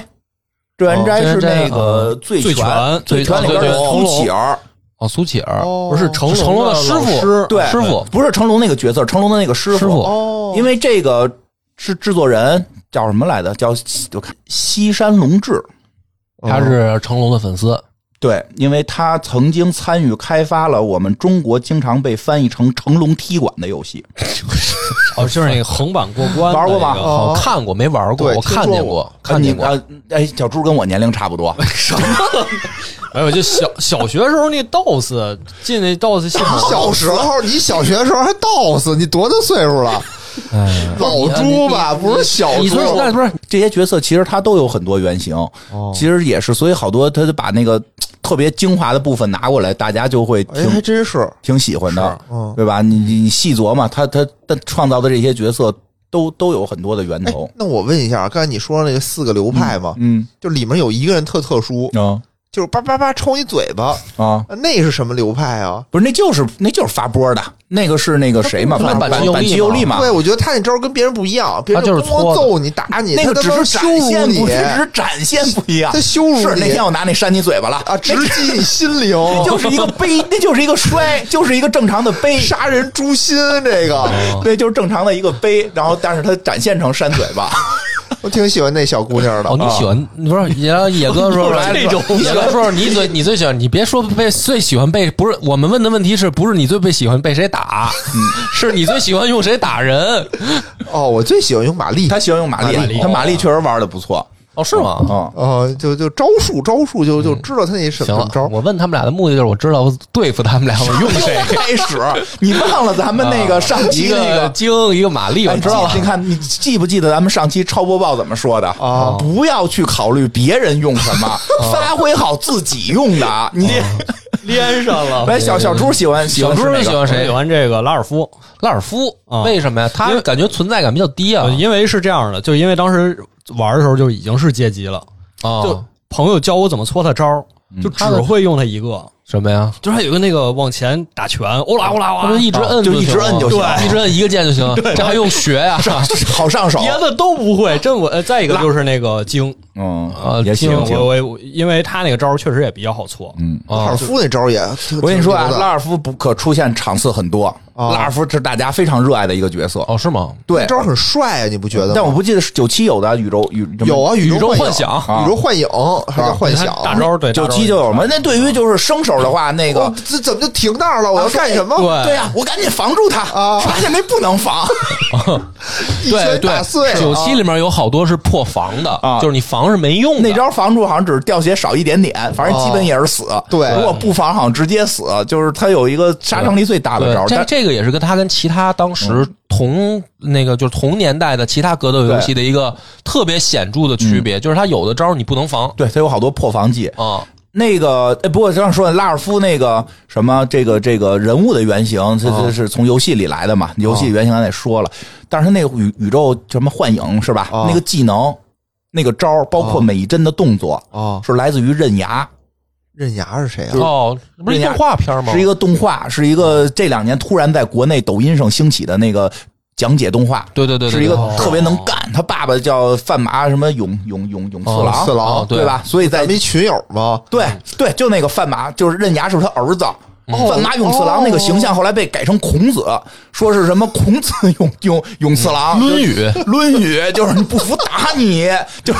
Speaker 2: 镇元斋
Speaker 1: 哦镇
Speaker 2: 是
Speaker 1: 元斋
Speaker 2: 那个醉
Speaker 4: 醉拳
Speaker 2: 醉拳里边
Speaker 1: 醉
Speaker 2: 的
Speaker 1: 拳
Speaker 2: 苏乞儿，
Speaker 1: 哦，苏乞儿
Speaker 3: 哦
Speaker 4: 不是成
Speaker 1: 成龙
Speaker 4: 的
Speaker 1: 的师
Speaker 4: 老
Speaker 1: 傅，
Speaker 2: 对
Speaker 1: 师傅，
Speaker 2: 不是成龙那个角色，成龙的那个师
Speaker 1: 师傅，
Speaker 2: 傅，
Speaker 3: 哦，
Speaker 2: 因为这个是制作人叫什么来的？叫我看西山隆志。
Speaker 1: 他是成龙的粉
Speaker 2: 哦
Speaker 1: 丝。
Speaker 2: 对，因为他曾经参与开发了我们中国经常被翻译成“成龙踢馆”的游戏，
Speaker 4: 哦，就是那个横版过关的
Speaker 2: 玩过吗
Speaker 4: 那个
Speaker 3: 哦
Speaker 1: 我看过没玩过，
Speaker 3: 对
Speaker 1: 我看见过，看见过。
Speaker 2: 啊你啊哎，小猪跟我年龄差不多，
Speaker 4: 哎呦，就小小学时候那 DOS 进那 DOS 系
Speaker 1: 啊
Speaker 4: 统，
Speaker 3: 小时候，你小学时候还 DOS，你多大岁数了？
Speaker 1: 哎，
Speaker 3: 老猪吧，不是小
Speaker 1: 你
Speaker 3: 猪
Speaker 1: 说。那不是
Speaker 2: 这些角色其实他都有很多原型，其实也是，所以好多他就把那个嘖特别精华的部分拿过来，大家就会
Speaker 3: 哎，
Speaker 2: 挺、
Speaker 3: 还真是，
Speaker 2: 挺喜欢的，
Speaker 3: 嗯
Speaker 2: 对吧？你你你细琢磨，他他他创造的这些角色都都有很多的源头，
Speaker 3: 那我问一下，刚才你说那个四个流派嘛，
Speaker 2: 哦嗯
Speaker 3: 就里面有一个人特特殊，
Speaker 2: 啊
Speaker 3: 就是叭叭叭抽你嘴巴，
Speaker 2: 啊。
Speaker 3: 那是什么流派啊？
Speaker 2: 不是，那就是那就是发波的，那个是那个谁嘛，
Speaker 1: 那不是
Speaker 2: 反反
Speaker 1: 板球
Speaker 2: 反
Speaker 1: 力
Speaker 2: 肌肉
Speaker 1: 吗
Speaker 2: 力嘛，
Speaker 3: 对，我觉得他那招跟别人不一样，别人
Speaker 1: 就是
Speaker 3: 咣咣
Speaker 1: 搓的
Speaker 3: 揍你、打你，
Speaker 2: 那个
Speaker 3: 他
Speaker 2: 只
Speaker 3: 他妈
Speaker 2: 是
Speaker 3: 羞
Speaker 2: 展
Speaker 3: 辱
Speaker 2: 现
Speaker 3: 你啊
Speaker 2: 不，只是展现不一样，
Speaker 3: 他羞辱
Speaker 2: 是
Speaker 3: 你
Speaker 2: 那天我拿那扇你嘴巴了
Speaker 3: 啊，直击你心灵，
Speaker 2: 那就是一个 背，那就是一个摔，就是一个正常的背，
Speaker 3: 杀人诛心。这个
Speaker 2: 对，就是正常的一个杯，然后但是它展现成扇嘴巴，
Speaker 3: 我挺喜欢那小姑娘的
Speaker 1: 哦，，你喜欢你不是？然后野哥说 来
Speaker 2: 这种
Speaker 1: 野哥说你最你最喜欢，你别说被最喜欢被不是我们问的问题是不是你最被喜欢被谁打？ 是你最喜欢用谁打人？
Speaker 3: 哦，我最喜欢用玛丽，
Speaker 2: 他喜欢用玛
Speaker 4: 玛
Speaker 2: 丽，
Speaker 4: 丽
Speaker 2: 他玛丽确实玩的不错
Speaker 1: 哦，是吗？
Speaker 2: 啊。
Speaker 3: 哦，就就招数招数就就知道他那什
Speaker 1: 嗯啊行
Speaker 3: 哦么
Speaker 1: 了
Speaker 3: 招，，
Speaker 1: 我问他们俩的目的就是我知道我对付他们俩我用谁。
Speaker 2: 开始，你忘了咱们那个上
Speaker 1: 一
Speaker 2: 期那
Speaker 1: 个
Speaker 2: 个。
Speaker 1: 精，一个玛丽，我
Speaker 2: 哎
Speaker 1: 知道了
Speaker 2: 你。看，你记不记得咱们上期超播报怎么说的
Speaker 3: 啊
Speaker 2: 不要去考虑别人用什么，发挥好自己用的啊。你
Speaker 4: 连上 了
Speaker 2: 来，小小猪喜欢喜
Speaker 1: 小
Speaker 2: 欢
Speaker 1: 猪
Speaker 2: 是哪
Speaker 1: 是哎喜
Speaker 2: 个
Speaker 1: 欢
Speaker 4: 我喜
Speaker 1: 谁？
Speaker 4: 欢这个拉尔夫，
Speaker 1: 拉尔夫
Speaker 4: 啊，
Speaker 1: 为什么呀？他感觉存在感比较低啊
Speaker 4: 呃。因为是这样的，就因为当时玩的时候就已经是阶级了，
Speaker 1: 啊，
Speaker 4: 就朋友教我怎么搓他招儿，就只会用他一个，
Speaker 1: 什么呀？
Speaker 4: 就是他有一个那个往前打拳，欧啦欧啦
Speaker 1: 他就
Speaker 4: 欧啦，
Speaker 1: 一直摁，
Speaker 2: 就一直摁就行
Speaker 1: 一直摁一个键就行。这还用学呀？
Speaker 2: 好上手？
Speaker 4: 别的都不会。这我呃再一个就是那个精，
Speaker 1: 呃
Speaker 2: 嗯，也行
Speaker 1: 听。
Speaker 2: 行
Speaker 4: 我我因为他那个招儿确实也比较好搓，
Speaker 2: 嗯，
Speaker 3: 拉尔
Speaker 1: 啊，
Speaker 3: 夫那招也，
Speaker 2: 我跟你说啊，
Speaker 3: 挺牛的
Speaker 2: 拉尔夫不可出现场次很多，
Speaker 3: 啊
Speaker 2: 拉尔夫是大家非常热爱的一个角色。
Speaker 1: 哦，是吗？
Speaker 2: 对
Speaker 3: 那，招很帅啊，你不觉得吗？
Speaker 2: 但我不记得是九七有的宇宙宇
Speaker 3: 有啊，宇
Speaker 1: 宇宙
Speaker 3: 幻
Speaker 1: 幻想
Speaker 2: 啊
Speaker 3: 宇宙幻影还叫幻
Speaker 4: 他
Speaker 3: 想，
Speaker 4: 大招儿对
Speaker 2: 九七就有吗？那对于就是生手的话，那个
Speaker 3: 哦这怎么就停那儿了？我要干什么？
Speaker 4: 对
Speaker 2: 对呀，我赶紧防住他
Speaker 3: 啊
Speaker 2: 发现那不能防
Speaker 3: 一
Speaker 1: 对
Speaker 3: 拳打碎啊
Speaker 1: 对，九七里面有好多是破防的，
Speaker 2: 啊
Speaker 1: 就是你防是没用的。
Speaker 2: 那招防住，好像只是掉血少一点点，反正基本也是死。
Speaker 3: 对
Speaker 2: 如果不防，好像直接死。就是他有一个杀伤力最大的
Speaker 1: 对
Speaker 2: 招，，
Speaker 1: 这
Speaker 2: 但
Speaker 1: 这个也是跟他跟其他当时同那个就是同年代的其他格斗游戏的一个特别显著的区别，就是他有的招你不能防
Speaker 2: 对他有好多破防技。
Speaker 1: 啊。
Speaker 2: 那个，哎，不过这样说，拉尔夫那个什么，这个这个人物的原型，这
Speaker 1: 哦
Speaker 2: 这是从游戏里来的嘛？游戏原型咱得说了，但是他那个宇宇宙什么幻影是吧？
Speaker 3: 啊
Speaker 2: 那个技能、那个招儿，包
Speaker 1: 哦
Speaker 2: 括每一帧的动作，
Speaker 3: 啊！
Speaker 2: 是来自于刃牙，
Speaker 3: 刃牙是谁啊？
Speaker 1: 哦，不是
Speaker 2: 人家
Speaker 1: 动画片吗？
Speaker 2: 是一个动画，是一个这两年突然在国内抖音上兴起的那个讲解动画，
Speaker 1: 对对对，对
Speaker 2: 是一个
Speaker 1: 对
Speaker 2: 特别能干。他爸爸叫范马什么永永永永次郎，
Speaker 3: 哦次郎
Speaker 2: 对吧？所以在
Speaker 3: 咱们一群友吗？
Speaker 2: 对对，就那个范马，就是刃牙是他儿子，范马永次郎那个形象后来被改成孔子，说是什么孔子永永永次郎，
Speaker 1: 论语
Speaker 2: 《论语》，就是你不服打你，就是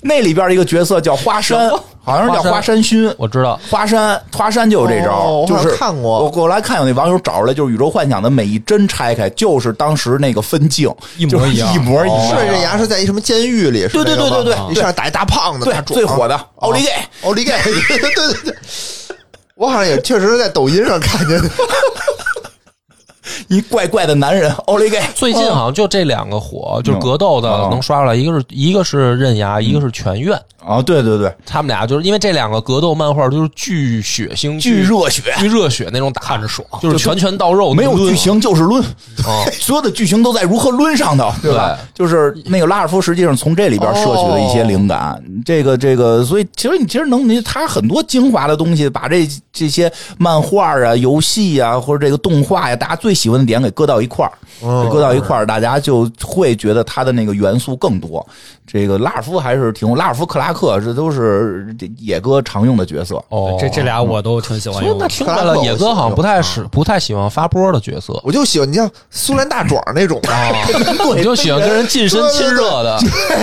Speaker 2: 那里边一个角色叫花山，好像是叫花山薰，
Speaker 1: 我知道，
Speaker 2: 花山花山就有这招，
Speaker 3: 哦我
Speaker 2: 就
Speaker 3: 好像
Speaker 2: 是
Speaker 3: 看过
Speaker 2: 我我来看有那网友找出来，就是宇宙幻想的每一帧拆开，就是当时那个分镜
Speaker 4: 一模
Speaker 2: 就是
Speaker 4: 一样
Speaker 2: 一模一
Speaker 3: 顺
Speaker 2: 样。
Speaker 3: 着哦牙是在一什么监狱里？是
Speaker 2: 对对
Speaker 3: 那个
Speaker 2: 对对
Speaker 3: 吗
Speaker 2: 对
Speaker 3: 一上来打一大胖子，
Speaker 2: 对
Speaker 3: 大，壮哦
Speaker 2: 最火的奥利给，
Speaker 3: 奥利给，对对对对，我好像也确实在抖音上看见，
Speaker 2: 一怪怪的男人，奥利 给，
Speaker 1: 最近好像就这两个火，就是
Speaker 2: 嗯
Speaker 1: 格斗的
Speaker 2: 哦
Speaker 1: 能刷出来，一个是一个是刃牙，一个是拳愿。
Speaker 2: 啊，对对对，
Speaker 1: 他们俩就是因为这两个格斗漫画就是巨血腥、
Speaker 2: 巨、热血，
Speaker 1: 巨热血那种打，看着爽，就是拳拳到肉，
Speaker 2: 没有
Speaker 1: 抡
Speaker 2: 剧情就是抡，
Speaker 1: 哦
Speaker 2: 所有的剧情都在如何抡上头，对吧？就是那个拉尔夫实际上从这里边摄取了一些灵感，这个这个，所以其实你其实能，你他很多精华的东西，把这这些漫画啊、游戏啊，或者这个动画呀、大家最喜欢的点给搁到一块儿，
Speaker 3: 嗯
Speaker 2: 搁到一块儿，大家就会觉得它的那个元素更多。这个拉尔夫还是挺，拉尔夫克拉克这都是野哥常用的角色。
Speaker 1: 哦，
Speaker 4: 这这俩我都挺喜欢
Speaker 1: 所以
Speaker 4: 用
Speaker 1: 那
Speaker 4: 的。
Speaker 1: 听出来了，野哥好像不太是不太喜欢发波的角色，
Speaker 3: 我就喜欢你像苏联大壮那种的，
Speaker 1: 你就喜欢跟人近身亲热的。
Speaker 3: 你看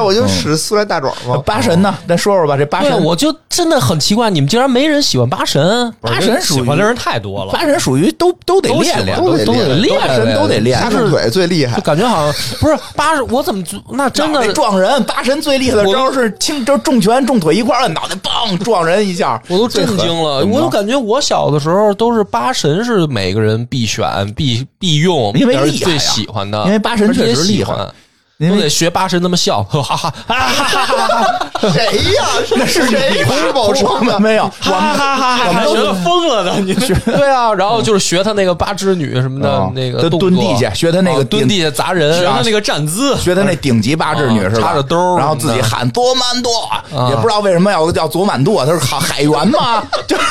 Speaker 1: 嗯
Speaker 3: 我就使苏联大壮嘛，
Speaker 2: 八神呢？咱说说吧，这八
Speaker 1: 对，
Speaker 2: 神，
Speaker 1: 我就真的很奇怪，你们竟然没人喜欢八神，
Speaker 2: 八神属于
Speaker 4: 喜欢的人太多了，
Speaker 2: 八神属于都都得
Speaker 4: 都喜
Speaker 2: 练
Speaker 4: 欢
Speaker 2: 练，
Speaker 3: 都得
Speaker 1: 都得
Speaker 3: 练
Speaker 1: 练
Speaker 2: 八神都得
Speaker 1: 呗
Speaker 2: 练
Speaker 3: 下看腿最厉害
Speaker 1: 就，感觉好像不是八十，我怎么那真
Speaker 2: 脑
Speaker 1: 的
Speaker 2: 袋撞人，八神最厉害的
Speaker 1: 我
Speaker 2: 招是轻，就是重拳重腿一块儿，摁脑袋梆撞人一下，
Speaker 1: 我都震惊了，
Speaker 2: 最狠
Speaker 1: 我就。
Speaker 2: 怎么着
Speaker 1: 感觉我小的时候都是八神是每个人必选、必必用，
Speaker 2: 因为
Speaker 1: 而
Speaker 2: 厉害
Speaker 1: 最
Speaker 2: 呀
Speaker 1: 喜欢的，
Speaker 2: 因为八神
Speaker 1: 而且
Speaker 2: 确实
Speaker 1: 喜
Speaker 2: 厉害
Speaker 1: 欢，
Speaker 2: 因
Speaker 1: 都
Speaker 2: 为
Speaker 1: 得学八神那么笑，哈哈哈哈哈哈，
Speaker 3: 谁哎呀？那是谁不是宝
Speaker 2: 我
Speaker 3: 双
Speaker 2: 们
Speaker 3: 的？
Speaker 2: 没有，我
Speaker 4: 哈
Speaker 2: 们
Speaker 4: 哈哈哈！
Speaker 2: 我们
Speaker 4: 还
Speaker 2: 都
Speaker 4: 觉得疯了呢，你是
Speaker 1: 对啊，然后就是学他那个八织女什么的
Speaker 2: 嗯
Speaker 1: 那
Speaker 2: 就
Speaker 1: 个动作
Speaker 2: 蹲地下学他那个
Speaker 1: 啊蹲地下砸人，
Speaker 4: 学
Speaker 1: 然
Speaker 4: 他
Speaker 1: 后
Speaker 4: 那个站姿，
Speaker 2: 学他那顶级八智女
Speaker 1: 啊
Speaker 2: 是吧？
Speaker 1: 插着兜儿
Speaker 2: 然后自己喊多满舵，
Speaker 1: 啊
Speaker 2: 也不知道为什么要叫左满舵，他是海海员吗？ 就是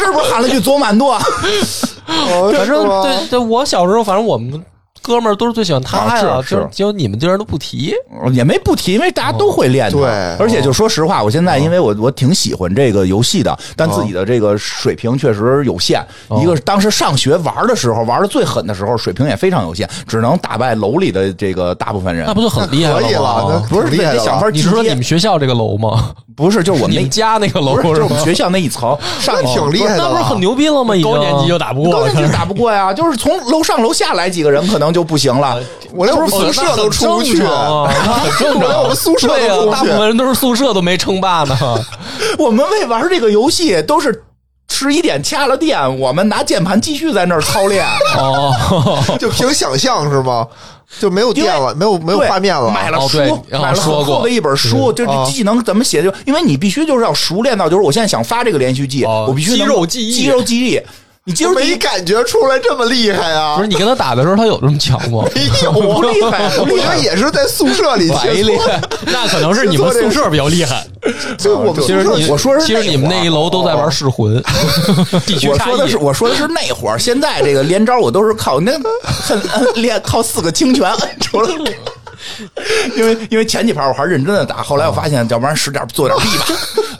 Speaker 2: 是不是喊了句左满舵？
Speaker 3: 哦
Speaker 1: 反正
Speaker 3: 是吗
Speaker 1: 对对，我小时候反正我们哥们儿都是最喜欢他
Speaker 2: 啊是
Speaker 1: 呀，
Speaker 2: 是
Speaker 1: 就就你们竟然都不提，
Speaker 2: 也没不提，因为大家都会练它。
Speaker 3: 哦对嗯
Speaker 2: 而且就说实话，我现在因为我我挺喜欢这个游戏的，但自己的这个水平确实有限。
Speaker 3: 哦
Speaker 2: 一个是当时上学玩的时候，玩的最狠的时候，水平也非常有限，只能打败楼里的这个大部分人
Speaker 1: 那。不就很厉害
Speaker 3: 可以
Speaker 1: 了
Speaker 3: 了
Speaker 1: 吗？，哦
Speaker 2: 不是
Speaker 3: 挺厉害
Speaker 2: 得想法
Speaker 3: 了
Speaker 2: 儿
Speaker 1: 你是说
Speaker 2: 进阶
Speaker 1: 你们学校这个楼吗？
Speaker 2: 不是，就是我们
Speaker 1: 你
Speaker 2: 那
Speaker 1: 们家那个楼
Speaker 2: 不是，就是我
Speaker 1: 吗
Speaker 2: 们学校那 一层上
Speaker 3: 那挺厉害的
Speaker 1: 那
Speaker 3: 了，
Speaker 1: 不是很牛逼了吗？已经
Speaker 4: 高 年级就打不过
Speaker 2: 高
Speaker 4: 了
Speaker 2: 年。 级打不过呀，就是从楼上楼下来几个人，可能就不行了。
Speaker 3: 我连我们宿舍都出不
Speaker 1: 那很正
Speaker 3: 去，
Speaker 1: 常啊，那很正
Speaker 3: 我连
Speaker 1: 常。
Speaker 3: 我们宿舍
Speaker 1: 对呀
Speaker 3: 都出不去
Speaker 1: 大部分人都是宿舍都没称霸 呢。
Speaker 2: 我们为玩这个游戏都是十一点掐了电，我们拿键盘继续在那儿操练。
Speaker 1: 哦，
Speaker 3: 就凭想象是吗？就没有电了，没有没有
Speaker 2: 对
Speaker 3: 画面了，
Speaker 2: 买了
Speaker 1: 哦
Speaker 2: 书，
Speaker 1: 对然后
Speaker 2: 买了
Speaker 1: 说
Speaker 2: 很厚
Speaker 1: 过
Speaker 2: 的一本书，就
Speaker 3: 啊
Speaker 2: 这技能怎么写就，因为你必须就是要熟练到，就是我现在想发这个连续技，
Speaker 4: 哦
Speaker 2: 我必须能
Speaker 4: 肌肉记忆
Speaker 2: 肌肉记忆，你肌
Speaker 3: 就
Speaker 2: 肉记
Speaker 3: 没
Speaker 2: 忆
Speaker 3: 感觉出来这么厉害啊
Speaker 1: 不是！你跟他打的时候，他有这么强吗？
Speaker 3: 没有，
Speaker 2: 不厉害，不
Speaker 3: 我
Speaker 2: 厉
Speaker 3: 觉得
Speaker 2: 害。
Speaker 3: 也是在宿舍里
Speaker 1: 白
Speaker 3: 切
Speaker 1: 练，
Speaker 4: 那可能是你们宿舍比较厉害，
Speaker 3: 磋，所以我们
Speaker 1: 啊
Speaker 2: 其
Speaker 3: 宿
Speaker 1: 其实
Speaker 3: 舍
Speaker 1: 你
Speaker 2: 我说是
Speaker 1: 其实你们
Speaker 2: 那会儿
Speaker 1: 那一楼都在玩噬 魂，
Speaker 4: 地区
Speaker 2: 我
Speaker 4: 差
Speaker 2: 说的
Speaker 4: 异
Speaker 2: 是，。我说的是那会儿，现在这个连招我都是靠那很摁练，靠四个轻拳摁出来。因为因为前几盘我还是认真的打，后来我发现，要不然使点做点弊吧，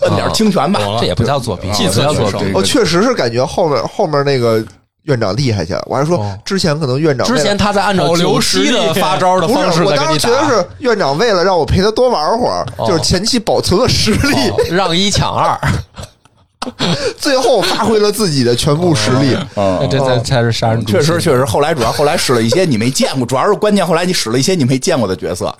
Speaker 2: 摁点轻拳吧，
Speaker 4: 啊
Speaker 1: 这也不叫作弊，
Speaker 2: 技
Speaker 1: 这不
Speaker 2: 巧
Speaker 1: 叫作
Speaker 2: 这
Speaker 1: 弊。
Speaker 2: 个
Speaker 3: 我哦确实是感觉后面后面那个院长厉害去了。我还说之前可能院长
Speaker 1: 哦
Speaker 3: 为
Speaker 1: 之
Speaker 3: 了
Speaker 1: 前他在按照
Speaker 4: 保留
Speaker 1: 九
Speaker 4: 实
Speaker 1: 七
Speaker 4: 力
Speaker 1: 的发招的
Speaker 3: 不
Speaker 1: 方
Speaker 3: 是，
Speaker 1: 式
Speaker 3: 我
Speaker 1: 在跟
Speaker 3: 当
Speaker 1: 你
Speaker 3: 时觉得
Speaker 1: 打，
Speaker 3: 是院长为了让我陪他多玩会儿，
Speaker 1: 哦
Speaker 3: 就是前期保存了实力，
Speaker 1: 哦让一抢二，
Speaker 3: 最后发挥了自己的全部实力。哦
Speaker 1: 那这才才是杀人诛
Speaker 2: 确
Speaker 1: 心
Speaker 2: 实，确实，后来主要后来使了一些你没见过，主要是关键后来你使了一些你没见过的角色，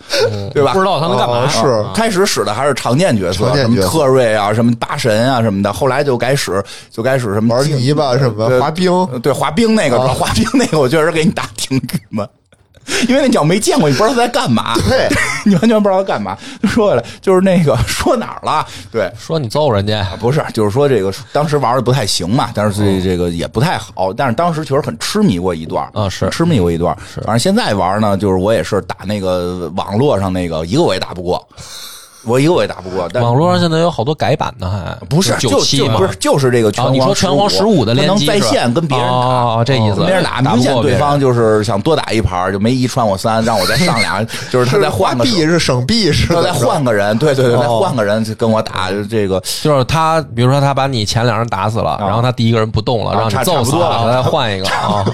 Speaker 2: 对吧？
Speaker 4: 嗯不知道啊他能干嘛
Speaker 3: 哦。是
Speaker 2: 开始使的还是常见角色，
Speaker 3: 常见
Speaker 2: 什么
Speaker 3: 角色
Speaker 2: 特瑞啊，什么八神啊什么的，后来就改使就改使什么
Speaker 3: 玩
Speaker 2: 竞
Speaker 3: 泥巴什么
Speaker 2: 对
Speaker 3: 呃滑冰
Speaker 2: 呃对滑冰那个
Speaker 3: 啊
Speaker 2: 滑冰那个，我确实给你打挺 郁闷，因为那脚没见过，你不知道他在干嘛，
Speaker 3: 对，
Speaker 2: 你完全不知道他干嘛。说回来，就是那个说哪儿了？对，
Speaker 1: 说你揍人家，
Speaker 2: 不是，就是说这个当时玩的不太行嘛，但是这这个也不太好，但是当时确实很痴迷过一段
Speaker 1: 啊是
Speaker 2: 痴迷过一段。反正现在玩呢，就是我也是打那个网络上那个一个我也打不过，我一个我也打不过。但
Speaker 1: 网络上现在有好多改版的，还
Speaker 2: 不是
Speaker 1: 九
Speaker 2: 就
Speaker 1: 七
Speaker 2: 就
Speaker 1: 嘛
Speaker 2: 不？是就是这个
Speaker 1: 啊，你说拳皇十五的
Speaker 2: 它
Speaker 1: 联
Speaker 2: 能
Speaker 1: 机
Speaker 2: 在线跟别人打，
Speaker 1: 啊，哦这意思
Speaker 2: 没人打，
Speaker 1: 打
Speaker 2: 明
Speaker 1: 不
Speaker 2: 显
Speaker 1: 过别
Speaker 2: 对
Speaker 1: 人
Speaker 2: 方就是想多打一盘，就没一穿我三，让我再上俩，就是他再换个
Speaker 3: 币
Speaker 2: 手，
Speaker 3: 是省币是
Speaker 2: 他
Speaker 3: 的，
Speaker 2: 再换个人，对对对，
Speaker 3: 哦
Speaker 2: 再换个人就跟我打这个，
Speaker 1: 就是他，比如说他把你前两人打死了，然后他第一个人不动了，
Speaker 2: 啊
Speaker 1: 让
Speaker 2: 差
Speaker 1: 你揍
Speaker 2: 差不
Speaker 1: 死
Speaker 2: 多了
Speaker 1: 他再换一个啊。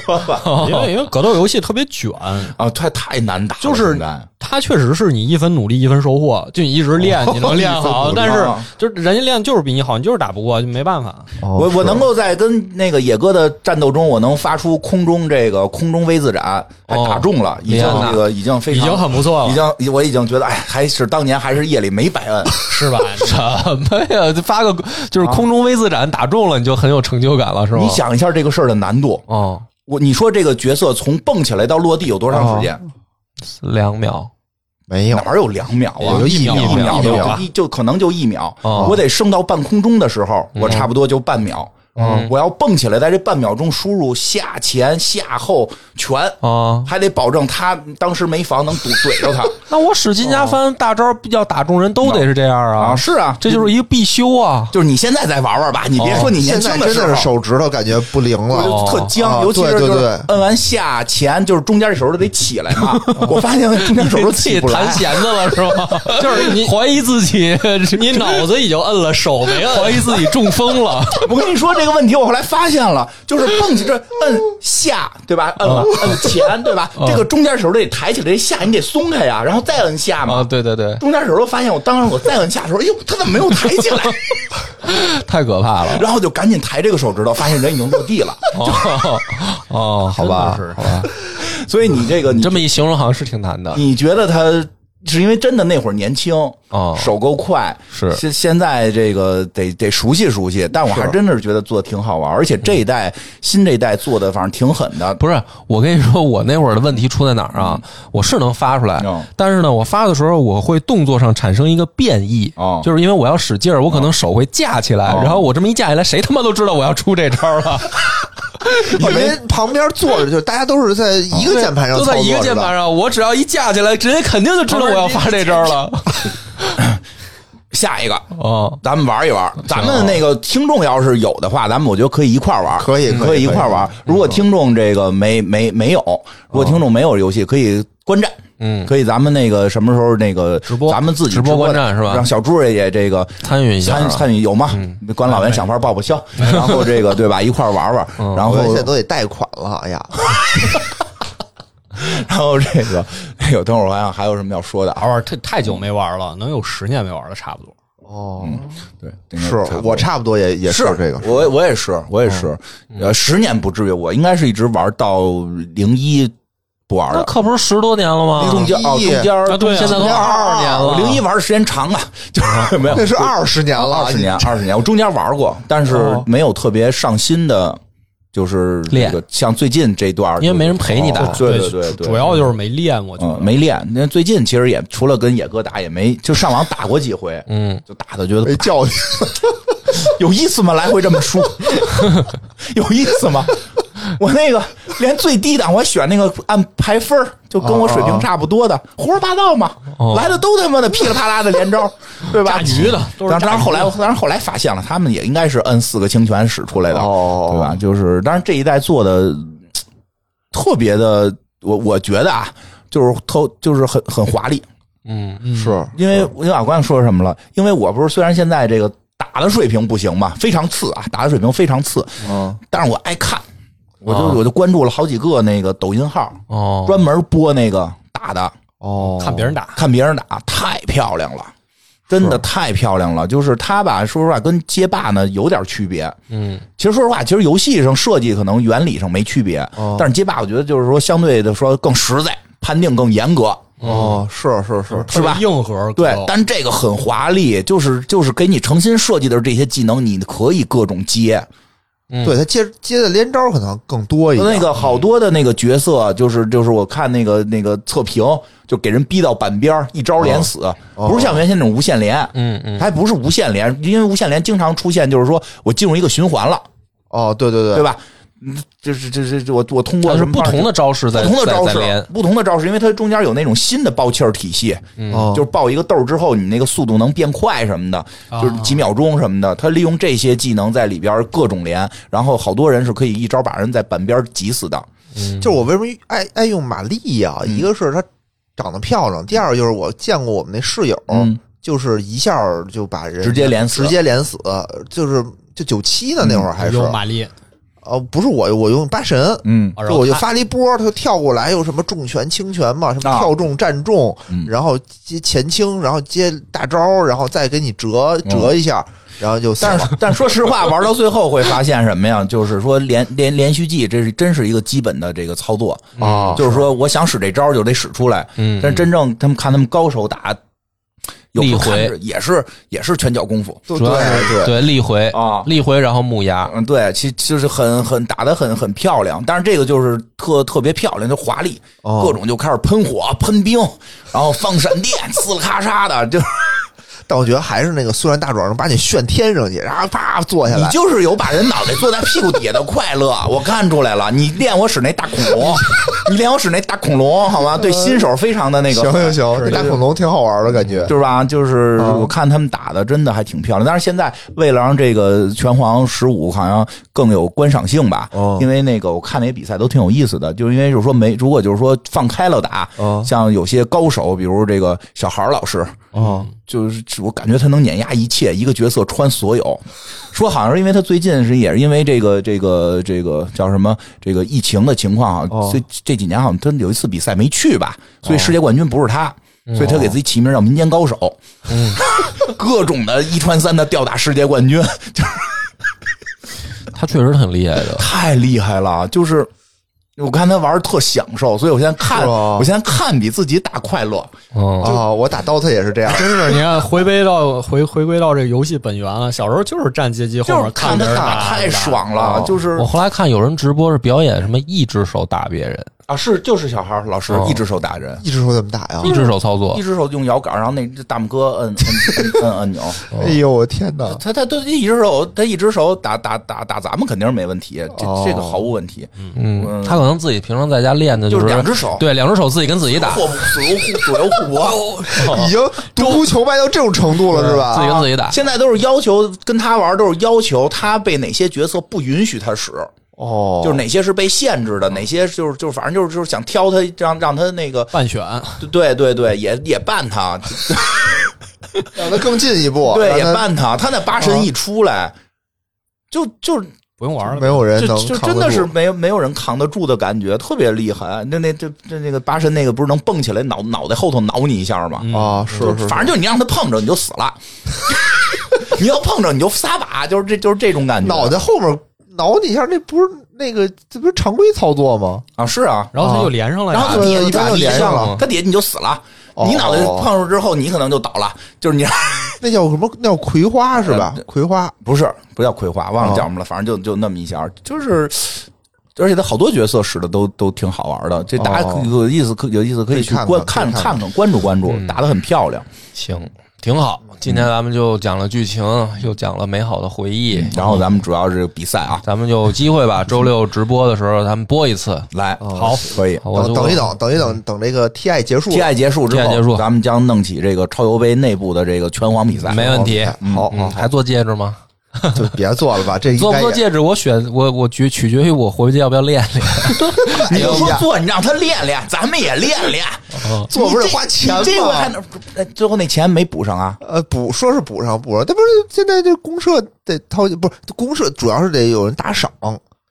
Speaker 4: 因为因为格斗游戏特别卷，
Speaker 2: 啊，太太难打了，
Speaker 4: 就是哦
Speaker 2: 现在
Speaker 4: 它确实是你一分努力一分收获，就你一直练，
Speaker 1: 哦
Speaker 4: 你能练
Speaker 2: 一
Speaker 4: 好，
Speaker 2: 分
Speaker 4: 但
Speaker 2: 努力
Speaker 4: 是
Speaker 2: 啊
Speaker 4: 就是人家练就是比你好，你就是打不过，就没办 法。
Speaker 2: 我我能够在跟那个野哥的战斗中，我能发出空中这个空中 V 字斩，还打中了，已经
Speaker 1: 厉害
Speaker 2: 这个已经非常
Speaker 4: 已经很不错了
Speaker 2: 已经我已经觉得哎，还是当年还是夜里没白摁，
Speaker 4: 是吧？
Speaker 1: 什么呀？就发个就是空中 V 字斩打中了，你就很有成就感了，是吗？
Speaker 2: 你想一下这个事儿的难度，
Speaker 1: 哦，
Speaker 2: 我你说这个角色从蹦起来到落地有多长时间？
Speaker 1: 两秒
Speaker 3: 没有
Speaker 2: 哪，儿有两秒啊？
Speaker 3: 有一
Speaker 4: 哦秒
Speaker 2: 一
Speaker 4: 秒
Speaker 2: 秒
Speaker 3: 一
Speaker 2: 就
Speaker 3: 秒
Speaker 2: 一就可能就一秒，
Speaker 1: 哦
Speaker 2: 我得升到半空中的时候，我差不多就半秒。
Speaker 1: 嗯
Speaker 2: 我要蹦起来，在这半秒钟输入下前下后拳，
Speaker 1: 啊！
Speaker 2: 还得保证他当时没防能堵 怼着他
Speaker 1: 那我使金家番大招要打中人都得是这样
Speaker 2: 啊！
Speaker 1: 啊，
Speaker 2: 是啊，
Speaker 1: 这就是一哦个必修 啊。
Speaker 2: 就是你现在再玩玩吧，你别说你年
Speaker 3: 现
Speaker 2: 轻的
Speaker 3: 在真
Speaker 2: 时
Speaker 3: 的是
Speaker 2: 候。
Speaker 3: 手指头感觉不灵
Speaker 2: 我
Speaker 3: 了，
Speaker 2: 就特僵，
Speaker 3: 哦
Speaker 2: 尤其是
Speaker 3: 对对
Speaker 2: 就是
Speaker 3: 对
Speaker 2: 摁完下前，就是中间的手都得起来嘛。我发现中间手都
Speaker 1: 自
Speaker 2: 起
Speaker 1: 己
Speaker 2: 不来
Speaker 1: 弹，弦的了是吧？
Speaker 4: 就是你
Speaker 1: 怀疑自己，
Speaker 4: 你脑子已经摁了，手没摁，
Speaker 1: 怀疑自己中风了。
Speaker 2: 我跟你说这个问题，我后来发现了，就是蹦起这摁下，对吧？摁了摁前，对吧？这个中间手得抬起来，这下你得松开呀，然后再摁下
Speaker 1: 啊，
Speaker 2: 嘛。
Speaker 1: 对对对，
Speaker 2: 中间手都发现我，当时我再摁下的时候，哎呦，他怎么没有抬起来？
Speaker 1: 太可怕了。
Speaker 2: 然后就赶紧抬这个手指头，发现人已经落地了。
Speaker 1: 哦哦，好吧，好吧，
Speaker 2: 所以你这个
Speaker 1: 你
Speaker 2: 你
Speaker 1: 这么一形容好像是挺难的。
Speaker 2: 你觉得他是因为真的那会儿年轻，
Speaker 1: 哦
Speaker 2: 手够快，
Speaker 1: 是
Speaker 2: 现现在这个得得熟悉熟悉，但我还真的是觉得做的挺好玩，而且这一代、新这一代做的反正挺狠的，
Speaker 1: 不是，我跟你说，我那会儿的问题出在哪儿啊？我是能发出来
Speaker 2: 嗯，
Speaker 1: 但是呢，我发的时候我会动作上产生一个变异
Speaker 2: 哦，
Speaker 1: 就是因为我要使劲儿，我可能手会架起来，
Speaker 2: 哦
Speaker 1: 然后我这么一架起来，谁他妈都知道我要出这招了，
Speaker 3: 因为旁边坐着就大家都是在一个键盘上
Speaker 1: 都
Speaker 3: 操
Speaker 1: 在
Speaker 3: 作，
Speaker 1: 一个键盘上，我只要一架起来，人家肯定就知道我要发这招 了。
Speaker 2: 下一个。
Speaker 1: 哦，
Speaker 2: 咱们玩一玩，咱们那个听众要是有的话，咱们我觉得可以一块儿玩，
Speaker 3: 可以
Speaker 2: 嗯
Speaker 3: 可以哦
Speaker 2: 可以一块儿玩。如果听众这个没没没有，如果听众没有游戏，可以观战，
Speaker 1: 嗯
Speaker 2: 可以咱们那个什么时候那个直
Speaker 1: 播
Speaker 2: 咱们自己
Speaker 1: 直播观战
Speaker 2: 的
Speaker 1: 是吧
Speaker 2: 让小猪也也这个
Speaker 1: 参与一下啊
Speaker 2: 参参与有吗？管老袁想法报报销，然后这个对吧，一块儿玩玩，然后
Speaker 3: 我现在都得贷款了，哎呀，
Speaker 2: 然后这个哎呦，等会儿我想想还有什么要说的啊？
Speaker 4: 玩玩，太太久没玩了，能有十年没玩了，差不多。
Speaker 3: 哦，
Speaker 2: 对，应该
Speaker 3: 是
Speaker 2: 差不多
Speaker 3: 我差不多也也是这个，嗯
Speaker 2: 我我也是，我也是，呃，十年不至于，我应该是一直玩到零一不玩
Speaker 1: 那
Speaker 2: 了，
Speaker 1: 可不是十多年了吗？
Speaker 2: 中间哦中
Speaker 3: 01
Speaker 2: 间
Speaker 4: 啊对啊
Speaker 1: 现在都
Speaker 3: 中间
Speaker 1: 二年了，
Speaker 2: 零一玩的时间长啊，就是 没有
Speaker 3: 那是二十年了，
Speaker 2: 二十年二十年，我中间玩过，但
Speaker 1: 哦
Speaker 2: 是没有特别上心的，就是这个像最近这段，
Speaker 1: 因为没人陪你打
Speaker 2: 哦对对对对，对
Speaker 4: 主要就是没练，我觉
Speaker 2: 嗯，
Speaker 4: 得。
Speaker 2: 没练。那最近其实也除了跟野哥打，也没就上网打过几回，
Speaker 1: 嗯，
Speaker 2: 就打的觉得
Speaker 3: 被教训，
Speaker 2: 有意思吗？来回这么输， 有意思吗？我那个连最低档，我选那个按排分儿就跟我水平差不多的，胡说八道嘛，来的都他妈的噼里啪啦的连招，对吧？
Speaker 4: 哦炸鱼的都是
Speaker 2: 当
Speaker 4: 炸
Speaker 2: 然
Speaker 4: 鱼
Speaker 2: 后来，当然后来发现了，他们也应该是摁四个清泉使出来的，
Speaker 3: 哦
Speaker 2: 对吧？就是，当然这一代做的特别的，我我觉得啊，就是特就是很很华丽，
Speaker 1: 嗯，
Speaker 3: 是
Speaker 2: 因为因为我刚才说什么了？因为我不是虽然现在这个打的水平不行嘛，非常次啊，打的水平非常次，
Speaker 3: 嗯，
Speaker 2: 但是我爱看，我就我就关注了好几个那个抖音号，
Speaker 1: 哦，
Speaker 2: 专门播那个打的，
Speaker 3: 哦，
Speaker 4: 看别人打，
Speaker 2: 看别人打，太漂亮了。真的太漂亮了，就是它吧，说实话跟街霸呢有点区别。
Speaker 1: 嗯，
Speaker 2: 其实说实话，其实游戏上设计可能原理上没区别，但是街霸我觉得就是说相对的说更实在，判定更严格。
Speaker 3: 哦，是是是，
Speaker 2: 是吧
Speaker 4: 特别哦硬核
Speaker 2: 对
Speaker 4: 格斗，
Speaker 2: 但这个很华丽，就是就是给你诚心设计的这些技能，你可以各种接。
Speaker 3: 对他接接的连招可能更多一点，
Speaker 2: 那个好多的那个角色，啊就是就是我看那个那个测评，就给人逼到板边儿一招连死，不是像原先那种无限连，
Speaker 1: 哦嗯嗯，
Speaker 2: 它还不是无限连，因为无限连经常出现，就是说我进入一个循环了，
Speaker 3: 哦，对对对，
Speaker 2: 对吧？嗯这是这这这我我通过
Speaker 1: 它是
Speaker 2: 什么
Speaker 1: 不
Speaker 2: 方式
Speaker 1: 同的招式在
Speaker 2: 不同的招
Speaker 1: 在在连
Speaker 2: 式，，不同的招式，因为它中间有那种新的爆气儿体系，
Speaker 3: 哦
Speaker 2: 就是爆一个豆儿之后，你那个速度能变快什么的，
Speaker 1: 哦
Speaker 2: 就是几秒钟什么的。他利用这些技能在里边各种连，然后好多人是可以一招把人在半边挤死的。
Speaker 3: 就是我为什么爱爱用玛丽呀、一个是她长得漂亮，第二个就是我见过我们那室友，
Speaker 1: 哦
Speaker 2: 嗯
Speaker 3: 就是一下就把人
Speaker 2: 直接连死
Speaker 3: 直接连死，就是就九七的那会儿还是、
Speaker 4: 嗯有马力，
Speaker 3: 哦，不是我我用八神，
Speaker 2: 嗯
Speaker 4: 啊然
Speaker 3: 就
Speaker 4: 后
Speaker 3: 我就
Speaker 4: 他
Speaker 3: 发了一波，他就跳过来，有什么重拳、轻拳嘛，什么
Speaker 2: 啊
Speaker 3: 跳重、站重，
Speaker 2: 嗯
Speaker 3: 然后接前倾，然后接大招，然后再给你折折一下，然后就死
Speaker 2: 但
Speaker 3: 了。
Speaker 2: 是但说实话，玩到最后会发现什么呀？就是说连 连连续技，这是真是一个基本的这个操作。
Speaker 4: 嗯
Speaker 3: 啊
Speaker 2: 嗯就是说，我想使这招就得使出来。
Speaker 1: 哦嗯
Speaker 2: 但真正他们看他们高手打，有时候
Speaker 1: 力回
Speaker 2: 看着也是也是拳脚功夫。
Speaker 3: 对
Speaker 1: 主要是
Speaker 3: 对对，
Speaker 1: 对力回
Speaker 2: 啊
Speaker 1: 力回，然后木牙，
Speaker 2: 嗯，对，其就是很很打得很很漂亮，但是这个就是特特别漂亮，就华丽，
Speaker 3: 哦
Speaker 2: 各种就开始喷火、喷冰，然后放闪电， 呲啦咔嚓的，就是
Speaker 3: 但我觉得还是那个苏然大壮能把你炫天上去，然后啪坐下
Speaker 2: 你
Speaker 3: 来，
Speaker 2: 就是有把人脑袋坐在屁股底下的快乐， 我看出来了。你练我使那大恐 龙，你练我使那大恐龙，好吗？对新手非常的那个，
Speaker 3: 嗯行行嗯行，这大恐龙挺好玩的感觉。
Speaker 2: 就是吧？就是我看他们打的真的还挺漂亮，但是现在为了让这个拳皇十五好像更有观赏性吧，
Speaker 3: 哦
Speaker 2: 因为那个我看那比赛都挺有意思的，就是因为就是说没如果就是说放开了打，
Speaker 3: 哦
Speaker 2: 像有些高手，比如这个小孩儿老师，
Speaker 3: 哦
Speaker 2: 就是我感觉他能碾压一切，一个角色穿所有。说好像是因为他最近是也是因为这个这个这个叫什么这个疫情的情况啊，
Speaker 3: 哦
Speaker 2: 所以这几年好像真的有一次比赛没去吧，所以世界冠军不是他。所以他给自己起名叫“民间高手”， 各种的一穿三的吊打世界冠军，就是
Speaker 1: 他确实挺厉害的。
Speaker 2: 太厉害了。就是我看他玩儿特享受，所以我现在看，
Speaker 3: 是吧
Speaker 2: 我现在看比自己打快乐。
Speaker 1: 嗯，
Speaker 3: 啊，我打 DOTA 也是这样，
Speaker 4: 真是你看回归到回回归到这个游戏本源了。小时候就是站街机后
Speaker 2: 就是
Speaker 4: 面
Speaker 2: 看
Speaker 4: 着
Speaker 2: 他
Speaker 4: 人
Speaker 2: 打太
Speaker 4: 打
Speaker 2: 爽了，
Speaker 3: 哦
Speaker 2: 就是
Speaker 1: 我后来看有人直播是表演什么一只手打别人，
Speaker 2: 啊，是就是小孩儿老师
Speaker 1: 哦
Speaker 2: 一只手打人，
Speaker 3: 一只手怎么打呀
Speaker 1: 一？只手操作
Speaker 2: 嗯一，只手用摇杆，然后那只大拇哥摁摁摁摁按钮。
Speaker 3: 哎呦，我天哪！
Speaker 2: 啊他他都一只手，他一只手打打打打咱们肯定是没问题，这
Speaker 3: 哦
Speaker 2: 这个毫无问题。
Speaker 1: 嗯，他可能自己平常在家练的
Speaker 2: 就是
Speaker 1: 是
Speaker 2: 两只手
Speaker 1: 对，两只手自己跟自己打，
Speaker 2: 互左右互左右互搏，
Speaker 3: 已经独孤求败到这种程度了，是
Speaker 1: 自己
Speaker 3: 吧？
Speaker 1: 跟自己打。
Speaker 2: 现在都是要求跟他玩，都是要求他被哪些角色不允许他使，
Speaker 3: 哦，
Speaker 2: 就是哪些是被限制的，哪些就是就是反正就是就是想挑他，让让他那个
Speaker 4: 半选，
Speaker 2: 对对对，也也办他，
Speaker 3: 让他更进一步，
Speaker 2: 对也
Speaker 3: 哦让他嗯
Speaker 2: 办他。他那八神一出来，就就
Speaker 4: 不用玩
Speaker 3: 没
Speaker 4: 了。
Speaker 3: 有人
Speaker 2: 就
Speaker 3: 能
Speaker 2: 就
Speaker 3: 扛
Speaker 2: 真
Speaker 3: 得
Speaker 2: 的
Speaker 3: 住
Speaker 2: 是没有没有人扛得住的感觉，特别厉害。那那这这那个八神那个不是能蹦起来脑脑袋后头挠你一下吗？
Speaker 4: 嗯
Speaker 3: 啊，是
Speaker 2: 嗯就是
Speaker 3: 是，
Speaker 2: 反正就是你让他碰着你就死了， 你要碰着你就撒把，就是这就是这种感觉。
Speaker 3: 脑袋后面挠你一下，那不是那个，这不是常规操作吗？
Speaker 2: 啊是啊，
Speaker 4: 然后他就连上了
Speaker 2: 然
Speaker 4: 呀，
Speaker 2: 后他底下
Speaker 3: 对
Speaker 2: 一
Speaker 3: 他
Speaker 2: 打
Speaker 3: 就
Speaker 2: 你一
Speaker 3: 连
Speaker 2: 下
Speaker 3: 上了，
Speaker 2: 他底下你就死了。
Speaker 3: 哦
Speaker 2: 你脑袋碰着之后，你可能就倒了，就是你
Speaker 3: 那叫什么？那叫葵花是吧
Speaker 2: 嗯？
Speaker 3: 葵花
Speaker 2: 不是不叫葵花，忘了
Speaker 3: 哦
Speaker 2: 叫什么了，反正就就那么一下，就是。而且他好多角色使的都都挺好玩的，这大家
Speaker 3: 哦
Speaker 2: 有意思可有意思可以去
Speaker 3: 可以看
Speaker 2: 观看
Speaker 3: 看可以看嗯
Speaker 2: 看看关注关注，打的很漂亮。
Speaker 1: 行，挺好。今
Speaker 2: 嗯
Speaker 1: 天咱们就讲了剧情，又讲了美好的回忆，
Speaker 3: 嗯
Speaker 2: 然后咱们主要是比赛啊，
Speaker 1: 咱们有机会吧，周六直播的时候咱们播一次。
Speaker 2: 来
Speaker 3: 好
Speaker 2: 可以。
Speaker 1: 好我
Speaker 3: 等
Speaker 1: 就
Speaker 3: 等一等，等一等，等这个 TI 结束
Speaker 2: T I 结束之
Speaker 1: TI 结
Speaker 2: 后，
Speaker 1: 束
Speaker 2: 咱们将弄起这个超游杯内部的这个拳皇比赛，
Speaker 1: 没问题
Speaker 3: 好哦好
Speaker 1: 嗯，
Speaker 3: 好
Speaker 1: 还做戒指吗？
Speaker 3: 好， 就别做了吧，这应
Speaker 1: 做不
Speaker 3: 该
Speaker 1: 做
Speaker 3: 也
Speaker 1: 戒指，我选我我取取决于我回去要不要练练。
Speaker 2: 你就
Speaker 3: 哎
Speaker 2: 说
Speaker 3: 呀
Speaker 2: 做，你让他练练，咱们也练练。
Speaker 3: 做不是花钱
Speaker 2: 你这回还
Speaker 3: 吗？
Speaker 2: 能哎最后那钱没补上啊？
Speaker 3: 呃，补说是补上补上，但不是现在这公社得掏，不是公社主要是得有人打赏，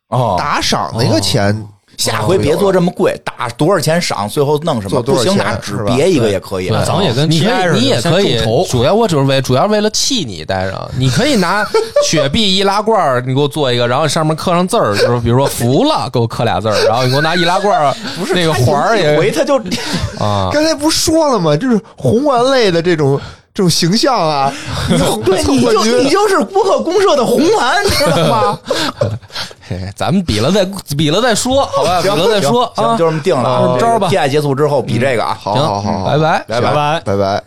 Speaker 2: 哦
Speaker 3: 打赏那个钱
Speaker 2: 下回别做这么贵，打多少钱赏，最后弄什么？
Speaker 3: 做多
Speaker 2: 不
Speaker 3: 少
Speaker 2: 行，
Speaker 3: 钱
Speaker 2: 拿纸
Speaker 3: 是吧
Speaker 2: 别一啊个也可以。
Speaker 4: 对咱们也跟
Speaker 1: 你可
Speaker 4: TI 似
Speaker 1: 以，
Speaker 4: 的
Speaker 1: 你也
Speaker 4: 先
Speaker 1: 可以
Speaker 4: 众筹，
Speaker 1: 主要我只是为主要为了气你带上，你可以拿雪碧易拉罐儿，你给我做一个，然后上面刻上字儿，就是比如说服了，给我刻俩字儿，然后你给我拿易拉罐儿，不是那个环儿
Speaker 2: 一回
Speaker 1: 也
Speaker 2: 他就
Speaker 1: 啊，
Speaker 3: 刚才不是说了吗？就是红丸类的这种这种形象啊，
Speaker 2: 对，你
Speaker 3: 冠
Speaker 2: 就
Speaker 3: 军
Speaker 2: 你就是播客公社的红丸，知道吗？
Speaker 1: 嘿咱们比了再比了再说，好吧，比
Speaker 2: 行，
Speaker 1: 了再说
Speaker 2: 行
Speaker 1: 啊，
Speaker 2: 就这么定了啊，
Speaker 1: 就这么着吧
Speaker 2: 比赛结束之后比这个啊，好
Speaker 3: 好好好
Speaker 1: 行，
Speaker 3: 好，
Speaker 1: 拜拜。
Speaker 3: 拜拜拜拜。